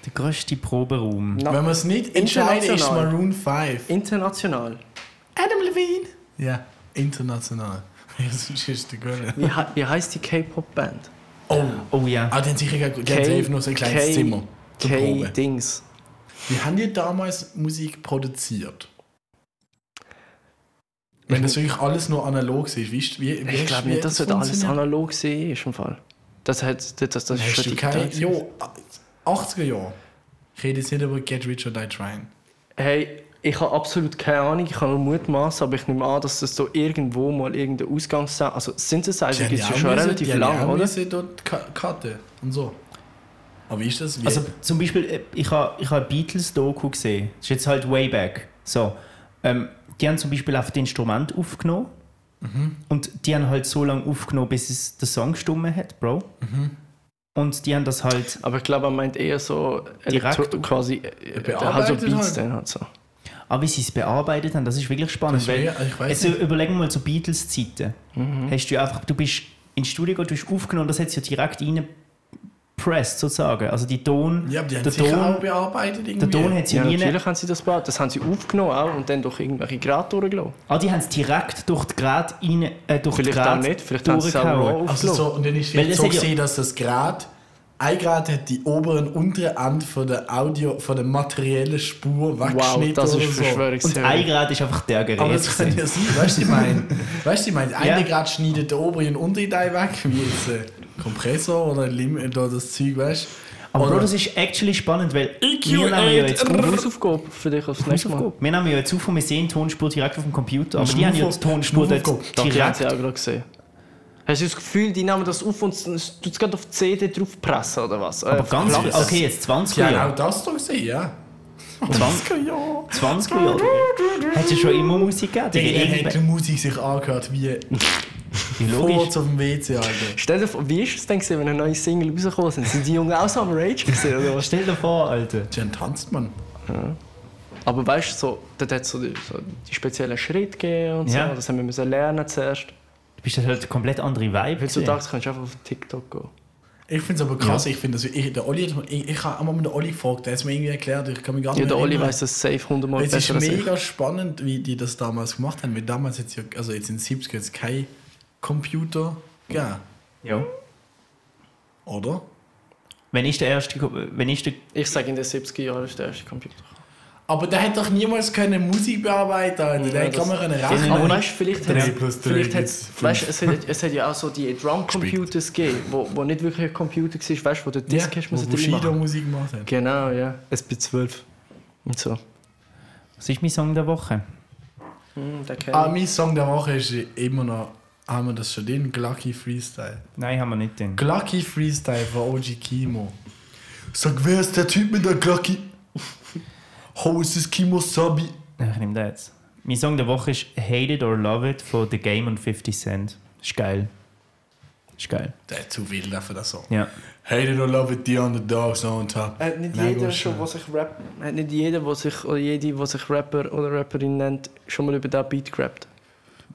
[SPEAKER 4] Der grösste Proberaum.
[SPEAKER 2] Ja.
[SPEAKER 3] Wenn man es nicht entscheidet, ist es
[SPEAKER 2] International.
[SPEAKER 3] Maroon 5.
[SPEAKER 2] International.
[SPEAKER 3] Adam Levine. Ja, international. Sonst ist der Göller.
[SPEAKER 2] Wie, he wie heißt die K-Pop-Band?
[SPEAKER 3] Oh,
[SPEAKER 4] Oh ja.
[SPEAKER 3] ah, den sicher gut. Der hat safe noch so ein kleines
[SPEAKER 2] K-
[SPEAKER 3] Zimmer zum Proben.
[SPEAKER 2] K-Dings.
[SPEAKER 3] Wie haben die damals Musik produziert? Wenn das wirklich alles nur analog ist, wie ist wie, wie
[SPEAKER 2] Ich glaube nicht, dass das alles
[SPEAKER 3] funktioniert?
[SPEAKER 2] analog war, ist im Fall. Das hat, das, das, das ist
[SPEAKER 3] Hast
[SPEAKER 2] schon
[SPEAKER 3] du keine,
[SPEAKER 2] digital.
[SPEAKER 3] jo, 80er Jahre. Ich rede jetzt nicht über Get Rich or Die Trying.
[SPEAKER 2] Hey, ich habe absolut keine Ahnung, ich kann nur mutmaßen, aber ich nehme an, dass das so irgendwo mal irgendein Ausgangssound. Also Synthesizer gibt es ja schon relativ lang, oder?
[SPEAKER 3] Die dort Ka- Karte und so. Aber wie ist das? Wie,
[SPEAKER 4] Also zum Beispiel, äh, ich habe ich ha ein Beatles-Doku gesehen. Das ist jetzt halt way back. So, ähm, die haben zum Beispiel auf das Instrument aufgenommen.
[SPEAKER 3] Mhm.
[SPEAKER 4] Und die haben halt so lange aufgenommen, bis es der Song gestummen hat, Bro.
[SPEAKER 3] Mhm.
[SPEAKER 4] Und die haben das halt.
[SPEAKER 2] Aber ich glaube, er meint eher so
[SPEAKER 4] Direkt
[SPEAKER 2] elektro- quasi äh, der hat so
[SPEAKER 3] Bearbeitet
[SPEAKER 2] Beats
[SPEAKER 3] halt.
[SPEAKER 2] dann halt so.
[SPEAKER 4] Aber ah, wie sie es bearbeitet haben, das ist wirklich spannend.
[SPEAKER 3] Das
[SPEAKER 4] weil,
[SPEAKER 3] wär- ich weiss Mhm.
[SPEAKER 4] also überleg mal zu Beatles-Zeiten. Hast du einfach, du bist ins Studio gegangen, du hast aufgenommen, das hat sie ja direkt reingepresst, sozusagen. Also die Ton,
[SPEAKER 3] ja, aber die haben
[SPEAKER 4] der
[SPEAKER 3] sicher auch
[SPEAKER 4] Ton,
[SPEAKER 3] bearbeitet irgendwie.
[SPEAKER 4] der Ton hat sie
[SPEAKER 2] Ja,
[SPEAKER 4] nie.
[SPEAKER 2] natürlich haben sie das gebaut. Das haben sie aufgenommen auch und dann durch irgendwelche Geräte durchgelaufen.
[SPEAKER 4] Ah, die haben es direkt durch die Grad rein, äh, durch
[SPEAKER 2] Vielleicht
[SPEAKER 4] die Grad
[SPEAKER 2] auch nicht, vielleicht haben sie es auch
[SPEAKER 4] durchgehauen.
[SPEAKER 2] raw
[SPEAKER 3] Also
[SPEAKER 2] aufgenommen.
[SPEAKER 3] so, und dann ist
[SPEAKER 4] Weil
[SPEAKER 3] es
[SPEAKER 4] das
[SPEAKER 3] so
[SPEAKER 4] hat ja-
[SPEAKER 3] gesehen, dass das Grad, ein Grad hat die oberen und untere End von der Audio, von der materiellen Spur
[SPEAKER 2] wow,
[SPEAKER 3] weggeschnitten
[SPEAKER 2] das
[SPEAKER 3] oder
[SPEAKER 2] ist
[SPEAKER 3] so.
[SPEAKER 4] Und
[SPEAKER 2] Verschwörungstheorie.
[SPEAKER 4] ein Grad ist einfach der Gerät.
[SPEAKER 3] Aber das kann
[SPEAKER 4] gewesen.
[SPEAKER 3] ja sein, weißt du, ich meine, weißt du, ich meine,
[SPEAKER 4] Ja.
[SPEAKER 3] ein Grad schneidet den oberen und unteren Teil weg, wie jetzt ein Kompressor oder ein Lim oder das Zeug, weißt du.
[SPEAKER 4] Aber Bro,
[SPEAKER 3] Oder
[SPEAKER 4] das ist actually spannend, weil wir nehmen ja jetzt auf.
[SPEAKER 2] Hausaufgabe für dich aufs nächste Mal.
[SPEAKER 4] Wir nehmen ja jetzt auf und wir sehen die Tonspur direkt auf dem Computer. Aber die haben ja die
[SPEAKER 3] Hausaufgabe.
[SPEAKER 4] Tonspur dort
[SPEAKER 3] Hausaufgabe.
[SPEAKER 2] Doch, die haben sie
[SPEAKER 4] direkt.
[SPEAKER 2] auch gerade gesehen. Hast du das Gefühl, die nehmen das auf und s- s- tut's gerade auf die CD draufpressen oder was? Äh,
[SPEAKER 4] Aber ganz viel. Okay, jetzt 20
[SPEAKER 2] Genau,
[SPEAKER 3] ja, auch
[SPEAKER 4] Jahre.
[SPEAKER 3] das doch gesehen, ja.
[SPEAKER 4] 20 Jahre. 20 Jahre. Hat ja schon immer Musik gegeben. Digga,
[SPEAKER 3] Dann hat die
[SPEAKER 4] irgendwann-
[SPEAKER 3] Musik sich angehört wie kurz
[SPEAKER 4] Logisch.
[SPEAKER 3] auf dem WC, Alter.
[SPEAKER 2] Stell dir vor, wie ist es denn, gewesen, wenn eine neue Single rausgekommen sind? Sind die Jungen auch so am Rage gesehen oder was?
[SPEAKER 4] Stell dir vor, Alter.
[SPEAKER 3] Dann tanzt man.
[SPEAKER 2] Aber weißt du, so, dort hat es so, die- so die speziellen Schritte gegeben und so.
[SPEAKER 4] Ja.
[SPEAKER 2] Das haben wir müssen lernen zuerst.
[SPEAKER 4] Du bist halt komplett andere Vibe.
[SPEAKER 2] Heutzutage kannst du einfach auf TikTok gehen.
[SPEAKER 3] Ich finde es aber krass, ich finde, dass ich, der Olli, hat mir- ich, ich habe einmal mit dem Olli gefragt, der hat es mir irgendwie erklärt, ich kann mich gar nicht
[SPEAKER 2] Ja, der
[SPEAKER 3] mehr
[SPEAKER 2] Oli
[SPEAKER 3] erinnern.
[SPEAKER 2] weiß das safe 100 Mal
[SPEAKER 3] Es ist
[SPEAKER 2] besser als ich.
[SPEAKER 3] mega spannend, wie die das damals gemacht haben, weil damals jetzt ja, also jetzt in den 70 jetzt kein Computer gegeben,
[SPEAKER 4] Ja.
[SPEAKER 3] oder?
[SPEAKER 4] Wenn ich der erste, wenn ich der
[SPEAKER 2] Ich sage, in den 70er Jahren ist der erste Computer.
[SPEAKER 3] Aber der hat doch niemals können Musik bearbeiten können, der
[SPEAKER 2] Ja,
[SPEAKER 3] hat
[SPEAKER 2] das-
[SPEAKER 3] kann man können
[SPEAKER 2] Aber
[SPEAKER 3] rechnen.
[SPEAKER 2] weißt du, vielleicht
[SPEAKER 3] Drei
[SPEAKER 2] hat's-
[SPEAKER 3] plus drei
[SPEAKER 2] vielleicht
[SPEAKER 3] gibt
[SPEAKER 2] hat's-
[SPEAKER 3] fünf.
[SPEAKER 2] weißt du, es hat es hat ja auch so die Drumcomputers gegeben, wo, wo nicht wirklich ein Computer war, weißt du, wo der
[SPEAKER 3] ja,
[SPEAKER 2] Disk hast,
[SPEAKER 3] wo
[SPEAKER 2] musst du drin
[SPEAKER 3] Bushido
[SPEAKER 2] machen.
[SPEAKER 3] Musik gemacht hat.
[SPEAKER 2] Genau, ja. SB12. Und so.
[SPEAKER 4] Was ist mein Song der Woche?
[SPEAKER 2] Hm, der kennt
[SPEAKER 3] Ah, mein Song der Woche ist immer noch, haben wir das schon den Glucky Freestyle.
[SPEAKER 4] Nein, haben wir nicht den.
[SPEAKER 3] Glucky Freestyle von OG Kimo. Sag, wer ist der Typ mit der Glucky? Ho, ist es Kimo Sabi?
[SPEAKER 4] Ich nehme den jetzt. Mein Song der Woche ist Hate It or Love It von The Game und 50 Cent. Ist geil. Ist geil.
[SPEAKER 3] Der hat zu viel dafür, der Song.
[SPEAKER 4] Ja.
[SPEAKER 3] Hate it or love it, the underdogs on top.
[SPEAKER 2] Äh, nicht
[SPEAKER 3] Nein,
[SPEAKER 2] jeder,
[SPEAKER 3] gut,
[SPEAKER 2] schon,
[SPEAKER 3] ja.
[SPEAKER 2] was sich Rap, äh, nicht jeder, was sich, oder jede, was sich Rapper oder Rapperin nennt, schon mal über diesen Beat gerappt.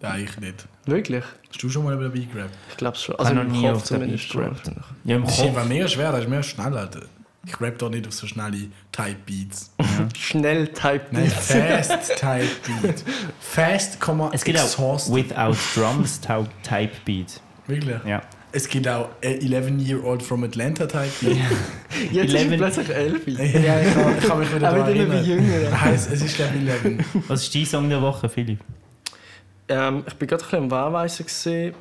[SPEAKER 3] Nein, ich nicht.
[SPEAKER 2] Wirklich?
[SPEAKER 3] Hast du schon mal über den Beat gerappt?
[SPEAKER 2] Ich glaube schon. Also
[SPEAKER 4] noch
[SPEAKER 2] im
[SPEAKER 4] nie
[SPEAKER 2] Kopf
[SPEAKER 4] auf den
[SPEAKER 2] zumindest
[SPEAKER 4] Beat
[SPEAKER 2] gerappt.
[SPEAKER 4] Ja, im
[SPEAKER 3] Das ist einfach
[SPEAKER 4] Kopf.
[SPEAKER 3] mega schwer, das ist mega schnell, Alter. Ich rapp doch nicht auf so schnelle Type-Beats.
[SPEAKER 2] Schnell typed
[SPEAKER 3] Nein,
[SPEAKER 2] Beats.
[SPEAKER 3] fast Type-Beat. Fast, Komma,
[SPEAKER 4] Es gibt auch
[SPEAKER 3] exhaust.
[SPEAKER 4] Without Drums Tau- Type Beat.
[SPEAKER 3] Wirklich?
[SPEAKER 4] Ja.
[SPEAKER 3] Es gibt auch äh, 11-Year-Old from Atlanta Type-Beat.
[SPEAKER 2] Jetzt ist er
[SPEAKER 4] 11.
[SPEAKER 2] plötzlich 11.
[SPEAKER 3] ja, ich kann, ich kann mich wieder
[SPEAKER 2] Aber
[SPEAKER 3] daran
[SPEAKER 2] dann immer
[SPEAKER 3] erinnern.
[SPEAKER 2] jünger.
[SPEAKER 3] Heißt, es ist glaube ich 11.
[SPEAKER 4] Was ist dein Song der Woche, Philipp?
[SPEAKER 2] Ähm, ich bin gerade ein bisschen am Wahlweisen gesehen,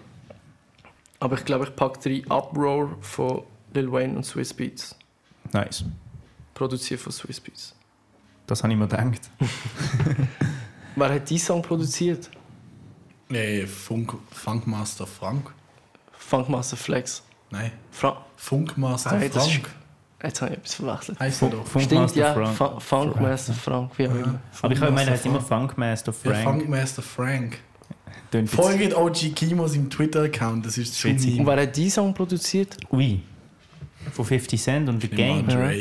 [SPEAKER 2] aber ich glaube, ich packe drei Uproar von Lil Wayne und Swiss Beats.
[SPEAKER 4] Nice.
[SPEAKER 2] Produziert von Swiss Beats.
[SPEAKER 4] Das habe ich mir gedacht.
[SPEAKER 2] Wer hat diesen Song produziert?
[SPEAKER 3] Nee, Funk, Funkmaster Frank.
[SPEAKER 2] Funkmaster Flex.
[SPEAKER 3] Nein,
[SPEAKER 2] Fra
[SPEAKER 3] Funkmaster
[SPEAKER 2] Nein, das ist-
[SPEAKER 3] Frank.
[SPEAKER 2] Jetzt habe ich etwas verwechselt.
[SPEAKER 3] Heißt er doch.
[SPEAKER 2] Stimmt,
[SPEAKER 4] Funkmaster
[SPEAKER 2] ja.
[SPEAKER 4] Frank.
[SPEAKER 2] Fun- Funkmaster Frank, wie auch immer.
[SPEAKER 4] Aber ich habe gemeint, er heißt immer
[SPEAKER 3] Funkmaster
[SPEAKER 4] Funkmaster
[SPEAKER 3] Ja,
[SPEAKER 4] Frank.
[SPEAKER 3] Funkmaster Frank.
[SPEAKER 6] Tönt jetzt-
[SPEAKER 3] Folgt OG Kimos im Twitter-Account, das ist zu
[SPEAKER 4] Witzig.
[SPEAKER 3] meme.
[SPEAKER 2] Und wer hat diesen Song produziert?
[SPEAKER 4] Ui. Von 50 Cent und The Game.
[SPEAKER 3] Andre.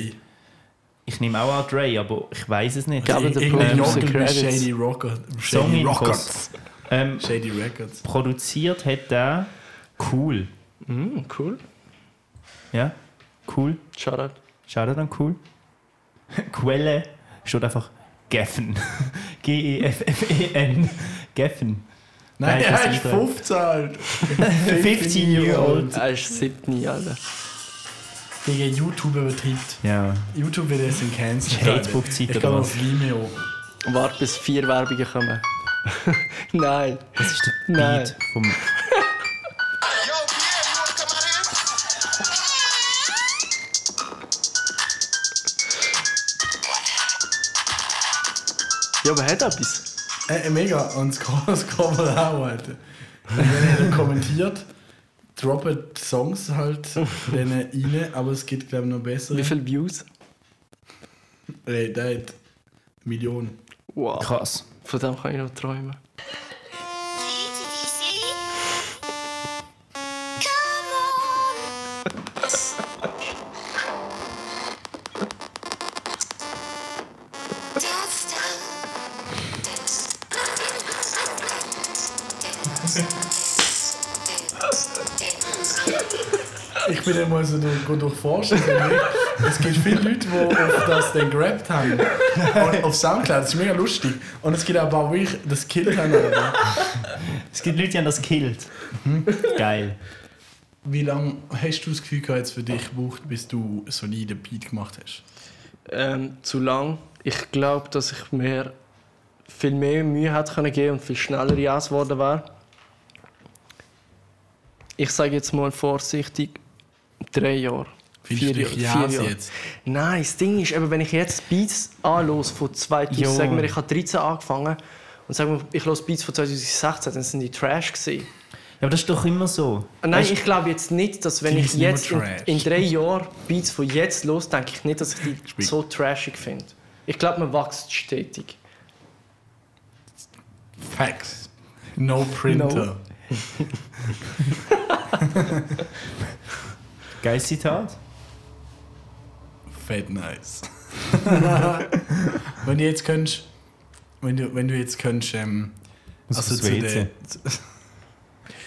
[SPEAKER 4] Ich nehme auch an Dre, aber ich weiß es nicht.
[SPEAKER 2] Ja, aber der
[SPEAKER 3] Irgendein
[SPEAKER 2] Producer
[SPEAKER 3] Jockel mit
[SPEAKER 2] Credits.
[SPEAKER 3] Shady Rocker.
[SPEAKER 4] Song
[SPEAKER 3] Shady Rockers.
[SPEAKER 4] Infos. Ähm,
[SPEAKER 3] Shady Records.
[SPEAKER 4] produziert hat der Cool.
[SPEAKER 2] Hm, cool.
[SPEAKER 4] Ja, cool.
[SPEAKER 2] Shoutout.
[SPEAKER 4] Schau dir dann cool. Quelle steht einfach Geffen. E G-E-F-F-E-N. Geffen.
[SPEAKER 3] Nein,
[SPEAKER 4] das
[SPEAKER 3] er ist
[SPEAKER 4] ist er.
[SPEAKER 3] 15 alt.
[SPEAKER 4] 15 year old.
[SPEAKER 2] Er ist 17, Alter.
[SPEAKER 3] Digga, YouTube übertreibt.
[SPEAKER 4] Ja.
[SPEAKER 3] YouTube wird jetzt in Cancel.
[SPEAKER 4] Ist Facebook-Zeit
[SPEAKER 3] Ich
[SPEAKER 4] oder
[SPEAKER 3] kann
[SPEAKER 4] was?
[SPEAKER 3] auf Vimeo.
[SPEAKER 2] Warte, bis vier Werbungen kommen. Nein.
[SPEAKER 4] Das ist der
[SPEAKER 2] Nein.
[SPEAKER 4] Beat vom.
[SPEAKER 5] Yo, Pierre, you wanna come out here?
[SPEAKER 2] Ja, aber hat etwas.
[SPEAKER 3] Äh, äh, mega. Und das kann- das kann man auch, Alter. Wenn er kommentiert, droppen die Songs halt denen rein, aber es gibt, glaube ich, noch bessere.
[SPEAKER 2] Wie viele Views?
[SPEAKER 3] Ey, der hat Millionen.
[SPEAKER 2] Wow.
[SPEAKER 4] Krass.
[SPEAKER 2] Von dem kann ich noch träumen.
[SPEAKER 3] Ich bin immer so durch, gut durchforscht. Es gibt viele Leute, die auf das dann gerappt haben. Und auf Soundcloud, das ist mega lustig. Und es gibt auch ein paar, die wirklich das Kill haben. Alter.
[SPEAKER 4] Es gibt Leute, die haben das killt. Geil.
[SPEAKER 3] Wie lange hast du das Gefühl gehabt, jetzt für dich gebraucht, bis du einen soliden Beat gemacht hast?
[SPEAKER 2] Ähm, zu lang. Ich glaube, dass ich mir viel mehr Mühe hätte können geben und viel schneller Ja geworden wäre. Ich sage jetzt mal vorsichtig, drei Jahre.
[SPEAKER 3] Findest du dich
[SPEAKER 2] Jahre,
[SPEAKER 3] Jas
[SPEAKER 2] vier Jahre.
[SPEAKER 3] jetzt?
[SPEAKER 2] Nein, das Ding ist, eben, wenn ich jetzt Beats anlos von 2000,
[SPEAKER 4] Jo.
[SPEAKER 2] sagen wir, ich habe 13 angefangen und sagen wir, ich los Beats von 2016, dann sind die Trash gewesen.
[SPEAKER 4] Ja, aber das ist doch immer so.
[SPEAKER 2] Ah, Nein,
[SPEAKER 4] Weißt-
[SPEAKER 2] ich glaube jetzt nicht, dass wenn
[SPEAKER 3] Die
[SPEAKER 2] ich
[SPEAKER 3] ist nicht mehr
[SPEAKER 2] jetzt in,
[SPEAKER 3] trash.
[SPEAKER 2] in drei Jahren Beats von jetzt los, denke ich nicht, dass ich die so trashig finde. Ich glaube, man wächst stetig.
[SPEAKER 3] Facts. No Printer.
[SPEAKER 4] Geiles Zitat.
[SPEAKER 3] Fett nice. Wenn du jetzt könntest, wenn du, wenn du jetzt könntest, ähm,
[SPEAKER 4] Muss aufs WC.
[SPEAKER 3] zu-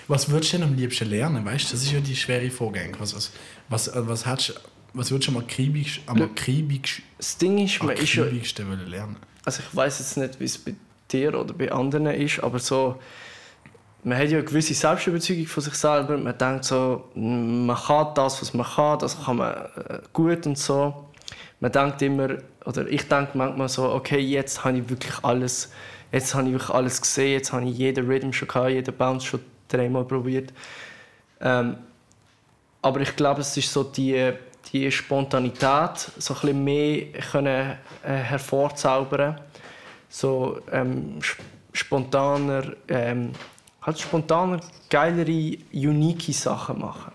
[SPEAKER 3] was würdest du denn am liebsten lernen, weißt du? Das ist ja die schwere Vorgänge. Was, was, was, äh, was, hast, du- was würdest du am akribisch, am akribisch,
[SPEAKER 2] Das Ding ist, man ist ja,
[SPEAKER 3] akribischsten wollen lernen?
[SPEAKER 2] also ich weiß jetzt nicht, wie es bei dir oder bei anderen ist, aber so, man hat ja eine gewisse Selbstüberzeugung von sich selber. Man denkt so, mm, man kann das, was man kann, das kann man äh, gut und so. Man denkt immer, oder ich denke manchmal so, okay, jetzt habe ich wirklich alles, jetzt habe ich wirklich alles gesehen, jetzt habe ich jeden Rhythm schon gehabt, jeden Bounce schon dreimal probiert. Ähm, aber ich glaube, es ist so die, die Spontanität, so ein bisschen mehr können, äh, hervorzaubern. So ähm, sp spontaner, ähm, halt spontaner, geilere, unique Sachen machen.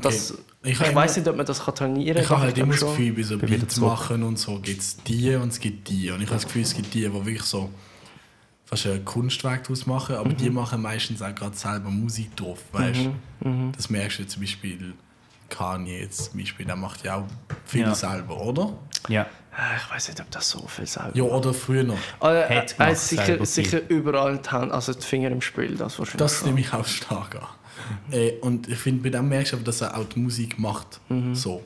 [SPEAKER 2] Das,
[SPEAKER 3] Ich
[SPEAKER 2] ich
[SPEAKER 3] habe
[SPEAKER 2] weiß
[SPEAKER 3] immer-
[SPEAKER 2] nicht, ob man das kann trainieren kann.
[SPEAKER 3] Ich habe halt immer das
[SPEAKER 2] schon.
[SPEAKER 3] Gefühl, bei so
[SPEAKER 4] Bin wieder
[SPEAKER 3] Beats
[SPEAKER 4] zurück.
[SPEAKER 3] machen und so gibt es die und es gibt die. Und ich habe das Gefühl, es gibt die, die wirklich so fast einen Kunstwerk daraus machen, aber die machen meistens auch gerade selber Musik drauf, weißt du? Das merkst du zum Beispiel Kanye jetzt zum Beispiel, der macht ja auch viel
[SPEAKER 4] Ja.
[SPEAKER 3] selber, oder?
[SPEAKER 4] Ja.
[SPEAKER 2] Ah, Ich weiß nicht, ob das so viel selber.
[SPEAKER 3] Ja, oder früher noch.
[SPEAKER 2] Also,
[SPEAKER 4] Hat
[SPEAKER 2] er
[SPEAKER 4] gemacht,
[SPEAKER 2] hat sicher,
[SPEAKER 4] selber
[SPEAKER 2] sicher überall die, Hand, also die Finger im Spiel, das wahrscheinlich.
[SPEAKER 3] Das
[SPEAKER 2] schon.
[SPEAKER 3] nehme ich auch stark
[SPEAKER 2] Mhm.
[SPEAKER 3] an. Äh, und ich finde, bei dem merkst du aber, dass er auch die Musik macht.
[SPEAKER 2] Mhm.
[SPEAKER 3] So.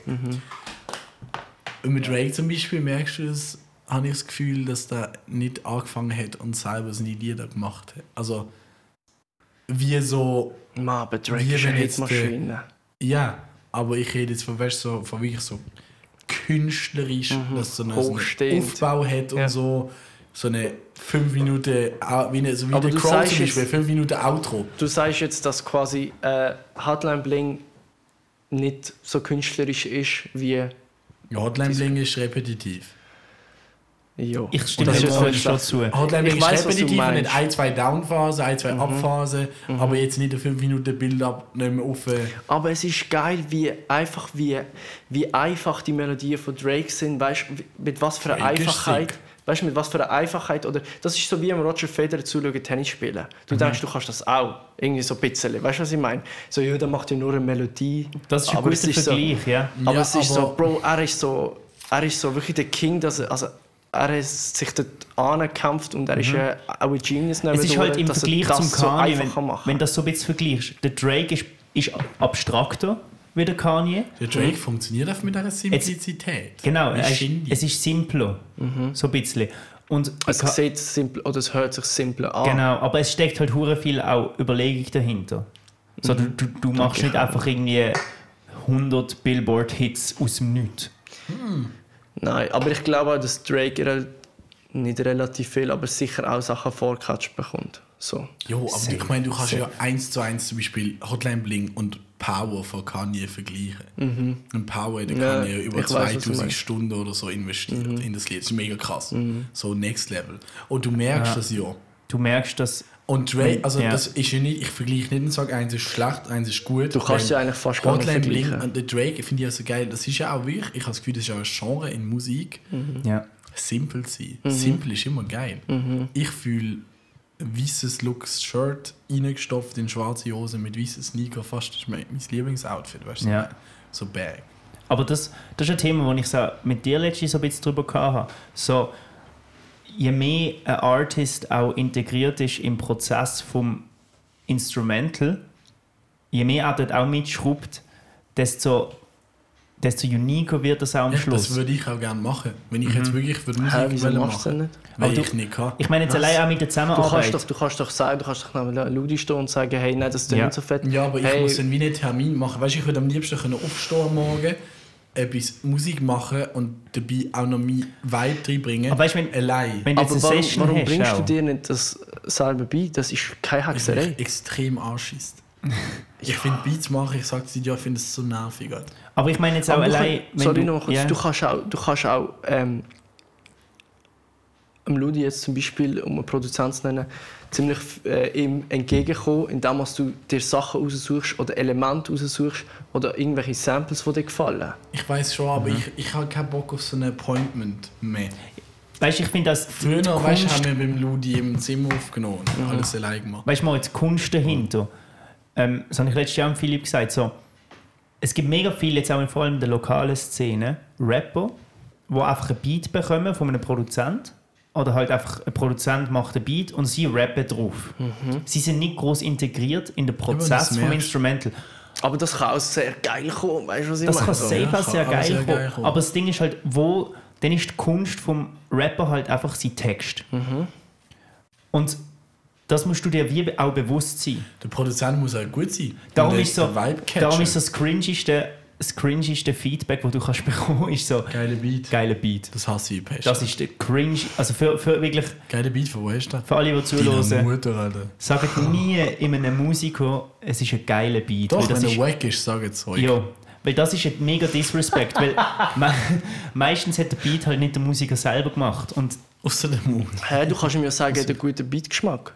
[SPEAKER 3] Und mit Drake zum Beispiel merkst du es, habe ich das Gefühl, dass der nicht angefangen hat und selber seine Lieder gemacht hat. Also, wie so,
[SPEAKER 2] Mann, aber Drake
[SPEAKER 3] Wie
[SPEAKER 2] ist
[SPEAKER 3] wenn
[SPEAKER 2] eine
[SPEAKER 3] jetzt äh, der-
[SPEAKER 2] Hitmaschine.
[SPEAKER 3] ja, aber ich rede jetzt von, weißt, du, so, von wirklich so künstlerisch, dass so eine, so einen
[SPEAKER 2] Mhm. Hochstehend.
[SPEAKER 3] Aufbau hat und
[SPEAKER 2] Ja. so.
[SPEAKER 3] so. So eine 5 Minuten, Au- wie eine, so wie
[SPEAKER 2] Aber
[SPEAKER 3] der
[SPEAKER 2] du
[SPEAKER 3] Crow
[SPEAKER 2] sagst
[SPEAKER 3] zum Beispiel,
[SPEAKER 2] jetzt-
[SPEAKER 3] 5 Minuten Outro.
[SPEAKER 2] Du sagst jetzt, dass quasi äh, Hotline Bling nicht so künstlerisch ist wie.
[SPEAKER 3] Ja, Hotline Bling ist repetitiv.
[SPEAKER 2] Jo.
[SPEAKER 4] Ich stimme
[SPEAKER 2] Das
[SPEAKER 4] dem
[SPEAKER 2] ist jetzt
[SPEAKER 4] voll
[SPEAKER 2] nicht
[SPEAKER 4] schon
[SPEAKER 2] schlecht.
[SPEAKER 4] zu.
[SPEAKER 3] Hotline
[SPEAKER 2] Ich
[SPEAKER 3] ich weiß,
[SPEAKER 2] weiss, was du
[SPEAKER 3] repetitiv und nicht
[SPEAKER 2] meinst. Mhm.
[SPEAKER 3] ein, zwei Downphasen, ein, zwei Abphasen, aber jetzt nicht eine 5 Minuten Build-up, nicht mehr auf. äh,
[SPEAKER 2] Aber es ist geil, wie einfach, wie, wie einfach die Melodien von Drake sind. Weißt du, mit was für einer
[SPEAKER 3] Drake ist
[SPEAKER 2] Einfachheit.
[SPEAKER 3] sick.
[SPEAKER 2] Weißt du, mit was für einer Einfachheit. Oder, das ist so wie am Roger Federer zuschauen, Tennis spielen. Du
[SPEAKER 4] Mhm.
[SPEAKER 2] denkst, du kannst das auch. Irgendwie so ein bisschen. Weißt du, was ich meine? So, ja, der macht ja nur eine Melodie.
[SPEAKER 4] Das ist ein
[SPEAKER 2] Aber
[SPEAKER 4] guter
[SPEAKER 2] es ist so-
[SPEAKER 4] Vergleich, ja.
[SPEAKER 2] Aber
[SPEAKER 3] Ja,
[SPEAKER 2] es ist so,
[SPEAKER 3] aber-
[SPEAKER 2] Bro, er ist so, er ist so wirklich der King, dass er, also er hat sich dort angekämpft und er ist äh, auch ein Genius
[SPEAKER 4] Mhm. Es ist halt im
[SPEAKER 2] dass er
[SPEAKER 4] Vergleich
[SPEAKER 2] das
[SPEAKER 4] zum
[SPEAKER 2] so
[SPEAKER 4] Kanye,
[SPEAKER 2] einfach
[SPEAKER 4] wenn,
[SPEAKER 2] machen
[SPEAKER 4] wenn du das so ein bisschen vergleichst. Der Drake ist, ist abstrakter wie der Kanye.
[SPEAKER 3] Der Drake
[SPEAKER 2] Mhm.
[SPEAKER 3] funktioniert einfach mit dieser Simplizität.
[SPEAKER 4] Genau,
[SPEAKER 3] Wie
[SPEAKER 4] er ist,
[SPEAKER 3] Shindy.
[SPEAKER 4] es ist simpler.
[SPEAKER 2] Mhm.
[SPEAKER 4] So ein bisschen. Und
[SPEAKER 2] es
[SPEAKER 4] ich ha-
[SPEAKER 2] sieht simpel oder es hört sich simpel an.
[SPEAKER 4] Genau, aber es steckt halt hure viel auch Überlegung dahinter. So, du, du, du machst nicht einfach irgendwie 100 Billboard-Hits aus dem Nichts.
[SPEAKER 2] Nein, aber ich glaube auch, dass Drake rel nicht relativ viel, aber sicher auch Sachen vorkatscht bekommt. So.
[SPEAKER 3] Jo, aber ich meine, du kannst ja eins zu eins zum Beispiel Hotline Bling und Power von Kanye vergleichen. Und Power hat der
[SPEAKER 2] Mhm. Ja,
[SPEAKER 3] Kanye über
[SPEAKER 2] ich weiß, was du
[SPEAKER 3] 2000
[SPEAKER 2] meinst. Mhm.
[SPEAKER 3] Stunden oder so investiert in das Lied. Das ist mega krass. So Next Level. Und du merkst das ja.
[SPEAKER 4] Du merkst, dass
[SPEAKER 3] Und Drake, also
[SPEAKER 4] Ja.
[SPEAKER 3] das ist ja nicht, ich vergleiche nicht und sage, eins ist schlecht, eins ist gut.
[SPEAKER 2] Du kannst
[SPEAKER 3] Weil
[SPEAKER 2] ja eigentlich fast gar nicht
[SPEAKER 3] Hotline Bling
[SPEAKER 2] vergleichen.
[SPEAKER 3] Und der Drake finde ich auch so geil, das ist ja auch wirklich, ich habe das Gefühl, das ist ja ein Genre in Musik,
[SPEAKER 2] Mhm.
[SPEAKER 4] ja,
[SPEAKER 3] simpel sein. Simpel ist immer geil.
[SPEAKER 2] Mhm.
[SPEAKER 3] Ich fühle weißes Lux Shirt reingestopft in schwarze Hose mit weißen Sneaker, fast das ist mein, mein Lieblingsoutfit, weißt du?
[SPEAKER 4] ja.
[SPEAKER 3] So bag.
[SPEAKER 4] Aber das, das ist ein Thema, wo ich so mit dir letztens so ein bisschen drüber gehabt habe. So, je mehr ein Artist auch integriert ist im Prozess vom Instrumental, je mehr er dort auch mitschraubt, desto, desto uniker wird das auch am
[SPEAKER 3] Ja,
[SPEAKER 4] Schluss. Mhm.
[SPEAKER 3] das würde ich auch gerne machen. Wenn ich jetzt wirklich würde Musik
[SPEAKER 2] Hä, wieso
[SPEAKER 3] wollen
[SPEAKER 2] machst du das nicht?
[SPEAKER 3] Weil
[SPEAKER 4] Aber du-
[SPEAKER 3] ich nicht kann.
[SPEAKER 4] Ich meine jetzt allein auch mit der
[SPEAKER 2] Du kannst,
[SPEAKER 4] Zusammenarbeit.
[SPEAKER 2] doch, du kannst doch sagen, du kannst doch neben Ludi stehen und sagen, hey, nein, das ist
[SPEAKER 4] Ja.
[SPEAKER 2] nicht so fett.
[SPEAKER 3] Ja, aber ich
[SPEAKER 2] hey,
[SPEAKER 3] muss dann wie einen Termin machen. Weißt du, ich würde am liebsten können aufstehen am morgen, etwas Musik machen und dabei auch noch meinen Vibe reinbringen.
[SPEAKER 4] Aber weißt du, wenn-
[SPEAKER 3] allein.
[SPEAKER 4] wenn du jetzt
[SPEAKER 2] Aber
[SPEAKER 4] eine
[SPEAKER 2] warum,
[SPEAKER 4] Session
[SPEAKER 2] warum
[SPEAKER 4] hast,
[SPEAKER 2] bringst du
[SPEAKER 4] auch.
[SPEAKER 2] dir nicht das selber bei? Das ist keine
[SPEAKER 3] ich bin
[SPEAKER 2] Hexerei.
[SPEAKER 3] extrem anschießt. Ich finde Beats machen, ich sag's dir, ja, ich finde es so nervig. Alter.
[SPEAKER 4] Aber ich meine jetzt auch
[SPEAKER 2] Aber du
[SPEAKER 4] allein.
[SPEAKER 2] kannst, sorry,
[SPEAKER 4] du,
[SPEAKER 2] noch kurz,
[SPEAKER 4] ja,
[SPEAKER 2] du kannst auch, du kannst auch ähm, am Ludi jetzt zum Beispiel, um einen Produzent zu nennen, ziemlich äh, ihm entgegenkommen, indem dass du dir Sachen raussuchst oder Elemente raussuchst oder irgendwelche Samples, die dir gefallen.
[SPEAKER 3] Ich weiß schon, aber
[SPEAKER 4] Mhm.
[SPEAKER 3] ich, ich habe keinen Bock auf so ein Appointment mehr.
[SPEAKER 4] weißt du, Mhm. ich finde das.
[SPEAKER 3] Früher
[SPEAKER 4] die
[SPEAKER 3] weißt, du,
[SPEAKER 4] Kunst-
[SPEAKER 3] haben wir beim Ludi im Zimmer aufgenommen und alles allein gemacht.
[SPEAKER 4] weißt du mal, jetzt Kunst dahinter. Ähm, das habe ich letztes Jahr an Philipp gesagt. So, es gibt mega viele, jetzt auch in vor allem in der lokalen Szene, Rapper, die einfach ein Beat bekommen von einem Produzent. Oder halt einfach ein Produzent macht ein Beat und sie rappen drauf. Sie sind nicht groß integriert in den
[SPEAKER 2] Mhm. das
[SPEAKER 4] Prozess vom
[SPEAKER 2] merkst.
[SPEAKER 4] Instrumental.
[SPEAKER 2] Aber das kann auch sehr geil kommen, weißt du, was ich
[SPEAKER 3] Oh,
[SPEAKER 4] Das
[SPEAKER 2] meine?
[SPEAKER 4] kann safe auch sehr geil,
[SPEAKER 2] sehr
[SPEAKER 4] kommen. Aber das Ding ist halt, wo, dann ist die Kunst vom Rapper halt einfach sein Text.
[SPEAKER 3] Mhm.
[SPEAKER 4] Und das musst du dir wie auch bewusst sein.
[SPEAKER 3] Der Produzent muss auch gut sein.
[SPEAKER 4] Darum
[SPEAKER 3] Und
[SPEAKER 4] ist, so,
[SPEAKER 3] den Vibe catchen.
[SPEAKER 4] darum ist so das cringeste, das cringeste Feedback, das du kannst bekommen ist so geiler
[SPEAKER 3] Beat.
[SPEAKER 4] Geiler Beat.
[SPEAKER 3] Das hasse ich Pest.
[SPEAKER 4] Das ist der cringe, also für, für wirklich...
[SPEAKER 3] Geiler Beat von Wester.
[SPEAKER 4] Für alle, die
[SPEAKER 3] Deine
[SPEAKER 4] zuhören,
[SPEAKER 3] Mutter, Alter.
[SPEAKER 4] sagt nie in einem Musiker, es ist ein geiler Beat.
[SPEAKER 3] Doch,
[SPEAKER 4] weil das
[SPEAKER 3] wenn
[SPEAKER 4] ist-
[SPEAKER 3] er wack ist, sag jetzt Zeug.
[SPEAKER 4] ja, weil das ist ein mega Disrespect, weil me meistens hat der Beat halt nicht der Musiker selber gemacht und
[SPEAKER 3] außer dem Mund.
[SPEAKER 2] Hä, du kannst ihm ja sagen, er hat einen guten Beatgeschmack.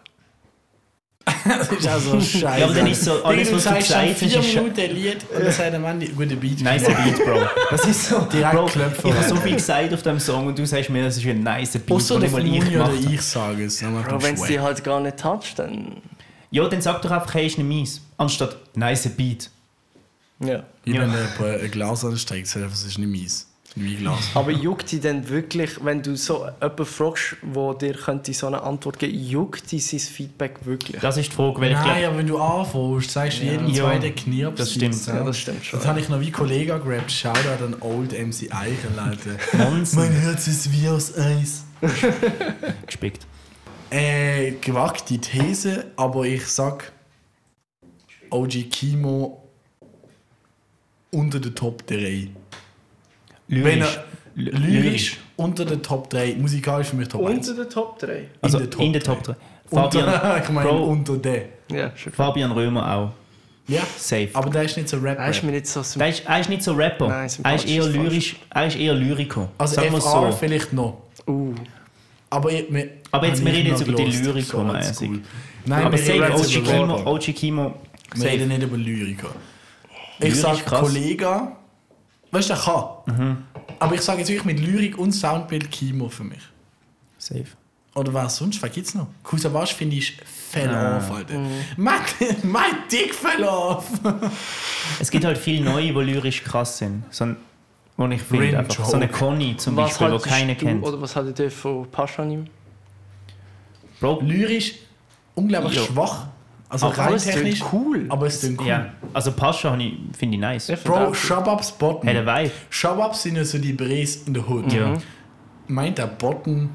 [SPEAKER 3] Das ist auch so scheiße.
[SPEAKER 4] Ja, aber dann ist so, alles,
[SPEAKER 3] Digga,
[SPEAKER 4] was du
[SPEAKER 3] zeigst
[SPEAKER 4] gesagt
[SPEAKER 3] dann
[SPEAKER 4] hast,
[SPEAKER 3] vier
[SPEAKER 4] ist-
[SPEAKER 3] Minuten ein Lied und dann sagt der Mann, gute Beat.
[SPEAKER 4] nice Beat, Bro. Das ist so,
[SPEAKER 3] Direkt
[SPEAKER 4] Bro,
[SPEAKER 3] Klöpfer.
[SPEAKER 4] ich habe so viel gesagt auf dem Song und du sagst mir, das ist ein nice Beat,
[SPEAKER 3] Außer
[SPEAKER 4] den
[SPEAKER 3] der
[SPEAKER 4] ich mal ich
[SPEAKER 3] Muni oder
[SPEAKER 4] gemacht habe.
[SPEAKER 3] ich sage es. Dann macht
[SPEAKER 2] Aber
[SPEAKER 3] er
[SPEAKER 2] wenn es dich
[SPEAKER 3] Schwein.
[SPEAKER 2] halt gar nicht toucht, dann.
[SPEAKER 4] Ja, dann sag doch einfach, hey, ist nicht meins. Anstatt nice Beat.
[SPEAKER 2] Ja.
[SPEAKER 3] Ich
[SPEAKER 4] Ja.
[SPEAKER 3] bin ein Glas ansteigt, sagt einfach, es ist nicht meins. Es ist nicht mein Glas.
[SPEAKER 2] Aber juckt dich denn wirklich, wenn du so jemanden fragst, wo dir könnte so eine Antwort geben, juckt dich sein Feedback wirklich?
[SPEAKER 4] Das ist die Frage, weil ich
[SPEAKER 3] Nein,
[SPEAKER 4] glaube,
[SPEAKER 3] aber wenn du anfängst, sagst du jeden
[SPEAKER 4] Ja.
[SPEAKER 3] zweiten Knirps.
[SPEAKER 4] Das stimmt.
[SPEAKER 3] jetzt, ja.
[SPEAKER 2] Ja, das stimmt schon.
[SPEAKER 3] Das habe ich noch wie Kollege gerappt. Shoutout an Old MC Eichen, Leute.
[SPEAKER 4] Monsen
[SPEAKER 3] mein Herz ist wie aus Eis.
[SPEAKER 4] gespickt.
[SPEAKER 3] Äh, gewagte These, aber ich sag OG Kimo unter den Top 3. Wenn
[SPEAKER 4] Lyrisch.
[SPEAKER 3] er
[SPEAKER 4] Ly-
[SPEAKER 3] lyrisch unter den Top 3, musikalisch für mich Top 1.
[SPEAKER 2] Unter den Top 3?
[SPEAKER 4] Also
[SPEAKER 3] in
[SPEAKER 4] in
[SPEAKER 3] der
[SPEAKER 4] der
[SPEAKER 3] Top
[SPEAKER 4] Top, drei.
[SPEAKER 3] Unter,
[SPEAKER 4] Fabian,
[SPEAKER 3] ich meine,
[SPEAKER 4] Bro,
[SPEAKER 3] unter den.
[SPEAKER 2] Ja, schon.
[SPEAKER 4] Fabian Römer auch.
[SPEAKER 3] Ja,
[SPEAKER 4] Safe.
[SPEAKER 3] aber der ist nicht so Rap.
[SPEAKER 2] Er ist mir
[SPEAKER 3] Rap.
[SPEAKER 2] nicht so sympathisch.
[SPEAKER 4] Er ist, er ist nicht so Rapper.
[SPEAKER 2] Nein,
[SPEAKER 4] er ist
[SPEAKER 2] sympathisch
[SPEAKER 4] eher
[SPEAKER 2] ist falsch.
[SPEAKER 4] lyrisch. Er ist eher Lyriker.
[SPEAKER 3] Also
[SPEAKER 4] Sagen wir es
[SPEAKER 3] FR
[SPEAKER 4] so.
[SPEAKER 3] vielleicht noch.
[SPEAKER 2] Uh,
[SPEAKER 3] Aber, ich, wir,
[SPEAKER 4] Aber jetzt,
[SPEAKER 3] hab
[SPEAKER 4] wir
[SPEAKER 3] ich
[SPEAKER 4] reden jetzt
[SPEAKER 3] noch
[SPEAKER 4] über die
[SPEAKER 3] gelost.
[SPEAKER 4] Lyrik,
[SPEAKER 3] So, alles
[SPEAKER 4] mäßig.
[SPEAKER 3] cool. Nein,
[SPEAKER 4] aber
[SPEAKER 3] wir reden
[SPEAKER 4] safe,
[SPEAKER 3] jetzt
[SPEAKER 4] OG
[SPEAKER 3] über
[SPEAKER 4] Kimo,
[SPEAKER 3] Rapper.
[SPEAKER 4] OG Kimo.
[SPEAKER 3] Wir reden
[SPEAKER 4] Safe.
[SPEAKER 3] nicht über Lyriker. Ich
[SPEAKER 4] Lyrik
[SPEAKER 3] sage
[SPEAKER 4] ist krass.
[SPEAKER 3] Kollege, weißt du, der kann. Aber ich sage jetzt wirklich mit Lyrik und Soundbild Kimo für mich.
[SPEAKER 4] Safe.
[SPEAKER 3] Oder was sonst? Was gibt's noch? Kusawasch finde ich fell off, Alter. Mein, mein Dick fell off!
[SPEAKER 4] Es gibt halt viele neue, die lyrisch krass sind. So ein, wo ich finde, einfach so eine Conny zum
[SPEAKER 2] was
[SPEAKER 4] Beispiel, die
[SPEAKER 2] haltet
[SPEAKER 4] keiner
[SPEAKER 2] du,
[SPEAKER 4] kennt.
[SPEAKER 2] oder was haltet ihr von Paschanim?
[SPEAKER 4] Bro,
[SPEAKER 3] Lyrisch unglaublich
[SPEAKER 4] Ja.
[SPEAKER 3] schwach. Also
[SPEAKER 4] Aber
[SPEAKER 3] rein
[SPEAKER 2] es tönt
[SPEAKER 3] technisch.
[SPEAKER 2] cool.
[SPEAKER 3] Aber es klingt cool.
[SPEAKER 4] ja. Also Pascha habe ich- finde ich nice. Hey,
[SPEAKER 3] Bro, Shababs Bottom.
[SPEAKER 4] der Vibe.
[SPEAKER 3] Shababs sind ja so die Brees in der Hood.
[SPEAKER 4] Ja.
[SPEAKER 3] Meint der Botten.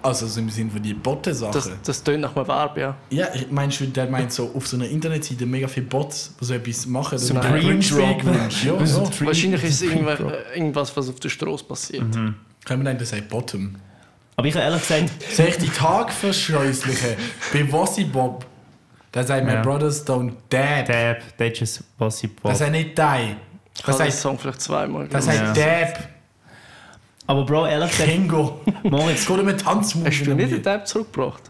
[SPEAKER 3] Also so im Sinne von die Botte-Sache.
[SPEAKER 2] Das, das tönt nach einem Verb, ja.
[SPEAKER 3] Ja, ich- meinst du, der meint so auf so einer Internetseite mega viele Bots, die so etwas machen? So
[SPEAKER 2] ein
[SPEAKER 4] Dream Drop.
[SPEAKER 3] Ja, ja.
[SPEAKER 2] Wahrscheinlich ist es irgendwas, irgendwas, was auf der Straße
[SPEAKER 4] Mhm.
[SPEAKER 2] passiert.
[SPEAKER 3] Können wir denken, das heißt Bottom.
[SPEAKER 4] Aber ich habe ehrlich gesagt,
[SPEAKER 3] Soll ich die Tag verscheußlichen? Bei Wossi Bob. Der sagt, my
[SPEAKER 4] Ja.
[SPEAKER 3] brothers don't dab.
[SPEAKER 4] Dab, that's just was ich
[SPEAKER 3] Der
[SPEAKER 4] brauche.
[SPEAKER 3] sagt nicht die.
[SPEAKER 2] Ich
[SPEAKER 3] Der
[SPEAKER 2] habe den
[SPEAKER 3] sagt,
[SPEAKER 2] Song vielleicht zweimal
[SPEAKER 3] der
[SPEAKER 2] gehört.
[SPEAKER 3] sagt dab.
[SPEAKER 4] Aber Bro, ehrlich gesagt,
[SPEAKER 3] Kengo.
[SPEAKER 4] Moritz,
[SPEAKER 3] Es geht um einen Tanzmove.
[SPEAKER 2] Hast du nicht den Tab zurückgebracht?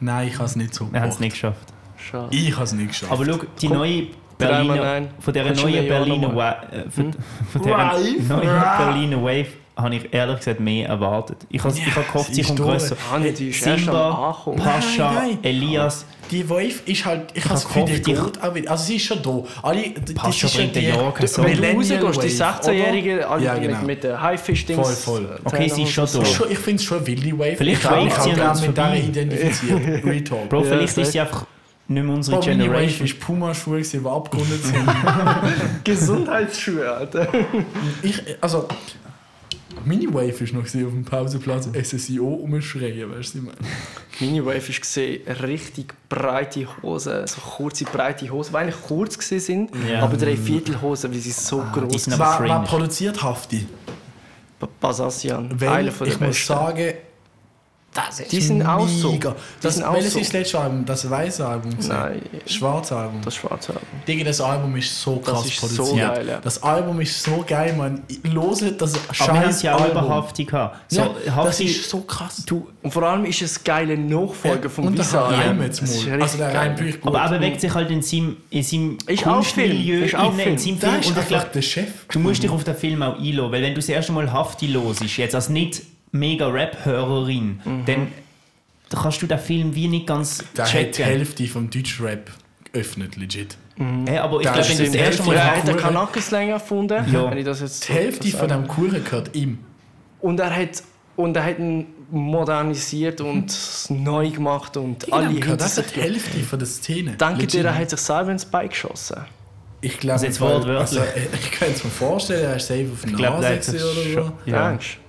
[SPEAKER 3] Nein, ich habe es nicht so
[SPEAKER 4] wir haben es
[SPEAKER 3] gemacht.
[SPEAKER 4] nicht geschafft.
[SPEAKER 2] Schade.
[SPEAKER 3] Ich habe es nicht geschafft.
[SPEAKER 4] Aber schau, die neue
[SPEAKER 2] dreimal
[SPEAKER 4] Berliner,
[SPEAKER 2] nein.
[SPEAKER 4] von dieser
[SPEAKER 2] Kannst du
[SPEAKER 4] neuen
[SPEAKER 2] mir ja auch
[SPEAKER 4] Berliner
[SPEAKER 2] noch
[SPEAKER 4] Wa- äh, von,
[SPEAKER 3] Hm?
[SPEAKER 4] von dieser
[SPEAKER 3] Wave?
[SPEAKER 4] neuen
[SPEAKER 3] Ja.
[SPEAKER 4] Berliner Wave habe ich ehrlich gesagt mehr erwartet. Ich habe ich habe gehofft,
[SPEAKER 3] sie
[SPEAKER 4] sie
[SPEAKER 3] ist
[SPEAKER 4] kommt
[SPEAKER 3] durch.
[SPEAKER 4] grösser.
[SPEAKER 2] Ah, nicht, die ist erst am
[SPEAKER 4] Simba,
[SPEAKER 2] Ankommen.
[SPEAKER 4] Pascha,
[SPEAKER 3] Nein, nein.
[SPEAKER 4] Elias.
[SPEAKER 3] Die Wolf ist halt, ich habe das
[SPEAKER 4] hab
[SPEAKER 3] Gefühl, die
[SPEAKER 4] gehofft,
[SPEAKER 3] geht auch wieder. Also sie ist schon da. Alle, die-
[SPEAKER 4] Passt
[SPEAKER 3] das
[SPEAKER 4] schon,
[SPEAKER 3] ist ja
[SPEAKER 4] bringt den
[SPEAKER 3] die-
[SPEAKER 4] Jahr keinen
[SPEAKER 3] die
[SPEAKER 4] Song.
[SPEAKER 2] Wenn du
[SPEAKER 3] Millennial
[SPEAKER 2] rausgehst, die
[SPEAKER 3] Wave,
[SPEAKER 2] 16-jährigen, alle
[SPEAKER 3] Ja, genau.
[SPEAKER 2] mit, mit den Haifisch-Dings.
[SPEAKER 3] Voll, voll.
[SPEAKER 4] Okay, sie ist schon
[SPEAKER 3] oder?
[SPEAKER 4] da.
[SPEAKER 3] Ist schon- äh, Ich finde es schon eine wilde Wave.
[SPEAKER 4] Vielleicht
[SPEAKER 3] ich glaub, ich
[SPEAKER 4] waved sie
[SPEAKER 3] hab
[SPEAKER 4] an uns
[SPEAKER 3] gerne mit der
[SPEAKER 4] vorbei.
[SPEAKER 3] identifiziert. Retalk.
[SPEAKER 4] Bro,
[SPEAKER 2] Ja,
[SPEAKER 4] vielleicht
[SPEAKER 2] safe.
[SPEAKER 4] ist sie einfach nicht mehr unsere
[SPEAKER 3] Bro, meine Wave
[SPEAKER 4] Generation.
[SPEAKER 3] ist Puma-Schuhe, gewesen, die abgerundet sind.
[SPEAKER 2] Gesundheitsschuhe, Alter.
[SPEAKER 3] ich, also, meine Wave ist noch gewesen auf dem Pauseplatz SSIO umschreien, weißt du, was ich meine?
[SPEAKER 2] Meine Wave ist gesehen, richtig breite Hosen, so kurze, breite Hosen, die eigentlich kurz gewesen sind,
[SPEAKER 4] Ja.
[SPEAKER 2] aber Dreiviertelhosen, weil sie so
[SPEAKER 4] die
[SPEAKER 2] groß
[SPEAKER 4] sind
[SPEAKER 2] sind.
[SPEAKER 4] aber-
[SPEAKER 3] Wer,
[SPEAKER 4] cringe.
[SPEAKER 3] wer produziert Hafti?
[SPEAKER 2] Basassian,
[SPEAKER 3] Weil,
[SPEAKER 2] einer von den
[SPEAKER 3] ich muss
[SPEAKER 2] besten.
[SPEAKER 3] sagen, das ist
[SPEAKER 2] Die sind auch so.
[SPEAKER 3] mega.
[SPEAKER 2] Die
[SPEAKER 3] Das,
[SPEAKER 2] sind auch
[SPEAKER 3] welches
[SPEAKER 2] so.
[SPEAKER 3] ist das letzte Album? Das weiße Album? gewesen?
[SPEAKER 2] Nein,
[SPEAKER 3] Schwarze Album.
[SPEAKER 2] das schwarze Album.
[SPEAKER 3] Digga, das Album ist so krass
[SPEAKER 2] ist so
[SPEAKER 3] produziert.
[SPEAKER 2] geil, ja.
[SPEAKER 3] Das Album ist so geil, man. Lose das
[SPEAKER 4] Aber wir haben es
[SPEAKER 3] scheiß
[SPEAKER 4] ja auch über
[SPEAKER 3] Album.
[SPEAKER 4] Hafti gehabt. So,
[SPEAKER 3] Ja, das
[SPEAKER 4] Hafti,
[SPEAKER 3] ist so krass.
[SPEAKER 2] Du, und vor allem ist es geile Nachfolge vom
[SPEAKER 3] Und der
[SPEAKER 2] Visa.
[SPEAKER 3] Reim jetzt
[SPEAKER 2] Das ist
[SPEAKER 3] mal.
[SPEAKER 2] richtig
[SPEAKER 3] Also der Reim
[SPEAKER 2] geil.
[SPEAKER 3] wirklich gut.
[SPEAKER 4] aber er bewegt sich halt in seinem, in seinem
[SPEAKER 2] Ist auch Film,
[SPEAKER 4] Kunstmilieu,
[SPEAKER 2] ist auch
[SPEAKER 4] innen, in
[SPEAKER 2] Film.
[SPEAKER 4] seinem
[SPEAKER 3] der
[SPEAKER 4] Film.
[SPEAKER 3] ist
[SPEAKER 4] Und ich
[SPEAKER 3] einfach
[SPEAKER 4] glaube,
[SPEAKER 3] der Chef.
[SPEAKER 4] Du musst dich auf den Film auch einlassen, weil wenn du das erste Mal Hafti los ist, jetzt als nicht mega Rap-Hörerin, dann kannst du den Film wie nicht ganz
[SPEAKER 3] Mhm. Der hat die
[SPEAKER 4] checken.
[SPEAKER 3] Hälfte vom Deutschrap geöffnet, legit.
[SPEAKER 4] Hey, aber
[SPEAKER 3] Das
[SPEAKER 4] ich glaube, wenn du das
[SPEAKER 3] stimmt.
[SPEAKER 4] erste
[SPEAKER 2] Ich
[SPEAKER 4] Mal
[SPEAKER 2] habe den Kanakenslang erfunden.
[SPEAKER 4] Ja.
[SPEAKER 2] Wenn ich das jetzt
[SPEAKER 3] Die Hälfte
[SPEAKER 2] so
[SPEAKER 3] von dem Kuchen gehört ihm.
[SPEAKER 2] Und er hat und er hat ihn modernisiert und neu gemacht und alle hinter
[SPEAKER 3] Das
[SPEAKER 2] sich.
[SPEAKER 3] ist die Hälfte von der Szene.
[SPEAKER 2] Danke dir,
[SPEAKER 3] Legit.
[SPEAKER 2] er hat sich selber ins Bein geschossen.
[SPEAKER 3] Ich glaube,
[SPEAKER 4] Also jetzt
[SPEAKER 3] im Fall-
[SPEAKER 4] wortwörtlich.
[SPEAKER 3] also, äh, ich kann es mir vorstellen, er ist safe auf der
[SPEAKER 4] Ich glaube,
[SPEAKER 3] Nase
[SPEAKER 4] der hat das
[SPEAKER 3] gewesen oder so.
[SPEAKER 4] schon. Ja.
[SPEAKER 2] Denkst du?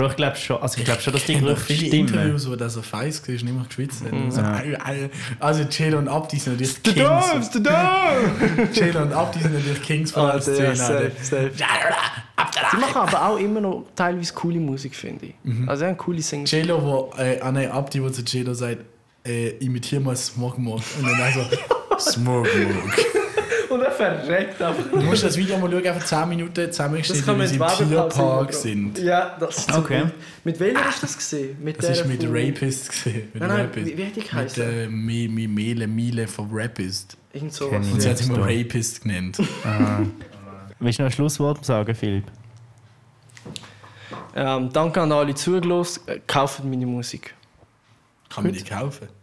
[SPEAKER 4] Bro, ich glaube schon, also ich glaube schon, dass die
[SPEAKER 3] Ich kenne noch
[SPEAKER 4] Gerüchte
[SPEAKER 3] viele
[SPEAKER 4] stimmen.
[SPEAKER 3] Interviews, wo das so feist war und immer geschwitzt hat. Und so, "Au, au." Also Chelo und Abdi sind natürlich Kings.
[SPEAKER 2] du darfst!
[SPEAKER 3] Chelo und Abdi sind natürlich Kings von der
[SPEAKER 2] Alter,
[SPEAKER 3] Szene.
[SPEAKER 2] ja,
[SPEAKER 3] Alter.
[SPEAKER 2] safe, safe. Sie machen aber auch immer noch teilweise coole Musik, finde ich.
[SPEAKER 3] Mhm.
[SPEAKER 2] Also, sie haben coole Singles.
[SPEAKER 3] Chelo, wo, äh, ah nein, Abdi, wo zu Chelo sagt, äh, imitier mal Smogmog. Und dann also, Smogmog.
[SPEAKER 2] Und er verreckt einfach.
[SPEAKER 3] Du musst das Video mal schauen, einfach 10 Minuten
[SPEAKER 2] Das
[SPEAKER 3] zusammengeschnitten,
[SPEAKER 2] kann
[SPEAKER 3] wie
[SPEAKER 2] man
[SPEAKER 3] sie
[SPEAKER 2] in
[SPEAKER 3] im Tierpark
[SPEAKER 2] Wabenpark
[SPEAKER 3] sind.
[SPEAKER 2] Ja, das ist
[SPEAKER 4] Okay.
[SPEAKER 2] so gut. Mit welcher hast du das gesehen? Mit
[SPEAKER 3] Das
[SPEAKER 2] der
[SPEAKER 3] ist mit
[SPEAKER 2] von-
[SPEAKER 3] Rapist gesehen. Mit
[SPEAKER 2] Nein, nein,
[SPEAKER 3] Rapist.
[SPEAKER 2] wie- wie hat die
[SPEAKER 3] Mit
[SPEAKER 2] geheißen?
[SPEAKER 3] äh, Mi- Mi- Mele, Mile von Rapist.
[SPEAKER 2] Irgend sowas.
[SPEAKER 4] Kenn
[SPEAKER 3] Und
[SPEAKER 4] ich
[SPEAKER 3] sie
[SPEAKER 2] Ja.
[SPEAKER 3] hat immer Rapist genannt.
[SPEAKER 4] Willst du noch ein Schlusswort sagen, Philipp?
[SPEAKER 2] Ähm, danke an alle, die zugelassen. Äh, Kauft meine Musik.
[SPEAKER 3] Kann man die kaufen?